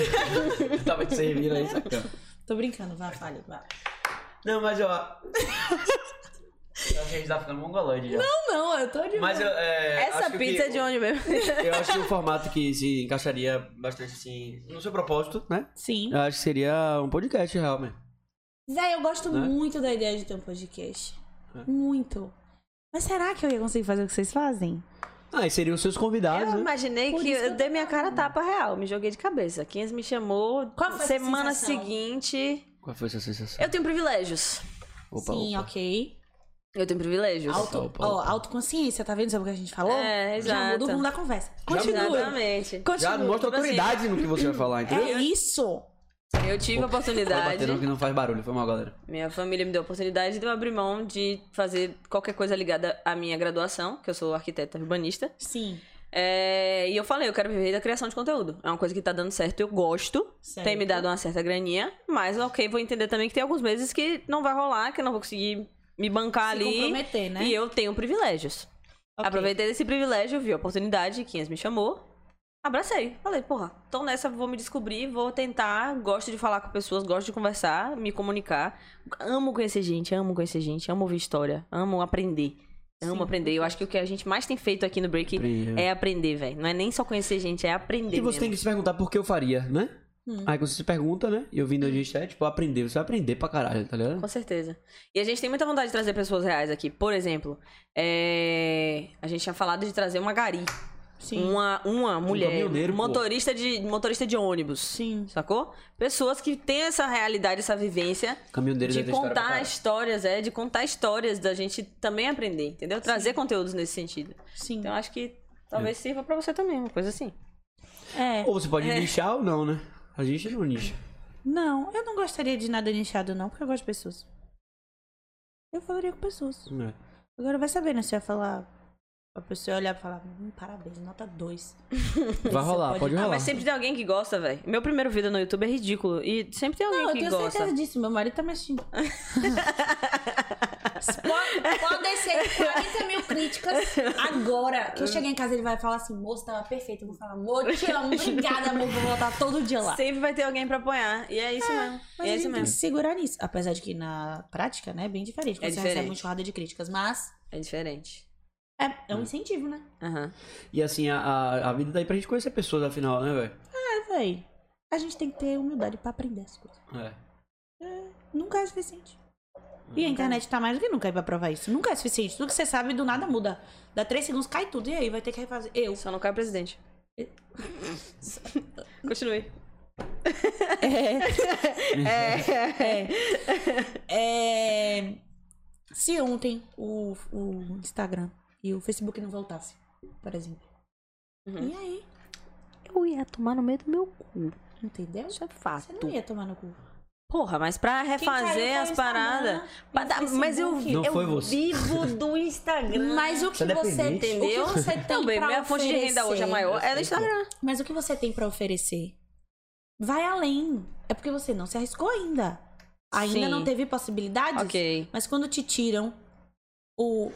Tava te servindo aí, sacana. Tô brincando, vai, fale, vai. Não, mas eu. eu acho que a gente tá ficando mongolante já. Não, não, eu tô de Mas eu. é, Essa acho que o pizza que- é de onde mesmo? Eu acho que um formato que se encaixaria bastante assim no seu propósito, né? Sim. Eu acho que seria um podcast real, mesmo. Zé, eu gosto Né? muito da ideia de ter um podcast. É. Muito. Mas será que eu ia conseguir fazer o que vocês fazem? Ah, e seriam os seus convidados, Eu né? imaginei Por que isso que eu eu dei minha cara tapa real, me joguei de cabeça. Quem me chamou Qual foi a semana sensação? seguinte. Qual foi a sua sensação? Eu tenho privilégios. Opa, Sim, opa. ok. Eu tenho privilégios. Auto, Opa, ó, opa. autoconsciência, tá vendo? Sabe o que a gente falou? É, Já muda o exato. rumo da conversa. Continua. Exatamente. Já Continua. mostra Tipo assim. autoridade no que você vai falar, entendeu? É isso. Eu tive a Vai oportunidade. bater não que não faz barulho, foi mal, galera. Minha família me deu a oportunidade de eu abrir mão de fazer qualquer coisa ligada à minha graduação, que eu sou arquiteta urbanista. Sim. É, e eu falei, eu quero viver da criação de conteúdo. É uma coisa que tá dando certo, eu gosto. Certo. Tem me dado uma certa graninha. Mas ok, vou entender também que tem alguns meses que não vai rolar, que eu não vou conseguir me bancar Se ali. comprometer, né? E eu tenho privilégios. Ok. Aproveitei desse privilégio, vi a oportunidade, Quinhas me chamou. Abracei. Falei, porra, então nessa vou me descobrir, vou tentar. Gosto de falar com pessoas, gosto de conversar, me comunicar. Amo conhecer gente, amo conhecer gente, amo ouvir história, amo aprender. Amo Sim, aprender. Eu acho que o que a gente mais tem feito aqui no Break Aprender. é aprender, velho. Não é nem só conhecer gente, é aprender. E você tem mesmo. que se perguntar por que eu faria, né? Hum. Aí quando você se pergunta, né? E eu Hum. vindo a gente é tipo aprender, você vai aprender pra caralho, tá ligado? Com certeza. E a gente tem muita vontade de trazer pessoas reais aqui. Por exemplo, é, a gente tinha falado de trazer uma gari. Sim. Uma, uma mulher, caminhoneiro, pô. motorista de, motorista de ônibus. Sim. Sacou? Pessoas que têm essa realidade, essa vivência Caminho deles de é ter história pra contar caralho. histórias, é, de contar histórias da gente também aprender, entendeu? Trazer conteúdos nesse sentido. Sim. Então acho que talvez sirva pra você também, uma coisa assim. É. Ou você pode nichar ou não, né? A gente não nicha. Não, eu não gostaria de nada nichado, não, porque eu gosto de pessoas. Eu falaria com pessoas. né? Agora vai saber, né? Se eu ia falar Pra pessoa olhar e falar, hum, parabéns, nota 2. Vai rolar, pode, pode- Ah, rolar. mas sempre tem alguém que gosta, velho. Meu primeiro vídeo no YouTube é ridículo. E sempre tem alguém Não, eu que tenho gosta. certeza disso, meu marido tá me assistindo. Pode- Podem ser 40 mil críticas agora. Que eu chegar em casa, ele vai falar assim, moça, tava perfeito. Eu vou falar, amor, te amo, obrigada, amor, vou voltar todo dia lá. Sempre vai ter alguém pra apoiar. E é isso mesmo. Mas é a isso gente tem que mesmo. se segurar nisso. Apesar de que na prática, né, é bem diferente. Quando É você recebe diferente. uma enxurrada de críticas. Mas É diferente. é, é um incentivo, né? Aham. E assim, a- a, a vida daí pra gente conhecer pessoas, afinal, né, velho? É, véi. A gente tem que ter humildade pra aprender as coisas. É. Nunca é suficiente. E a internet tá mais do que nunca aí pra provar isso. Nunca é suficiente. Tudo que você sabe, do nada muda. Dá três segundos, cai tudo. E aí, vai ter que refazer. Eu. Só não cai presidente. Continue. É. É. Se ontem o, o Instagram e o Facebook não voltassem, por exemplo. Uhum. E aí? Eu ia tomar no meio do meu cu. Entendeu? Isso é Você não fato. ia tomar no cu. Porra, mas pra Quem caiu foi refazer o as Instagram paradas. e o Mas dá- Mas eu, Facebook. Não eu foi você. vivo do Instagram. Mas o que Você é você, dependente. tem, o que Entendeu? você tem Também, pra minha fonte de renda hoje é oferecer- maior. É no Instagram. Mas o que você tem pra oferecer? Vai além. É porque você não se arriscou ainda. Ainda Sim. não teve possibilidades. Ok. Mas quando te tiram o,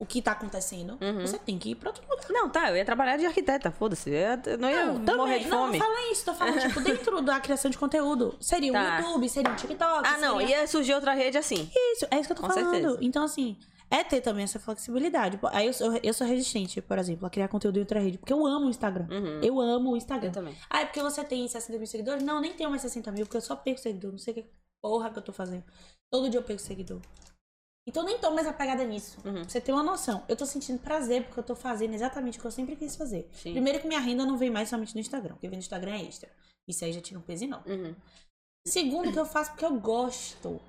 o que tá acontecendo, Uhum. você tem que ir pra outro lugar. Não, tá, eu ia trabalhar de arquiteta, foda-se. Eu Não ia Não, também, morrer de não, fome. Não, fala isso, tô falando, tipo, dentro da criação de conteúdo. Seria Tá. um YouTube, seria um TikTok. ah, não, seria... ia surgir outra rede assim. isso, é isso que eu tô Com falando. certeza. Então, assim, é ter também essa flexibilidade. Pô, Aí eu sou, eu sou resistente, por exemplo, a criar conteúdo em outra rede, porque eu amo o Instagram. Uhum. Eu amo o Instagram. Eu também. Ah, é porque você tem 60 mil seguidores? Não, nem tenho mais 60 mil, porque eu só perco seguidor. Não sei o que porra que eu tô fazendo. Todo dia eu perco seguidor. Então nem tô mais apegada nisso. Uhum. Pra você ter uma noção. Eu tô sentindo prazer porque eu tô fazendo exatamente o que eu sempre quis fazer. Sim. Primeiro que minha renda não vem mais somente no Instagram. O que vem no Instagram é extra. Isso aí já tira um peso enorme. Uhum. Segundo que eu faço porque eu gosto.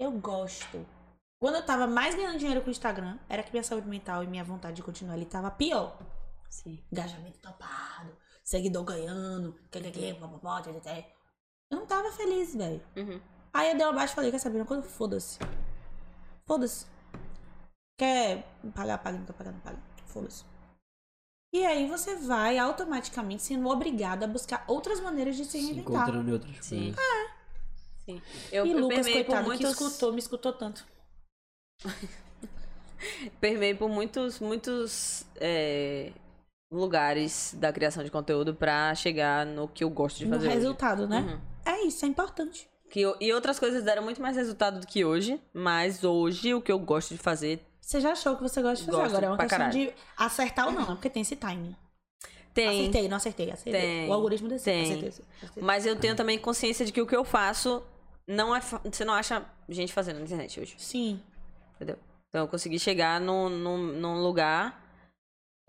Eu gosto. Quando eu tava mais ganhando dinheiro com o Instagram, era que minha saúde mental e minha vontade de continuar ali tava pior Sim. engajamento topado, seguidor ganhando, que, que, que, popopó, tê, tê, tê. Eu não tava feliz, velho. Uhum. Aí eu dei uma baixa e falei, quer saber uma coisa? Foda-se. Foda-se. Quer pagar, paga, não quer pagar, não paga. Foda-se. E aí você vai automaticamente sendo obrigada a buscar outras maneiras de se Se reinventar. encontrando em outras tá. Sim. coisas. Sim. Eu, e eu Lucas, permeei por coitado, muitos, que escutou, me escutou tanto. permeei por muitos, muitos é, lugares da criação de conteúdo pra chegar no que eu gosto de No fazer. hoje. resultado, né? Uhum. É isso, é importante. Que eu- e outras coisas deram muito mais resultado do que hoje, mas hoje o que eu gosto de fazer Você já achou o que você gosta de fazer. Gosto Agora é uma pra questão caralho. de acertar ou não, né? porque tem esse timing. tem. Acertei, não acertei, acertei. Tem. O algoritmo desse, Tem. acertei, acertei. Mas eu tenho também consciência de que o que eu faço não é. fa- Você não acha gente fazendo na internet hoje. Sim. Entendeu? Então eu consegui chegar num, num, num lugar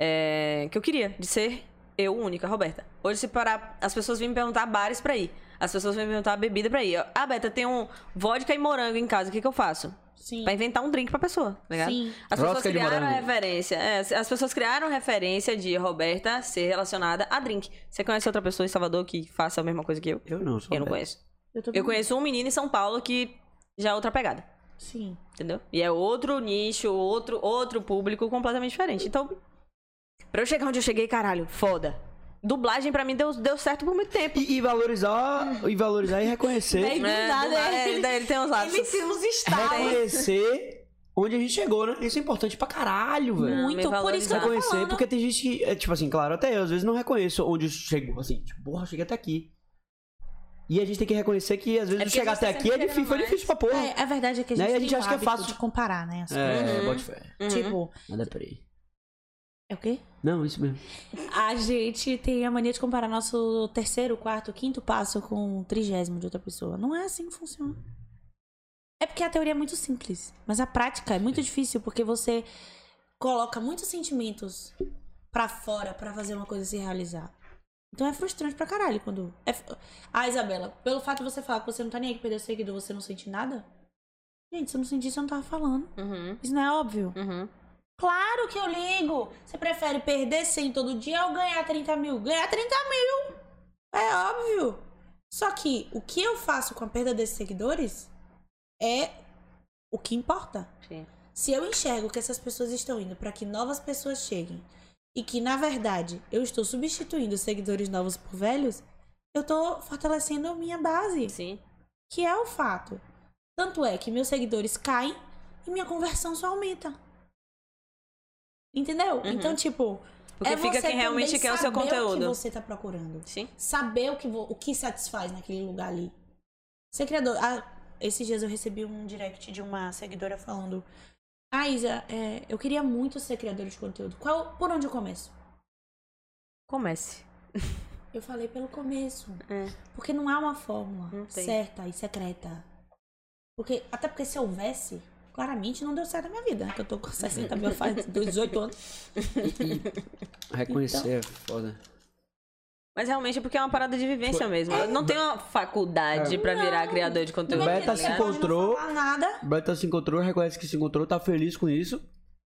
é, que eu queria, de ser eu única, Roberta. Hoje, se parar, as pessoas vêm me perguntar bares pra ir. As pessoas vêm me perguntar bebida pra ir. Eu, Ah, Beta, tem um vodka e morango em casa, o que, que eu faço? Sim. Pra inventar um drink pra pessoa, tá ligado? Sim. As pessoas Vodka de criaram morango. referência. é, as pessoas criaram referência de Roberta ser relacionada a drink. Você conhece outra pessoa em Salvador que faça a mesma coisa que eu? Eu não, só Eu não Beto. conheço. Eu, tô Eu conheço um menino em São Paulo que já é outra pegada. Sim. Entendeu? E é outro nicho, outro, outro público completamente diferente. Então, pra eu chegar onde eu cheguei, caralho, foda. Dublagem pra mim deu, deu certo por muito tempo. E, e valorizar, e valorizar e reconhecer. Bem- do né? nada, é, ele- ele, ele tem uns lapsos. uns reconhecer onde a gente chegou, né? Isso é importante pra caralho, velho. Não, me Muito, por isso que tá eu tô reconhecer, falando. porque tem gente que, é, tipo assim, claro, até eu às vezes não reconheço onde chegou, assim, tipo, porra, eu cheguei até aqui. E a gente tem que reconhecer que às vezes É porque chegar a gente até tá aqui é sempre difícil, foi querendo difícil pra porra. É, a verdade é que a gente, Né? E a tem gente o acha que é hábito fácil. de comparar, né? as coisas. É, bote fé. Uhum. Tipo, Nada pra aí. é o quê? Não, isso mesmo. A gente tem a mania de comparar nosso terceiro, quarto, quinto passo com o trigésimo de outra pessoa. Não é assim que funciona. É porque a teoria é muito simples, mas a prática é muito difícil porque você coloca muitos sentimentos pra fora pra fazer uma coisa se realizar. Então é frustrante pra caralho quando. é f- Ah, Isabela, pelo fato de você falar que você não tá nem aí que perdeu seguidor, você não sente nada? Gente, se eu não sentisse, eu não tava falando. Uhum. Isso não é óbvio. Uhum. Claro que eu ligo. Você prefere perder 100 todo dia ou ganhar 30 mil? Ganhar 30 mil! É óbvio. Só que o que eu faço com a perda desses seguidores é o que importa. Sim. Se eu enxergo que essas pessoas estão indo para que novas pessoas cheguem e que, na verdade, eu estou substituindo seguidores novos por velhos, eu tô fortalecendo a minha base, Sim. que é o fato. Tanto é que meus seguidores caem e minha conversão só aumenta. Entendeu? Então, tipo, Uhum. Porque é fica você quem realmente também quer o seu saber que conteúdo. você tá procurando Sim. saber o que, vo- o que satisfaz naquele lugar ali. Ser criador. Ah, esses dias eu recebi um direct de uma seguidora falando: Ah, Isa, é, eu queria muito ser criadora de conteúdo. Qual, por onde eu começo? Comece. Eu falei pelo começo. É. Porque não há uma fórmula Não tem. certa e secreta. Porque, até porque se houvesse, claramente não deu certo na minha vida. né? Que eu tô com 60 mil faz 18 anos. Então. Reconhecer é foda. Mas realmente é porque é uma parada de vivência mesmo. É. Eu não tenho uma faculdade pra virar Não. criador de Tu conteúdo. vai tá tá se ligado? encontrando. encontrou. Não falar nada. Beta tá se encontrou, reconhece que se encontrou, tá feliz com isso.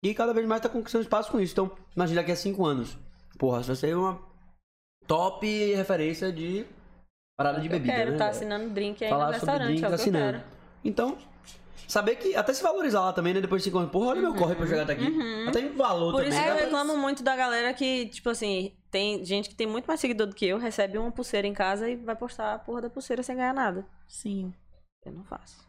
E cada vez mais tá conquistando espaço com isso. Então, imagina daqui a 5 anos. Porra, se você é uma top referência de parada de Eu bebida. quero né, tá velho? assinando drink aí no Falar sobre restaurante, drinks é o que eu assinando. quero. Então, saber que. Até se valorizar lá também, né? Depois de 5 anos. Porra, olha meu corre pra eu chegar até aqui. Até em Uhum, valor Por também. né? isso que dá eu pra- reclamo muito da galera que, tipo assim, tem gente que tem muito mais seguidor do que eu, recebe uma pulseira em casa e vai postar a porra da pulseira sem ganhar nada. Sim. Eu não faço.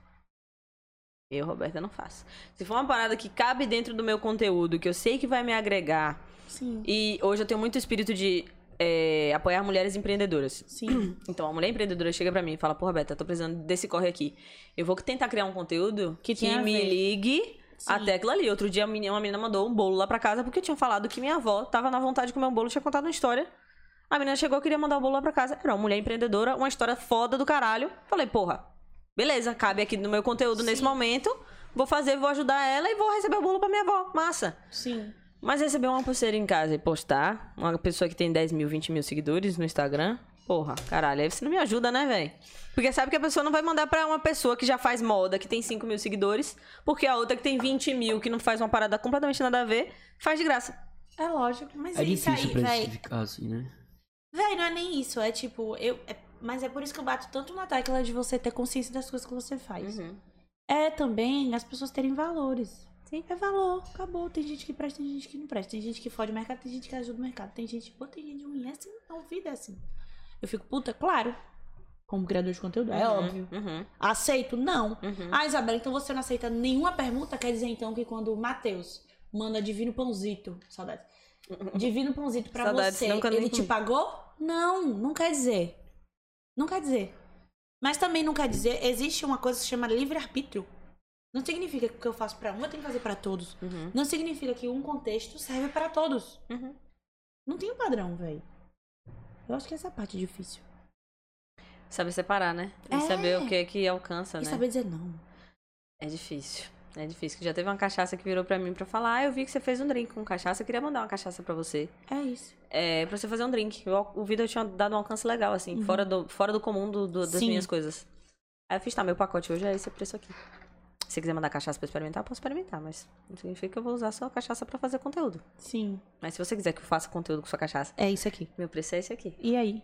Eu, Roberta, não faço. Se for uma parada que cabe dentro do meu conteúdo, que eu sei que vai me agregar, Sim. e hoje eu tenho muito espírito de é, apoiar mulheres empreendedoras. Sim. Então, a mulher empreendedora chega pra mim e fala, porra, Beta, tô precisando desse corre aqui. Eu vou tentar criar um conteúdo que, Que tenha a me ver. ligue Sim. até aquilo ali. Outro dia, a menina- uma menina mandou um bolo lá pra casa, porque eu tinha falado que minha avó tava na vontade de comer um bolo, tinha contado uma história. A menina chegou, queria mandar o bolo lá pra casa. Era uma mulher empreendedora, uma história foda do caralho. Falei, porra, beleza, cabe aqui no meu conteúdo nesse momento. Vou fazer, vou ajudar ela e vou receber o bolo pra minha avó. Massa. Sim. Mas receber uma pulseira em casa e postar, uma pessoa que tem 10 mil, 20 mil seguidores no Instagram, porra, caralho, aí você não me ajuda, né, velho? Porque sabe que a pessoa não vai mandar pra uma pessoa que já faz moda, que tem 5 mil seguidores, porque a outra que tem 20 mil, que não faz uma parada completamente nada a ver, faz de graça. É lógico, mas É isso aí, difícil pra véi. gente ficar assim, né? Véi, não é nem isso, é tipo, eu. é- mas é por isso que eu bato tanto na tecla de você ter consciência das coisas que você faz. Uhum. É também as pessoas terem valores. Sim. É valor, acabou. Tem gente que presta, tem gente que não presta. Tem gente que fode o mercado, tem gente que ajuda o mercado. Tem gente boa, tem gente ruim. É assim, então a vida é assim. Eu fico puta, claro. Como criador de conteúdo, é Uhum, óbvio. Uhum, Aceito? Não. uhum. Ah, Isabela, então você não aceita nenhuma permuta? Quer dizer então que quando o Matheus manda Divino Pãozito, saudades, Divino Pãozito pra Saudades, você, nunca nem ele te comi. pagou? Não, não quer dizer. Não quer dizer. Mas também não quer dizer, existe uma coisa que se chama livre-arbítrio. Não significa que o que eu faço pra um eu tenho que fazer pra todos. Uhum. Não significa que um contexto serve pra todos. Uhum. Não tem um padrão, velho. Eu acho que essa é a parte difícil. Saber separar, né? E É. saber o que é que alcança, E né? saber dizer não. É difícil. É difícil. Já teve uma cachaça que virou pra mim pra falar, ah, eu vi que você fez um drink com cachaça, eu queria mandar uma cachaça pra você. É isso. é, pra você fazer um drink. O, al- o Vitor tinha dado um alcance legal, assim, fora, do, fora do comum do- do- das Uhum. Sim. minhas coisas. Aí eu fiz, tá, meu pacote hoje é esse preço aqui. Se quiser mandar cachaça pra experimentar, eu posso experimentar, mas não significa que eu vou usar sua cachaça pra fazer conteúdo. Sim. Mas se você quiser que eu faça conteúdo com sua cachaça, É isso aqui. meu preço é esse aqui. E aí?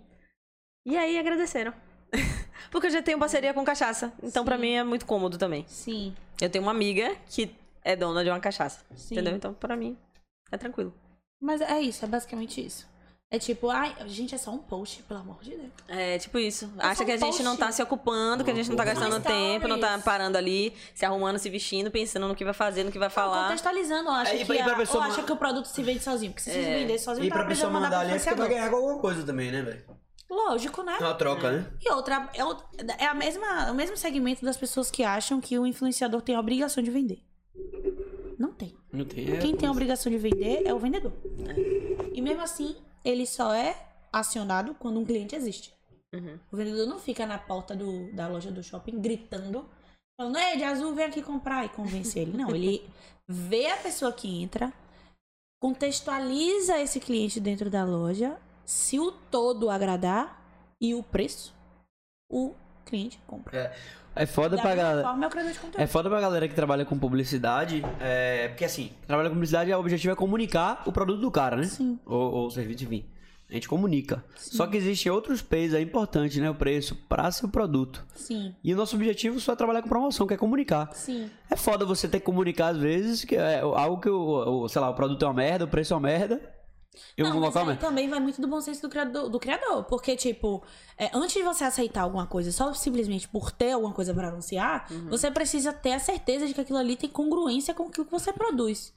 E aí agradeceram. Porque eu já tenho parceria com cachaça. Então, pra Sim. mim, é muito cômodo também. Sim. Eu tenho uma amiga que é dona de uma cachaça. Sim. Entendeu? Então, pra mim, é tranquilo. Mas é isso, é basicamente isso. É tipo, ai, gente, é só um post, pelo amor de Deus. É, tipo isso. É só Acha um que a gente post. não tá se ocupando, que a gente não tá Não, gastando stories. tempo, não tá parando ali, se arrumando, se vestindo, pensando no que vai fazer, no que vai um falar. Contextualizando, eu acho É, e pra- que e pra a- pessoa ou ma- acha que o produto se vende sozinho. Porque se se vender sozinho, E tá pra pessoa precisando mandar ali, é pro porque vai influenciador. ganhar com alguma coisa também, né, velho? Lógico, né? É uma troca, né? E outra, é, o- é a mesma, o mesmo segmento das pessoas que acham que o influenciador tem a obrigação de vender. Não tem. Não tem. é. Quem tem a obrigação de vender é o vendedor. E mesmo assim, ele só é acionado quando um cliente existe. Uhum. O vendedor não fica na porta do- da loja do shopping gritando, falando, ei, de azul, vem aqui comprar e convence ele. Não, ele vê a pessoa que entra, contextualiza esse cliente dentro da loja, se o todo agradar e o preço, o cliente compra. É foda Da pra mesma galera. forma, é o criador de conteúdo. É foda pra galera que trabalha com publicidade, é, porque assim, trabalha com publicidade, o objetivo é comunicar o produto do cara, né? Sim. Ou, ou o serviço, enfim. A gente comunica. Só que existem outros pays, é importante, né? O preço para seu produto. Sim, E o nosso objetivo só é trabalhar com promoção, que é comunicar. sim. É foda você ter que comunicar às vezes que é algo que o, o- sei lá, o produto é uma merda, o preço é uma merda. Eu não, vou mas é colocar uma aí merda. também vai muito do bom senso do criador, do criador porque, tipo, é, antes de você aceitar alguma coisa só simplesmente por ter alguma coisa pra anunciar, você precisa ter a certeza de que aquilo ali tem congruência com aquilo que você produz.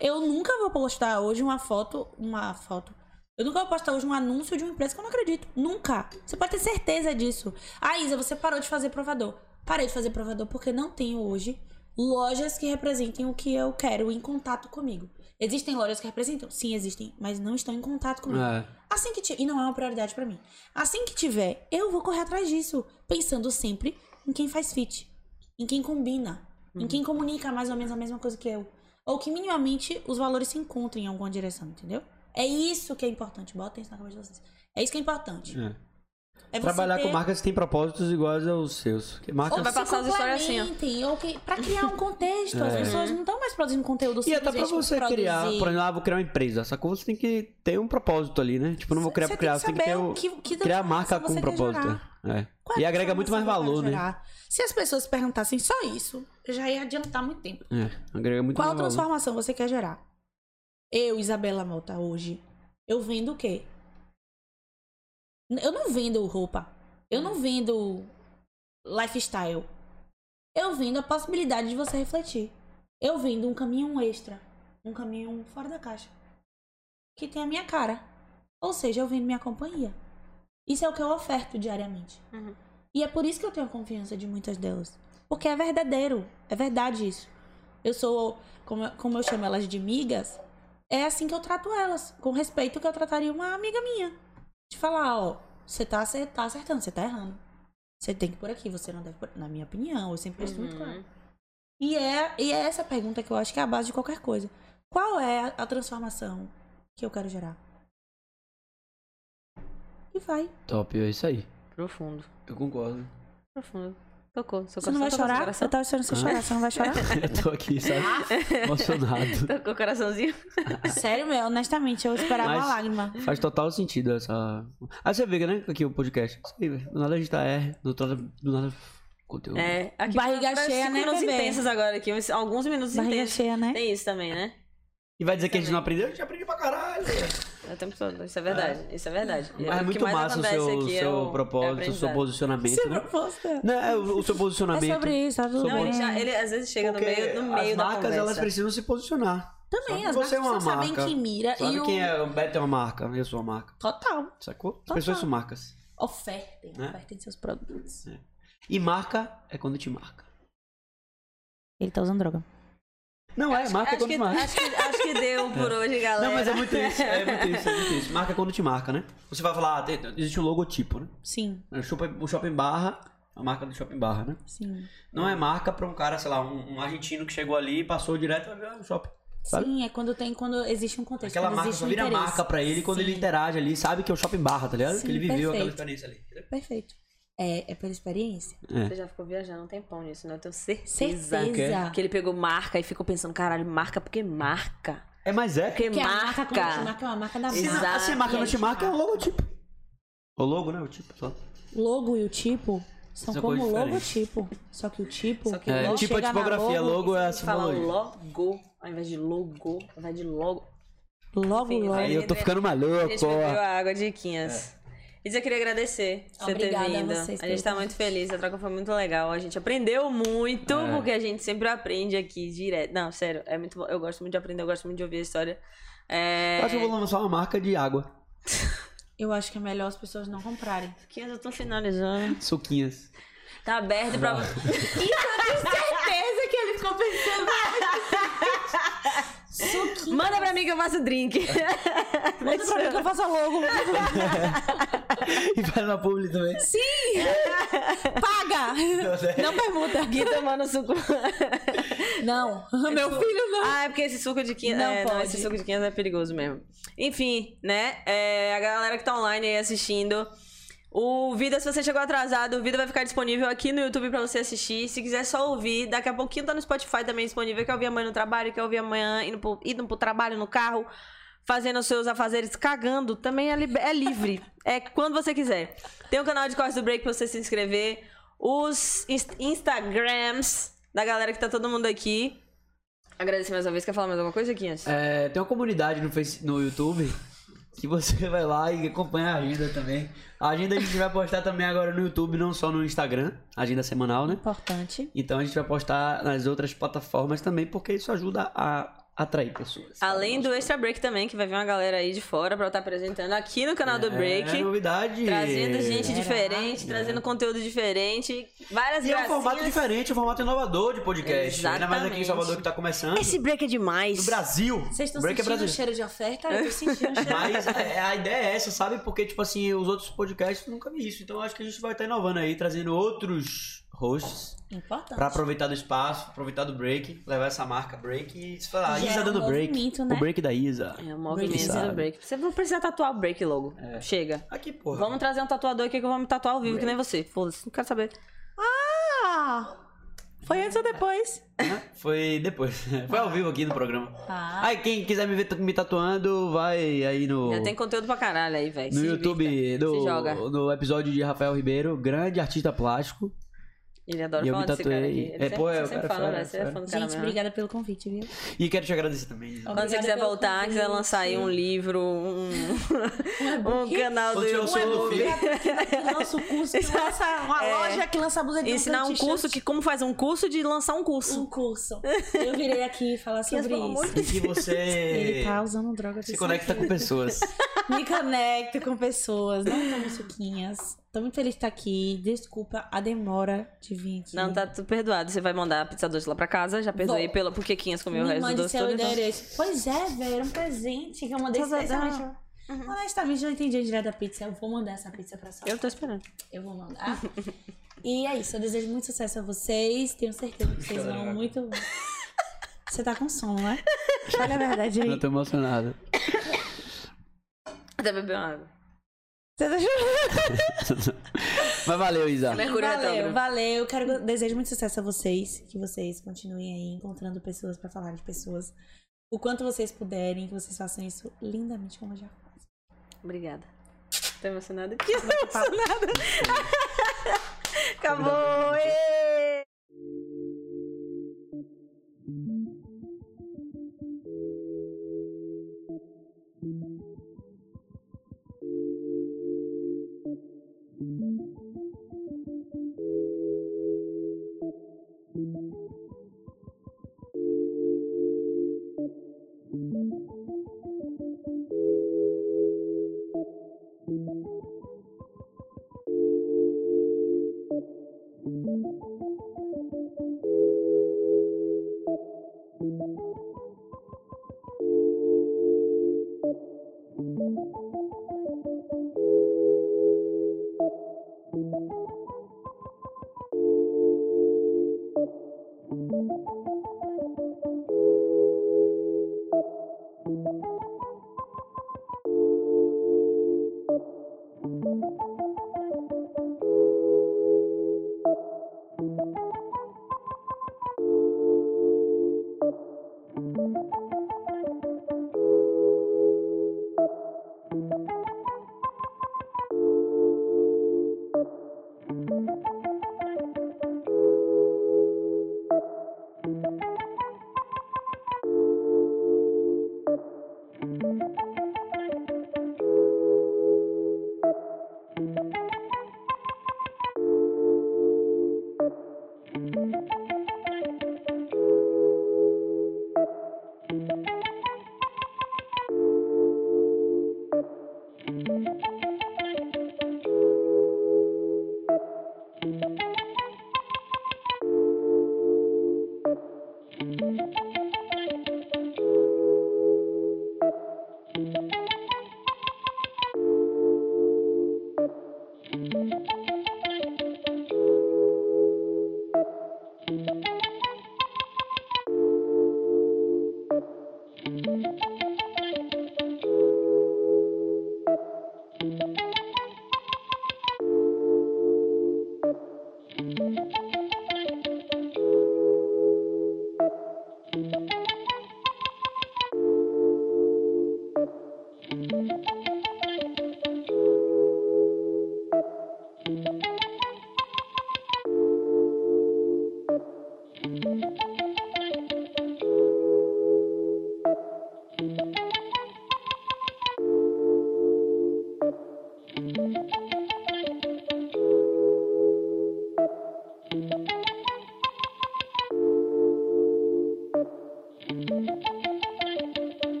Eu nunca vou postar hoje uma foto, uma foto. Eu nunca vou postar hoje um anúncio de uma empresa que eu não acredito. Nunca. Você pode ter certeza disso. Ah, Isa, você parou de fazer provador. Parei de fazer provador porque não tenho hoje lojas que representem o que eu quero em contato comigo. Existem lojas que representam? Sim, existem, mas não estão em contato comigo. É. Assim que tiver, e não é uma prioridade pra mim. Assim que tiver, eu vou correr atrás disso, pensando sempre em quem faz fit, em quem combina, em Uhum. quem comunica mais ou menos a mesma coisa que eu, ou que minimamente os valores se encontrem em alguma direção, entendeu? É isso que é importante, bota isso na cabeça de vocês. É isso que é importante. É. É você Trabalhar com ter- marcas que têm propósitos iguais aos seus. Que ou marcas... Vai vai passar passar as as histórias assim, ó. Ou que, pra criar um contexto. As É. pessoas não estão mais produzindo conteúdo E é até pra simplesmente por você produzir. criar, por exemplo, ah, vou criar uma empresa, sacou? Você tem que ter um propósito ali, né? Tipo, não vou criar Você pra criar, você tem tem que que ter saber o... o que- que criar a marca transformação com um você quer propósito. gerar. É. Qual é E a agrega muito mais informação que eu valor, quero né? gerar? Se as pessoas perguntassem só isso, eu já ia adiantar muito tempo. É, agrega muito Qual mais valor. transformação você quer gerar? Eu, Isabela Mota, hoje, eu vendo o quê? N- Eu não vendo roupa. Eu não vendo lifestyle. Eu vendo a possibilidade de você refletir. Eu vendo um caminho extra. Um caminho fora da caixa. Que tem a minha cara. Ou seja, eu vendo minha companhia. Isso é o que eu oferto diariamente. Uhum. E é por isso que eu tenho a confiança de muitas delas. Porque é verdadeiro. É verdade isso. Eu sou, como, eu- como eu chamo elas de migas, é assim que eu trato elas. Com o respeito que eu trataria uma amiga minha. De falar, ó, você tá, acer- tá acertando, você tá errando. Você tem que ir por aqui, você não deve por... Na minha opinião, eu sempre penso Uhum. muito Uhum. claro. E é, e é essa pergunta que eu acho que é a base de qualquer coisa. Qual é a, a transformação que eu quero gerar? E vai. Top, é isso aí. Profundo. Eu concordo. Profundo. Tocou. Seu Você não vai coração chorar? tocou seu Eu tava esperando você Hã? chorar, você não vai chorar? eu tô aqui, sabe? Emocionado. coração. Tocou o coraçãozinho. Sério, meu, honestamente, eu esperava Mas- uma lágrima. Faz total sentido essa. Ah, você vê, né? Aqui o podcast. Isso aí, velho. Do nada a gente tá R, do nada. Do nada conteúdo. É. Aqui Barriga foram cheia, cinco né, minutos bebê? intensos agora aqui. uns- Alguns minutos Barriga intensos. cheia, né? Tem isso também, né? E vai dizer que a gente não aprendeu? A gente aprende pra caralho. É o tempo todo. Isso é verdade. Isso é verdade. Mas é O que muito mais massa o acontece seu, aqui é seu o- é propósito, o seu aprendizado. posicionamento. Você né? proposta. Não, é o, o seu É posicionamento. sobre isso, tá tudo Sobre- Não, bem. ele, já, ele às vezes chega Porque no meio, no as meio da marcas, conversa. elas precisam se posicionar. Sabe Também, que as você é marcas uma precisam saber marca. em quem mira. Sabe e o... quem é? O Beto é uma marca, eu sou uma marca. Total. Sacou? As Total. pessoas são marcas. Ofertem, Né? ofertem seus produtos. E marca é quando te marca. Ele tá usando droga. Não, é, marca acho, é quando que, te marca. acho, que, acho que deu por hoje, galera. Não, mas é muito isso, é muito isso, é muito isso. Marca quando te marca, né? Você vai falar, ah, tem- existe um logotipo, né? Sim, O shopping, o shopping barra, a marca do shopping barra, né? sim. Não é marca pra um cara, sei lá, um, um argentino que chegou ali e passou direto e vai ver o shopping. Sabe? Sim, é quando tem, quando existe um contexto. Aquela quando marca existe só um vira interesse. marca pra ele quando Sim, ele interage ali, sabe que é o shopping barra, tá ligado? Sim, que ele viveu aquela perfeito. experiência ali. entendeu? Perfeito. É, é pela experiência. Você já ficou viajando um tempão nisso, né? Eu tenho certeza. Certeza. Que ele pegou marca e ficou pensando, caralho, marca porque marca. É, mas é. Porque Que a marca, quando te marca. marca, é uma marca da Se, marca. Exato. não, se a marca E não aí te te marca, é um marca. logotipo. O logo, né? O tipo só. O logo e o tipo são São como o coisas logotipo. Só que o tipo. Só que É, logo tipo a chega na tipografia, logo, logo é a Falar simbologia. logo ao invés de logo, ao invés de logo. Logo, é. Enfim, logo. né? Aí eu tô ficando A gente maluco. bebeu a água de Iquinhas. Isa, eu queria agradecer por você ter Obrigada a vindo. vocês a gente tá pelo muito feliz, a troca foi muito legal. A gente aprendeu muito, porque a gente sempre aprende aqui direto. Não, sério, é muito bom. Eu gosto muito de aprender, eu gosto muito de ouvir a história. É... Eu acho que eu vou lançar uma marca de água. Eu acho que é melhor as pessoas não comprarem. Iquinhas, eu tô finalizando. Suquinhas. Tá aberto pra. certeza que ele ficou pensando. Suquinho. Manda pra mim que eu faço drink. Manda pra mim que eu faça logo. E faz na publi também. Paga! Não permuta. Gui tomando suco. Não. Meu Suco. filho não. Ah, é porque esse suco de 15 Não é, não, pode. esse suco de 15 é perigoso mesmo. Enfim, né? É, a galera que tá online aí assistindo. O Vida, se você chegou atrasado, o Vida vai ficar disponível aqui no YouTube pra você assistir. Se quiser só ouvir, daqui a pouquinho tá no Spotify também disponível. Quer ouvir a mãe no trabalho, quer ouvir amanhã indo pro, indo pro trabalho no carro. fazendo os seus afazeres, cagando, também é, libe- é livre. É quando você quiser. Tem um canal de Cortes do Break pra você se inscrever. Os inst- Instagrams da galera que tá todo mundo aqui. Agradecer mais uma vez. Quer falar mais alguma coisa aqui antes? É, tem uma comunidade no, Face, no YouTube que você vai lá e acompanha a agenda também. A agenda a gente vai postar também agora no YouTube, não só no Instagram, agenda semanal, né? Importante. Então a gente vai postar nas outras plataformas também, porque isso ajuda a atrair pessoas. Além do Extra Break também, que vai vir uma galera aí de fora pra eu estar apresentando aqui no canal do É Break. novidade. Trazendo gente diferente, trazendo conteúdo diferente. Várias É. E é um formato gracinhas. diferente, um formato inovador de podcast. Ainda mais aqui em Exatamente. Salvador que tá começando. Esse break é demais. No Brasil. Vocês estão Break é sentindo o Brasil. cheiro de oferta? Eu tô sentindo o cheiro. Mas é, a ideia é essa, sabe? Porque, tipo assim, os outros podcasts nunca vi isso. Então acho que a gente vai estar inovando aí, trazendo outros hosts Importante. pra aproveitar do espaço, aproveitar do break, levar essa marca break e sei lá, a Já Isa é um dando break. movimento, né? O break da Isa. É o Quem movimento sabe? do break. Você não precisa tatuar o break logo. Chega. Aqui, porra. Vamos trazer um tatuador aqui que eu vou me tatuar ao vivo, que nem você. Foda-se, não quero saber. Ah, foi antes ou depois? Foi depois. Foi ao vivo aqui no programa. Ah. Aí, quem quiser me ver t- me tatuando, vai aí no. Já tem conteúdo pra caralho aí, velho. No Se YouTube, divirta, Se joga. no, no episódio de Rafael Ribeiro, grande artista plástico. Ele adora E eu falar me desse cara aqui. tatuei. Ele É, sempre, pô, você é, o sempre cara é fala, fera, velho. Você é fera. fã do cara Gente, mesmo. obrigada pelo convite, viu? E quero te agradecer também. Isa. Quando você Obrigada quiser pelo voltar, quiser convite. lançar aí um livro, um, um canal do Ou tirar é o seu YouTube. filho. Que lança o curso, que lança uma loja, que lança blusa de É. Ensinar um t-shirt. curso, que como faz um curso de lançar um Um curso. curso. Eu virei aqui falar sobre pelo amor isso. E que você Ele tá usando droga de se conecta com pessoas. Me conecto com pessoas, não tomo suquinhas. Tô muito feliz de estar aqui. Desculpa a demora de vir aqui. Não, tá tudo perdoado. Você vai mandar a pizza doce lá pra casa. Já perdoei Vou. pela porque Quinhas comeu o Me resto do mande doce seu todo. então. endereço. Pois é, velho, era um presente que eu mandei Tá, tá, tá. especialmente. pra- Honestamente, eu não entendi onde era da pizza. Eu vou mandar essa pizza pra sua Eu tô esperando. Eu vou mandar. E é isso, eu desejo muito sucesso a vocês. Tenho certeza que vocês vão muito. Você tá com sono, né? Fala a verdade aí. Eu tô emocionado. Até beber uma água. Você tá Mas valeu, Isa. Mercúrio Valeu, retrógrado. valeu. Quero, desejo muito sucesso a vocês. Que vocês continuem aí encontrando pessoas pra falar de pessoas. O quanto vocês puderem, que vocês façam isso lindamente como já. Obrigada. Tô emocionada. Que emocionada. Acabou. ê!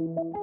Thank you.